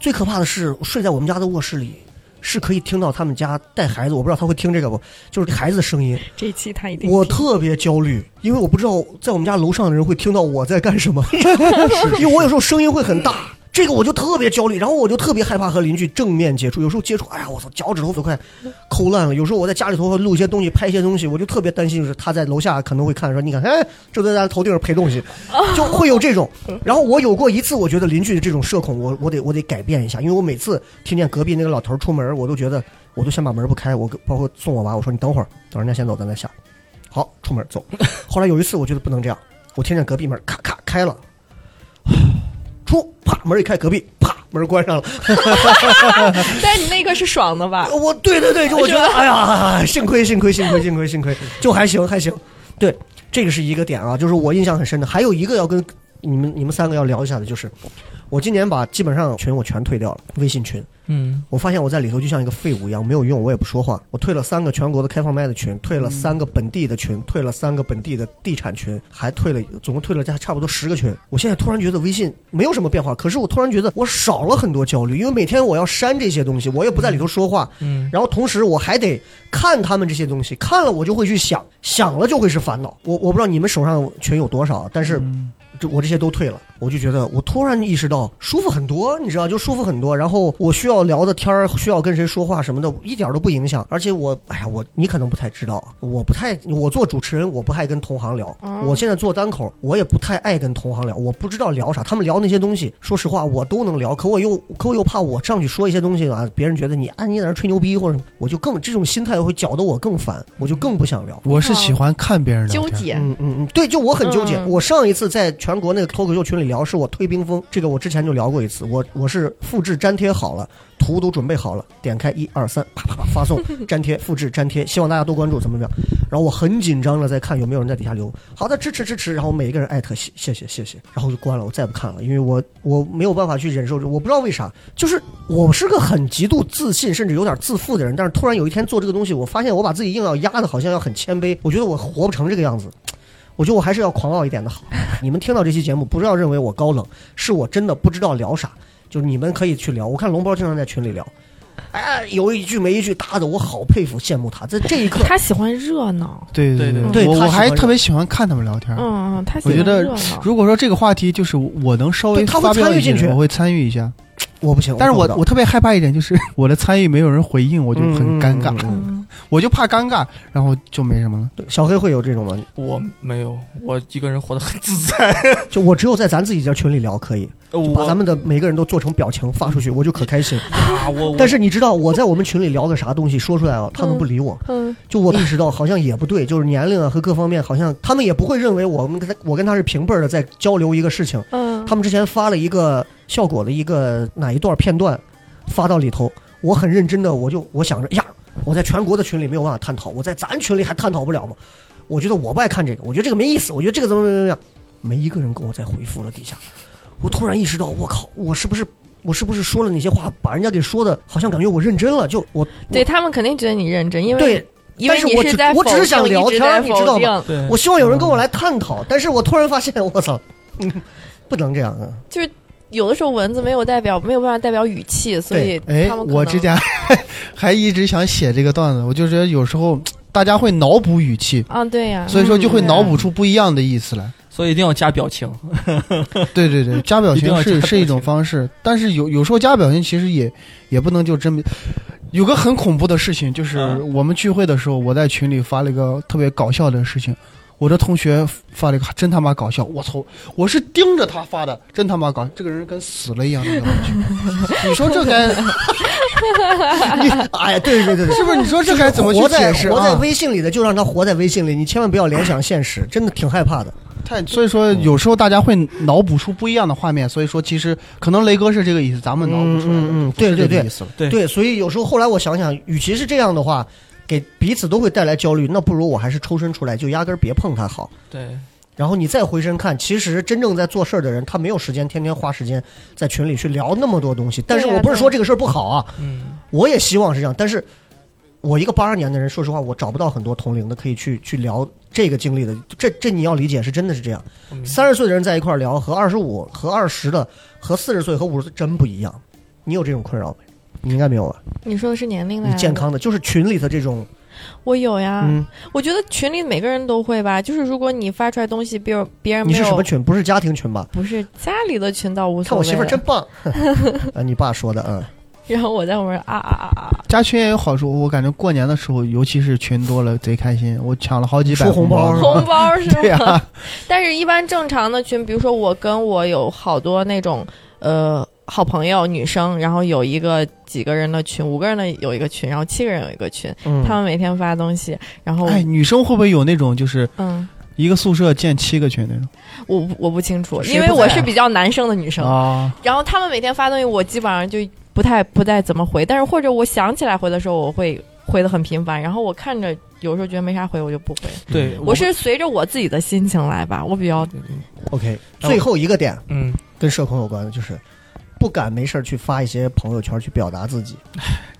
Speaker 3: 最可怕的是睡在我们家的卧室里。是可以听到他们家带孩子，我不知道他会听这个不，就是孩子的声音，
Speaker 7: 这一期他一定
Speaker 3: 我
Speaker 7: 听
Speaker 3: 特别焦虑，因为我不知道在我们家楼上的人会听到我在干什么，因为我有时候声音会很大，这个我就特别焦虑，然后我就特别害怕和邻居正面接触，有时候接触，哎呀，我操，脚趾头都快抠烂了。有时候我在家里头会录一些东西，拍一些东西，我就特别担心，就是他在楼下可能会看说，你看，哎，这都在咱头顶上拍东西，就会有这种。然后我有过一次，我觉得邻居的这种社恐，我我得我得改变一下，因为我每次听见隔壁那个老头出门，我都觉得我都先把门不开，我包括送我娃，我说你等会儿，等人家先走，咱再下。好，出门走。 后来有一次我觉得不能这样，我听见隔壁门咔咔开了，出啪门一开，隔壁啪门关上了。
Speaker 7: 但是你那个是爽的
Speaker 6: 啊
Speaker 7: 吧？
Speaker 3: 我对对对，就我觉得哎呀，幸亏幸亏幸亏幸亏幸亏，就还行还行。对，这个是一个点啊，就是我印象很深的。还有一个要跟你们你们三个要聊一下的，就是我今年把基本上群我全退掉了，微信群。
Speaker 5: 嗯，
Speaker 3: 我发现我在里头就像一个废物一样，没有用，我也不说话。我退了三个全国的开放麦的群，退了三个本地的群，退了三个本地的地产群，还退了，总共退了加差不多十个群。我现在突然觉得微信没有什么变化，可是我突然觉得我少了很多焦虑，因为每天我要删这些东西，我也不在里头说话，
Speaker 5: 嗯，
Speaker 3: 然后同时我还得看他们这些东西，看了我就会去想，想了就会是烦恼。我我不知道你们手上群有多少，但是这我这些都退了，我就觉得我突然意识到舒服很多，你知道，就舒服很多。然后我需要聊的天儿，需要跟谁说话什么的，一点儿都不影响。而且我，哎呀，我你可能不太知道，我不太，我做主持人，我不爱跟同行聊。我现在做单口，我也不太爱跟同行聊，我不知道聊啥。他们聊那些东西，说实话我都能聊，可我又可我又怕我上去说一些东西啊，别人觉得你啊你在那儿吹牛逼或者什么，我就更这种心态会搅得我更烦，我就更不想聊。
Speaker 4: 我是喜欢看别人聊
Speaker 7: 纠
Speaker 4: 天。
Speaker 7: 结，
Speaker 3: 嗯嗯嗯，对，就我很纠结。
Speaker 7: 嗯
Speaker 3: 我上一次在全国那个脱口秀群里聊，是我推冰封，这个我之前就聊过一次。我我是复制粘贴好了，图都准备好了，点开一二三，啪啪啪发送粘贴复制粘贴，希望大家多关注，怎么怎么样。然后我很紧张的在看有没有人在底下留，好的支持支持，然后每一个人艾特谢谢谢谢谢，然后就关了，我再不看了，因为我我没有办法去忍受这，我不知道为啥，就是我是个很极度自信，甚至有点自负的人，但是突然有一天做这个东西，我发现我把自己硬要压的好像要很谦卑，我觉得我活不成这个样子。我觉得我还是要狂傲一点的好。你们听到这期节目，不要认为我高冷，是我真的不知道聊啥，就是你们可以去聊。我看龙包经常在群里聊，哎，有一句没一句搭的，我好佩服羡慕他。在这一刻，
Speaker 6: 他喜欢热闹，
Speaker 4: 对
Speaker 5: 对
Speaker 4: 对
Speaker 3: 对
Speaker 4: 我
Speaker 3: 他
Speaker 4: 我
Speaker 3: 喜
Speaker 4: 还
Speaker 3: 欢
Speaker 4: 特别喜欢看他们聊天。
Speaker 6: 嗯嗯，他喜
Speaker 4: 我
Speaker 6: 欢
Speaker 4: 觉得
Speaker 6: 热闹。
Speaker 4: 如果说这个话题就是我能稍微
Speaker 3: 对他会
Speaker 4: 发表
Speaker 3: 参与
Speaker 4: 一些
Speaker 3: 进去
Speaker 4: 我会参与一下。
Speaker 3: 我不行，
Speaker 4: 但是
Speaker 3: 我
Speaker 4: 我
Speaker 3: 做不
Speaker 4: 我特别害怕一点就是 我的参与没有人回应，我就很尴尬，
Speaker 3: 嗯嗯嗯
Speaker 6: 嗯，
Speaker 4: 我就怕尴尬，然后就没什么了。
Speaker 3: 到小黑会有这种吗？
Speaker 5: 我没有，我一个人活得很自在。
Speaker 3: 就我只有在咱自己家群里聊可以，把
Speaker 5: 我
Speaker 3: 咱们的每个人都做成表情发出去，我就可开心。
Speaker 5: 啊，我我
Speaker 3: 但是你知道我在我们群里聊个啥东西说出来啊，他们不理我。
Speaker 6: 嗯，
Speaker 3: 就我意识到好像也不对，就是年龄啊和各方面，好像他们也不会认为我们跟他我跟他是平辈儿的在交流一个事情。
Speaker 6: 嗯，
Speaker 3: 他们之前发了一个效果的一个哪一段片段，发到里头，我很认真的，我就我想着呀，我在全国的群里没有办法探讨，我在咱群里还探讨不了吗？我觉得我不爱看这个，我觉得这个没意思，我觉得这个怎么怎么怎么样，没一个人跟我再回复了底下。我突然意识到，我靠，我是不是我是不是说了哪些话，把人家给说的，好像感觉我认真了，就我
Speaker 6: 对他们肯定觉得你认真，因为
Speaker 3: 对
Speaker 6: 因为
Speaker 3: 但是
Speaker 6: 你
Speaker 3: 我只
Speaker 6: 在
Speaker 3: 我只是
Speaker 6: 否
Speaker 3: 想
Speaker 6: 定
Speaker 3: 聊
Speaker 6: 一直
Speaker 3: 天
Speaker 6: 在
Speaker 3: 儿你知
Speaker 6: 否
Speaker 3: 道吗
Speaker 6: 定
Speaker 5: 对，
Speaker 3: 我希望有人跟我来探讨，但是我突然发现，我操， 嗯不能这样啊！
Speaker 6: 就是有的时候文字没有代表，没有办法代表语气，所以
Speaker 4: 哎
Speaker 6: 他们，可
Speaker 4: 我
Speaker 6: 能
Speaker 4: 之前 还一直想写这个段子，我就觉得有时候大家会脑补语气，
Speaker 6: 啊，对呀、
Speaker 4: 所以说就会
Speaker 6: 嗯
Speaker 4: 脑补出不一样的意思来。
Speaker 5: 所以一定要加表情。
Speaker 4: 对对对，加表
Speaker 5: 一定
Speaker 4: 情
Speaker 5: 要
Speaker 4: 是
Speaker 5: 加
Speaker 4: 是一种
Speaker 5: 表情
Speaker 4: 方式，但是有有时候加表情其实也也不能就真。有个很恐怖的事情，就是
Speaker 5: 嗯
Speaker 4: 我们聚会的时候，我在群里发了一个特别搞笑的事情，我的同学发了一个真他妈搞笑，我操！我是盯着他发的，真他妈搞笑，这个人跟死了一样那种感 觉。你说这该
Speaker 3: 你 哎呀，对对对对，
Speaker 4: 是不是？你说这该怎么去
Speaker 3: 活在
Speaker 4: 解释
Speaker 3: 活在
Speaker 4: 啊？
Speaker 3: 微信里的就让他活在微信里，你千万不要联想现实，真的挺害怕的。
Speaker 4: 太所以说，有时候大家会脑补出不一样的画面，所以说其实可能雷哥是这个意思，咱们脑补出来的
Speaker 3: 嗯嗯嗯
Speaker 4: 不是
Speaker 3: 对对
Speaker 4: 这个
Speaker 3: 对
Speaker 4: 意思了。
Speaker 5: 对
Speaker 3: 对，所以有时候后来我想想，与其是这样的话，给彼此都会带来焦虑，那不如我还是抽身出来，就压根儿别碰他好。
Speaker 5: 对，
Speaker 3: 然后你再回身看，其实真正在做事儿的人，他没有时间天天花时间在群里去聊那么多东西。但是
Speaker 6: 对呀
Speaker 3: 我不是
Speaker 6: 对
Speaker 3: 说这个事儿不好啊，
Speaker 5: 嗯，
Speaker 3: 我也希望是这样。但是我一个八二年的人，说实话，我找不到很多同龄的可以去去聊这个经历的。这这你要理解，是真的是这样。三十岁的人在一块儿聊，和二十五、和二十的、和四十岁、和五十岁真不一样。你有这种困扰没？你应该没有吧？
Speaker 6: 你说的是年龄来
Speaker 3: 你
Speaker 6: 的
Speaker 3: 健，康的，就是群里的这种，
Speaker 6: 我有呀。
Speaker 3: 嗯，
Speaker 6: 我觉得群里每个人都会吧，就是如果你发出来东西，别人别人
Speaker 3: 你
Speaker 6: 没
Speaker 3: 是什么
Speaker 6: 有，
Speaker 3: 群？不是家庭群 吧？
Speaker 6: 不是家里的群倒无
Speaker 3: 看
Speaker 6: 所
Speaker 3: 我
Speaker 6: 谓。
Speaker 3: 媳妇儿真， 棒，啊，你爸说的，嗯，
Speaker 6: 然后我在后面啊啊啊啊，
Speaker 4: 加群也有好处，我感觉过年的时候，尤其是群多了，贼开心。我抢了好几百
Speaker 3: 收红
Speaker 4: 包
Speaker 3: 包 是吧
Speaker 4: 呢，
Speaker 6: 红包是
Speaker 4: 对呀、
Speaker 6: 吗？ 但是，一般正常的群，比如说我跟我有好多那种呃好朋友女生，然后有一个几个人的群，五个人的有一个群，然后七个人有一个群，
Speaker 3: 嗯
Speaker 6: 他们每天发东西，然后、
Speaker 4: 哎，女生会不会有那种就是
Speaker 6: 嗯，
Speaker 4: 一个宿舍建七个群那种
Speaker 6: 我不我不清楚，
Speaker 3: 谁
Speaker 6: 因为
Speaker 3: 不在
Speaker 6: 我
Speaker 3: 啊
Speaker 6: 是比较男生的女生，
Speaker 4: 啊？
Speaker 6: 然后他们每天发东西，我基本上就不太不太怎么回，但是或者我想起来回的时候，我会回的很频繁，然后我看着有时候觉得没啥回，我就不回。
Speaker 5: 对，
Speaker 6: 我是随着我自己的心情来吧，我比较
Speaker 3: OK，最后一个点
Speaker 5: 嗯，
Speaker 3: 跟社恐有关的就是。不敢没事儿去发一些朋友圈去表达自己，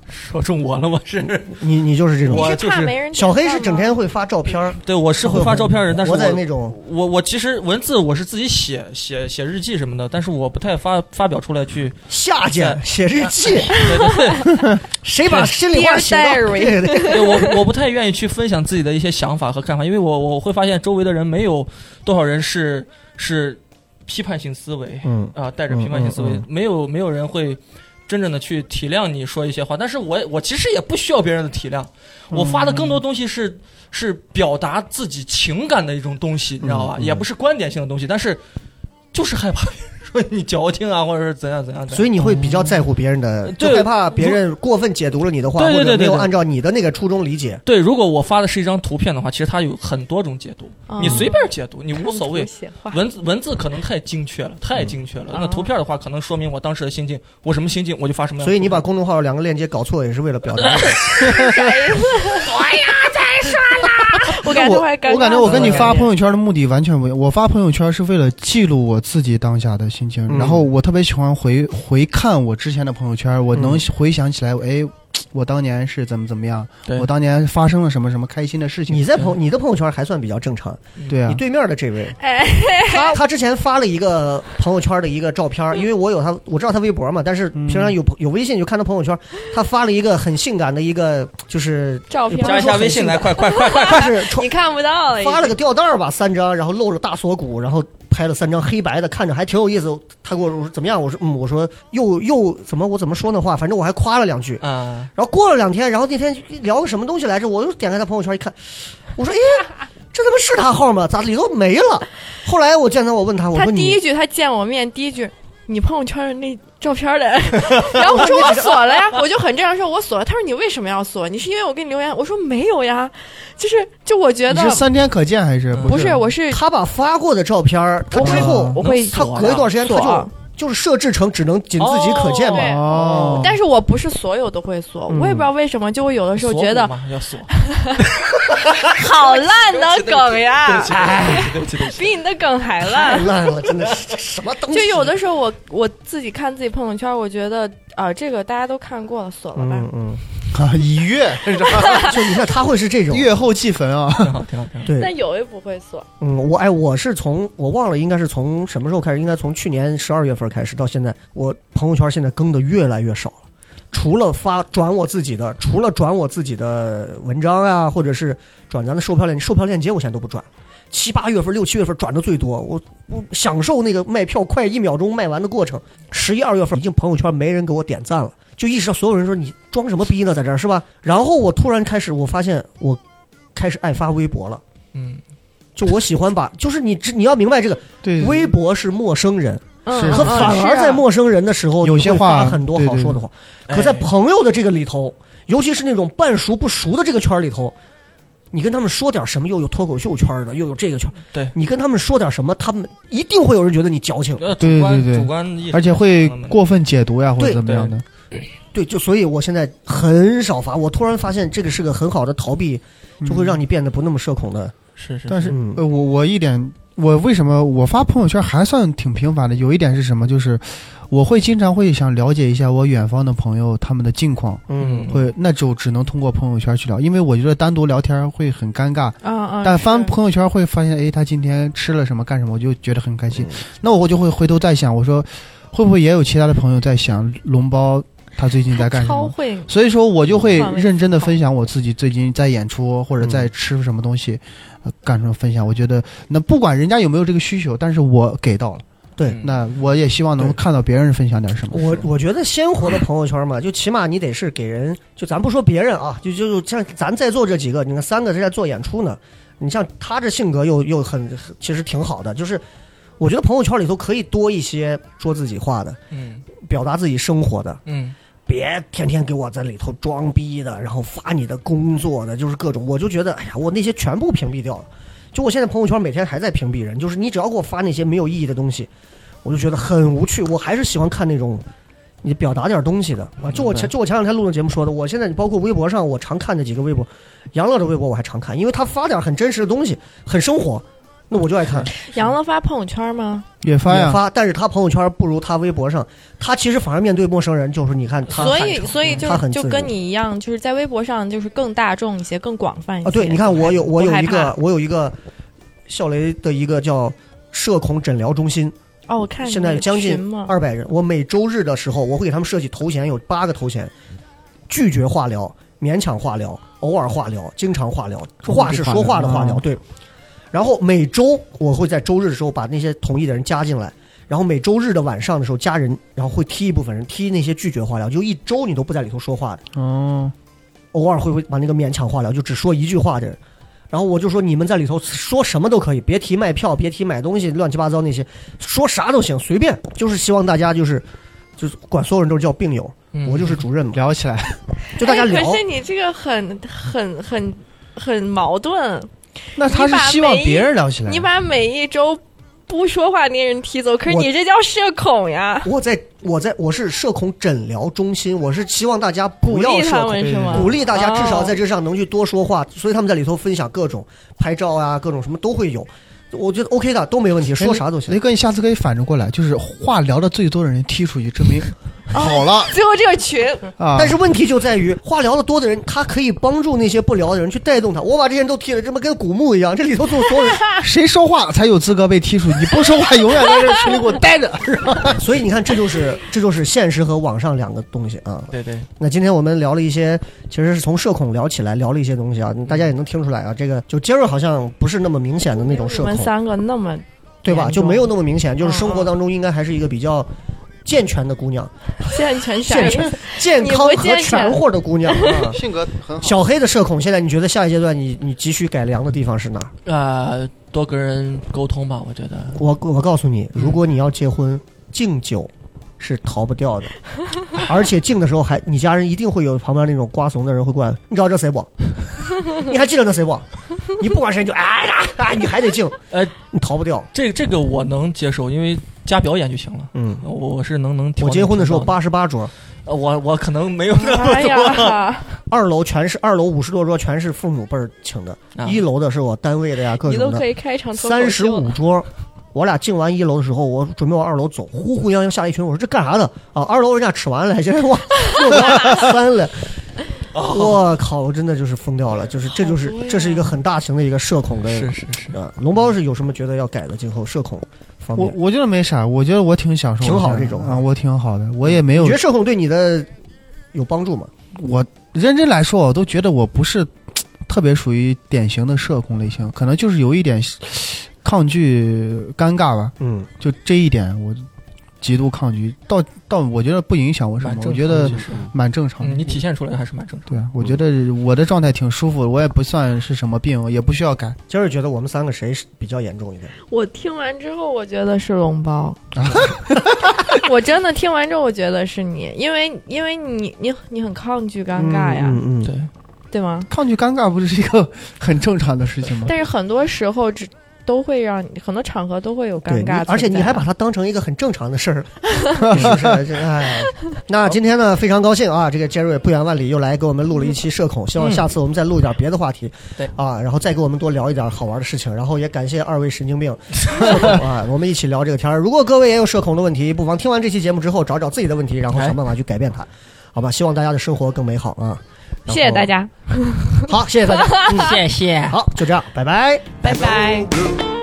Speaker 5: 说中我了，我是
Speaker 3: 你你就是这种。
Speaker 5: 我
Speaker 6: 你
Speaker 5: 就是
Speaker 6: 怕没人点
Speaker 3: 小黑
Speaker 6: 赞
Speaker 3: 是
Speaker 6: 吗
Speaker 3: 整天会发照片儿，
Speaker 5: 对我是会发照片的人，但是
Speaker 3: 我在
Speaker 5: 我
Speaker 3: 那种
Speaker 5: 我我其实文字我是自己写写写日记什么的，但是我不太发发表出来去。
Speaker 3: 下贱写日 记，
Speaker 5: 对对对，
Speaker 3: 谁把心里话写到？
Speaker 6: Dear diary
Speaker 3: 对 对对
Speaker 5: 对我我不太愿意去分享自己的一些想法和看法，因为我我会发现周围的人没有多少人是是批判性思维，
Speaker 3: 嗯
Speaker 5: 啊，带着批判性思维，
Speaker 3: 嗯嗯嗯
Speaker 5: 没有没有人会真正的去体谅你说一些话。但是我我其实也不需要别人的体谅，我发的
Speaker 3: 嗯
Speaker 5: 更多东西是、是表达自己情感的一种东西，你知道吧？
Speaker 3: 嗯嗯
Speaker 5: 也不是观点性的东西，但是就是害怕别人说你矫情啊，或者是怎样怎样怎样。
Speaker 3: 所以你会比较在乎别人的，就
Speaker 5: 对
Speaker 3: 害怕别人过分解读了你的话，
Speaker 5: 对对
Speaker 3: 或
Speaker 5: 对
Speaker 3: 者没有
Speaker 5: 对对
Speaker 3: 按照你的那个初衷理解。
Speaker 5: 对，如果我发的是一张图片的话，其实它有很多种解读，
Speaker 6: 哦
Speaker 5: 你随便解读，你无所谓。
Speaker 6: 写话
Speaker 5: 文字文字可能太精确了，太精确了。
Speaker 6: 嗯
Speaker 5: 那图片的话，可能说明我当时的心境，我什么心境，我就发什么样的图片。
Speaker 3: 所以你把公众号两个链接搞错，也是为了表 达。
Speaker 6: 我感觉
Speaker 4: 我
Speaker 6: 都还尴尬
Speaker 4: 我感觉我跟你发朋
Speaker 6: 友
Speaker 4: 友圈的目的完全不一样。我发朋友圈是为了记录我自己当下的心情，
Speaker 3: 嗯
Speaker 4: 然后我特别喜欢回回看我之前的朋友圈，我能
Speaker 3: 嗯
Speaker 4: 回想起来，哎，我当年是怎么怎么样，
Speaker 5: 对
Speaker 4: 我当年发生了什么什么开心的事
Speaker 3: 你
Speaker 4: 情。
Speaker 3: 在朋你的朋友圈还算比较正常，
Speaker 4: 对啊
Speaker 3: 你，对面的这位，
Speaker 6: 哎
Speaker 3: 他他之前发了一个朋友圈的一个照片，
Speaker 6: 嗯
Speaker 3: 因为我有他，我知道他微博嘛，但是
Speaker 4: 嗯
Speaker 3: 平常有有微信就看他朋友圈，他发了一个很性感的一个，就是
Speaker 6: 照片
Speaker 3: 也不
Speaker 5: 加
Speaker 3: 能
Speaker 5: 一
Speaker 3: 说
Speaker 5: 下
Speaker 3: 很
Speaker 5: 微信
Speaker 3: 性
Speaker 5: 来，
Speaker 3: 感
Speaker 5: 快快快快！
Speaker 3: 但是穿
Speaker 6: 你看不到了已经，
Speaker 3: 发了个吊带儿吧，三张，然后露着大锁骨，然后拍了三张黑白的，看着还挺有意思。他跟我说怎么样？我说嗯，我说又又怎么我怎么说那话，反正我还夸了两句。
Speaker 5: 啊，
Speaker 3: 然后过了两天，然后那天聊个什么东西来着，我又点开他朋友圈一看，我说哎，这他妈是他号吗？咋里头没了？后来我见他，我问他，我
Speaker 6: 他
Speaker 3: 说
Speaker 6: 第
Speaker 3: 你
Speaker 6: 一句他见我面第一句。你朋友圈的 那照片儿嘞，然后我说我锁了呀，我就很正常说我锁了。他说你为什么要锁？你是因为我给你留言？我说没有呀，就是就我觉
Speaker 4: 你
Speaker 6: 得
Speaker 4: 是三天可见还是
Speaker 5: 嗯
Speaker 6: 不
Speaker 4: 是？
Speaker 6: 是，我是
Speaker 3: 他把发过的照片儿，他之后
Speaker 6: 我会
Speaker 5: 能
Speaker 3: 他
Speaker 5: 锁
Speaker 3: 隔一
Speaker 5: 呀
Speaker 3: 段时间他
Speaker 6: 锁
Speaker 3: 就就是设置成只能仅自己可见嘛。
Speaker 6: 对
Speaker 3: 嗯
Speaker 4: 哦，
Speaker 6: 但是我不是所有都会锁，我也不知道为什么，就我有的时候
Speaker 5: 嗯锁
Speaker 6: 觉
Speaker 5: 骨
Speaker 6: 得
Speaker 5: 嘛要锁，
Speaker 6: 好烂的梗
Speaker 5: 对
Speaker 6: 呀
Speaker 5: 不，起，对不起，对不起，
Speaker 6: 比你的梗还
Speaker 3: 太
Speaker 6: 烂。
Speaker 3: 烂了，真的是这什么东西？
Speaker 6: 就有的时候我我自己看自己朋友圈，我觉得啊、这个大家都看过了，锁了吧。
Speaker 3: 嗯嗯，
Speaker 4: 啊，一月
Speaker 3: 就你看他会是这种，
Speaker 4: 月后祭坟啊，
Speaker 5: 挺好，挺好，挺好。
Speaker 6: 但
Speaker 3: 对，
Speaker 6: 有也不会锁，
Speaker 3: 嗯，我哎，我是从我忘了，应该是从什么时候开始？应该从去年十二月份开始到现在，我朋友圈现在更的越来越少了。除了发转我自己的，除了转我自己的文章啊，或者是转咱的售票链售票链接，我现在都不转。七八月份、六七月份转的最多，我我享受那个卖票快一秒钟卖完的过程。十一二月份已经朋友圈没人给我点赞了，就意识到所有人说你装什么逼呢，在这儿是吧？然后我突然开始，我发现我开始爱发微博了。
Speaker 5: 嗯，
Speaker 3: 就我喜欢把，就是你知你要明白这个，
Speaker 4: 对，
Speaker 3: 微博是陌生人，
Speaker 6: 嗯，
Speaker 4: 是啊
Speaker 3: 和
Speaker 6: 嗯
Speaker 3: 反而在陌生人的时候，
Speaker 4: 有些
Speaker 3: 你会
Speaker 4: 话
Speaker 3: 发很多好说的话，
Speaker 4: 哎
Speaker 3: 可
Speaker 5: 哎
Speaker 3: 在朋友的这个里头，尤其是那种半熟不熟的这个圈儿里头，你跟他们说点什么，又有脱口秀圈儿的，又有这个圈儿，
Speaker 5: 对
Speaker 3: 你跟他们说点什么，他们一定会有人觉得你矫情。
Speaker 5: 呃主
Speaker 4: 对
Speaker 5: 观
Speaker 4: 对对
Speaker 5: 主观意识
Speaker 4: 而且会过分解读呀，或者
Speaker 3: 对
Speaker 4: 怎么样的。
Speaker 3: 对，就所以我现在很少发，我突然发现这个是个很好的逃避，
Speaker 4: 嗯
Speaker 3: 就会让你变得不那么社恐的。
Speaker 5: 是是，
Speaker 4: 但是，
Speaker 3: 嗯
Speaker 4: 呃，我我一点，我为什么我发朋友圈还算挺频繁的？有一点是什么？就是我会经常会想了解一下我远方的朋友他们的近况，
Speaker 3: 嗯
Speaker 5: 嗯
Speaker 4: 会那就只能通过朋友圈去聊，因为我觉得单独聊天会很尴尬。
Speaker 6: 嗯嗯，
Speaker 4: 但翻
Speaker 6: 是
Speaker 4: 朋友圈会发现，哎，他今天吃了什么，干什么，我就觉得很开心。那我就会回头再想，我说会不会也有其他的朋友在想龙包他最近在干什
Speaker 6: 超
Speaker 4: 么？
Speaker 6: 会
Speaker 4: 所以说我就会认真的分享我自己最近在演出或者在吃什么东西，呃干什么分享。我觉得那不管人家有没有这个需求，但是我给到了，
Speaker 3: 对，
Speaker 5: 嗯
Speaker 4: 那我也希望能
Speaker 3: 对
Speaker 4: 看到别人分享点什么。
Speaker 3: 我我觉得鲜活的朋友圈嘛，就起码你得是给人，就咱不说别人啊，就就就像咱在座这几个，你看三个是在做演出呢，你像他这性格又又很其实挺好的，就是我觉得朋友圈里头可以多一些说自己话的，
Speaker 5: 嗯
Speaker 3: 表达自己生活的，
Speaker 5: 嗯
Speaker 3: 别天天给我在里头装逼的，然后发你的工作的，就是各种，我就觉得，哎呀，我那些全部屏蔽掉了。就我现在朋友圈每天还在屏蔽人，就是你只要给我发那些没有意义的东西，我就觉得很无趣。我还是喜欢看那种你表达点东西的啊。
Speaker 4: 嗯
Speaker 3: 就我前就我前两天录的节目说的，我现在包括微博上我常看的几个微博，杨乐的微博我还常看，因为他发点很真实的东西，很生活，那我就爱看。
Speaker 6: 杨乐发朋友圈吗？
Speaker 4: 也发
Speaker 3: 也
Speaker 4: 呀，
Speaker 3: 发，但是他朋友圈不如他微博上，他其实反而面对陌生人，就是你看他
Speaker 6: 所
Speaker 3: 坦
Speaker 6: 以
Speaker 3: 诚
Speaker 6: 所以
Speaker 3: 他
Speaker 6: 就
Speaker 3: 很
Speaker 6: 就
Speaker 3: 自
Speaker 6: 跟
Speaker 3: 如
Speaker 6: 你一样，就是在微博上就是更大众一些，更广泛一些。
Speaker 3: 啊，对，你看
Speaker 6: 不
Speaker 3: 我
Speaker 6: 害
Speaker 3: 有我有
Speaker 6: 不害
Speaker 3: 一个
Speaker 6: 怕
Speaker 3: 我有一个笑雷的一个叫社恐诊疗中心，
Speaker 6: 哦，我看
Speaker 3: 现在有将近
Speaker 6: 二
Speaker 3: 二百人。我每周日的时候，我会给他们设计头衔，有八个头衔：拒绝化疗、勉强化疗、偶尔化疗、经常化疗。
Speaker 4: 重
Speaker 3: 话
Speaker 4: 度
Speaker 3: 是
Speaker 4: 化
Speaker 3: 说
Speaker 4: 疗
Speaker 3: 话的化疗，
Speaker 4: 啊
Speaker 3: 对。然后每周我会在周日的时候把那些同意的人加进来，然后每周日的晚上的时候加人，然后会踢一部分人，踢那些拒绝化疗，就一周你都不在里头说话的。
Speaker 4: 哦，
Speaker 3: 偶尔会会把那个勉强化疗，就只说一句话的人。然后我就说你们在里头说什么都可以，别提卖票，别提买东西，乱七八糟那些，说啥都行，随便。就是希望大家就是就是管所有人都叫病友，
Speaker 5: 嗯，
Speaker 3: 我就是主任嘛，
Speaker 4: 聊 起来，
Speaker 3: 就大家
Speaker 6: 哎
Speaker 3: 聊
Speaker 6: 可。是你这个很很很很矛盾，
Speaker 4: 那他是希望别人聊起来。
Speaker 6: 你把每一周不说话那些人踢走，可是
Speaker 3: 我
Speaker 6: 你这叫社恐呀，
Speaker 3: 我在我在我是社恐诊疗中心，我是希望大家
Speaker 6: 鼓
Speaker 3: 不要
Speaker 6: 励
Speaker 3: 社
Speaker 6: 他
Speaker 3: 恐，
Speaker 6: 们是吗？哦
Speaker 3: 鼓励大家至少在这上能去多说话，所以他们在里头分享各种拍照啊，各种什么都会有，我觉得 OK 的都没问题，说啥都
Speaker 4: 雷
Speaker 3: 行。
Speaker 4: 哥，你下次可以反着过来，就是话聊的最多的人踢出去，证 明好了
Speaker 6: 最后这个群，
Speaker 4: 啊。
Speaker 3: 但是问题就在于，话聊得多的人，他可以帮助那些不聊的人去带动他。我把这些人都踢了，这么跟古墓一样，这里头坐所有 人。
Speaker 4: 谁说话才有资格被踢出？你不说话，永远在这群里给我待 着。是吧。
Speaker 3: 所以你看，这就是这就是现实和网上两个东西啊。
Speaker 5: 对对，
Speaker 3: 那今天我们聊了一些，其实是从社恐聊起来，聊了一些东西啊，大家也能听出来啊。这个就尖锐好像不是那么明显的那种社
Speaker 6: 我们
Speaker 3: 恐，
Speaker 6: 三个那么
Speaker 3: 对吧？
Speaker 6: 严
Speaker 3: 就
Speaker 6: 重
Speaker 3: 没有那么明显，就是生活
Speaker 6: 嗯嗯
Speaker 3: 当中应该还是一个比较健全的姑娘，
Speaker 6: 健全啥
Speaker 3: 健
Speaker 6: 呀？
Speaker 3: 全、健
Speaker 6: 你不
Speaker 3: 康和
Speaker 6: 健全
Speaker 3: 全乎的姑娘啊
Speaker 4: 性格很
Speaker 3: 小黑的社恐，现在你觉得下一阶段你你急需改良的地方是哪儿？
Speaker 5: 呃，多跟人沟通吧，我觉得
Speaker 3: 我我告诉你，如果你要结婚，敬酒是逃不掉的，而且敬的时候还你家人一定会有旁边那种瓜怂的人会过来，你知道这谁不？你还记得那谁不？你不管谁你就哎呀哎，你还得敬，
Speaker 5: 哎，
Speaker 3: 你逃不掉。
Speaker 5: 这这个我能接受，因为加表演就行了。
Speaker 3: 嗯，
Speaker 5: 我是能能调
Speaker 3: 我
Speaker 5: 整
Speaker 3: 结婚的时候
Speaker 5: 频道
Speaker 3: 八十八桌，
Speaker 5: 的，呃我我可能没有那么
Speaker 6: 哎呀，
Speaker 3: 二楼全是二楼五十多桌全是父母辈儿请的，
Speaker 5: 啊
Speaker 3: 一楼的是我单位的呀，各
Speaker 7: 你都
Speaker 3: 种的
Speaker 7: 可。以开一场脱口秀
Speaker 3: 三十五桌，我俩进完一楼的时候，我准备往二楼走，呼呼泱泱下来一群，我说这干啥的啊？二楼人家吃完了，现在 往又往三 了。我靠！我真的就是疯掉了，就是这就是这是一个很大型的一个社恐的。
Speaker 5: 是是是，
Speaker 3: 啊，龙包是有什么觉得要改的？今后社恐方
Speaker 4: 我
Speaker 3: 面，
Speaker 4: 我觉得没啥，我觉得我挺享受的，
Speaker 3: 挺好这种
Speaker 4: 啊，我挺好的，我也没有
Speaker 3: 你觉得社恐对你的有帮助吗？
Speaker 4: 我认真来说，我都觉得我不是特别属于典型的社恐类型，可能就是有一点抗拒尴尬吧，
Speaker 3: 嗯，
Speaker 4: 就这一点我极度抗拒。到到，我觉得不影响我什
Speaker 5: 蛮
Speaker 4: 么，
Speaker 5: 正
Speaker 4: 我
Speaker 5: 常
Speaker 4: 觉
Speaker 5: 的
Speaker 4: 得
Speaker 5: 其实
Speaker 4: 蛮正常的。
Speaker 5: 嗯你体现嗯出来还是蛮正常的。
Speaker 4: 对啊，我觉得我的状态挺舒服，我也不算是什么病，也不需要改。
Speaker 3: 今儿觉得我们三个谁是比较严重一点？
Speaker 6: 我听完之后，我觉得是 龙包。我真的听完之后，我觉得是你，因为因为你你你很抗拒尴尬呀，
Speaker 3: 嗯
Speaker 5: 对，
Speaker 6: 对吗？
Speaker 4: 抗拒尴尬不是一个 很正常的事情吗？
Speaker 6: 但是很多时候只都会让你很多场合都会有尴
Speaker 3: 对，你
Speaker 6: 尬存在，
Speaker 3: 而且你还把它当成一个很正常的事儿， 是不是？这哎，那今天呢，非常高兴啊，这个杰瑞不远万里又来给我们录了一期社恐，希望
Speaker 5: 嗯
Speaker 3: 下次我们再录一点别的话题，
Speaker 5: 对
Speaker 3: 啊，然后再给我们多聊一点好玩的事情，然后也感谢二位神经 病社恐啊，我们一起聊这个天儿。如果各位也有社恐的问题，不妨听完这期节目之后找找自己的问题，
Speaker 6: 哎
Speaker 3: 然后想办法去改变它，好吧？希望大家的生活更美好啊！然后
Speaker 6: 谢谢大，家，
Speaker 3: 好，谢谢大家，嗯
Speaker 5: 谢谢。
Speaker 3: 好，就这样，拜拜。
Speaker 6: 拜拜。
Speaker 2: blue.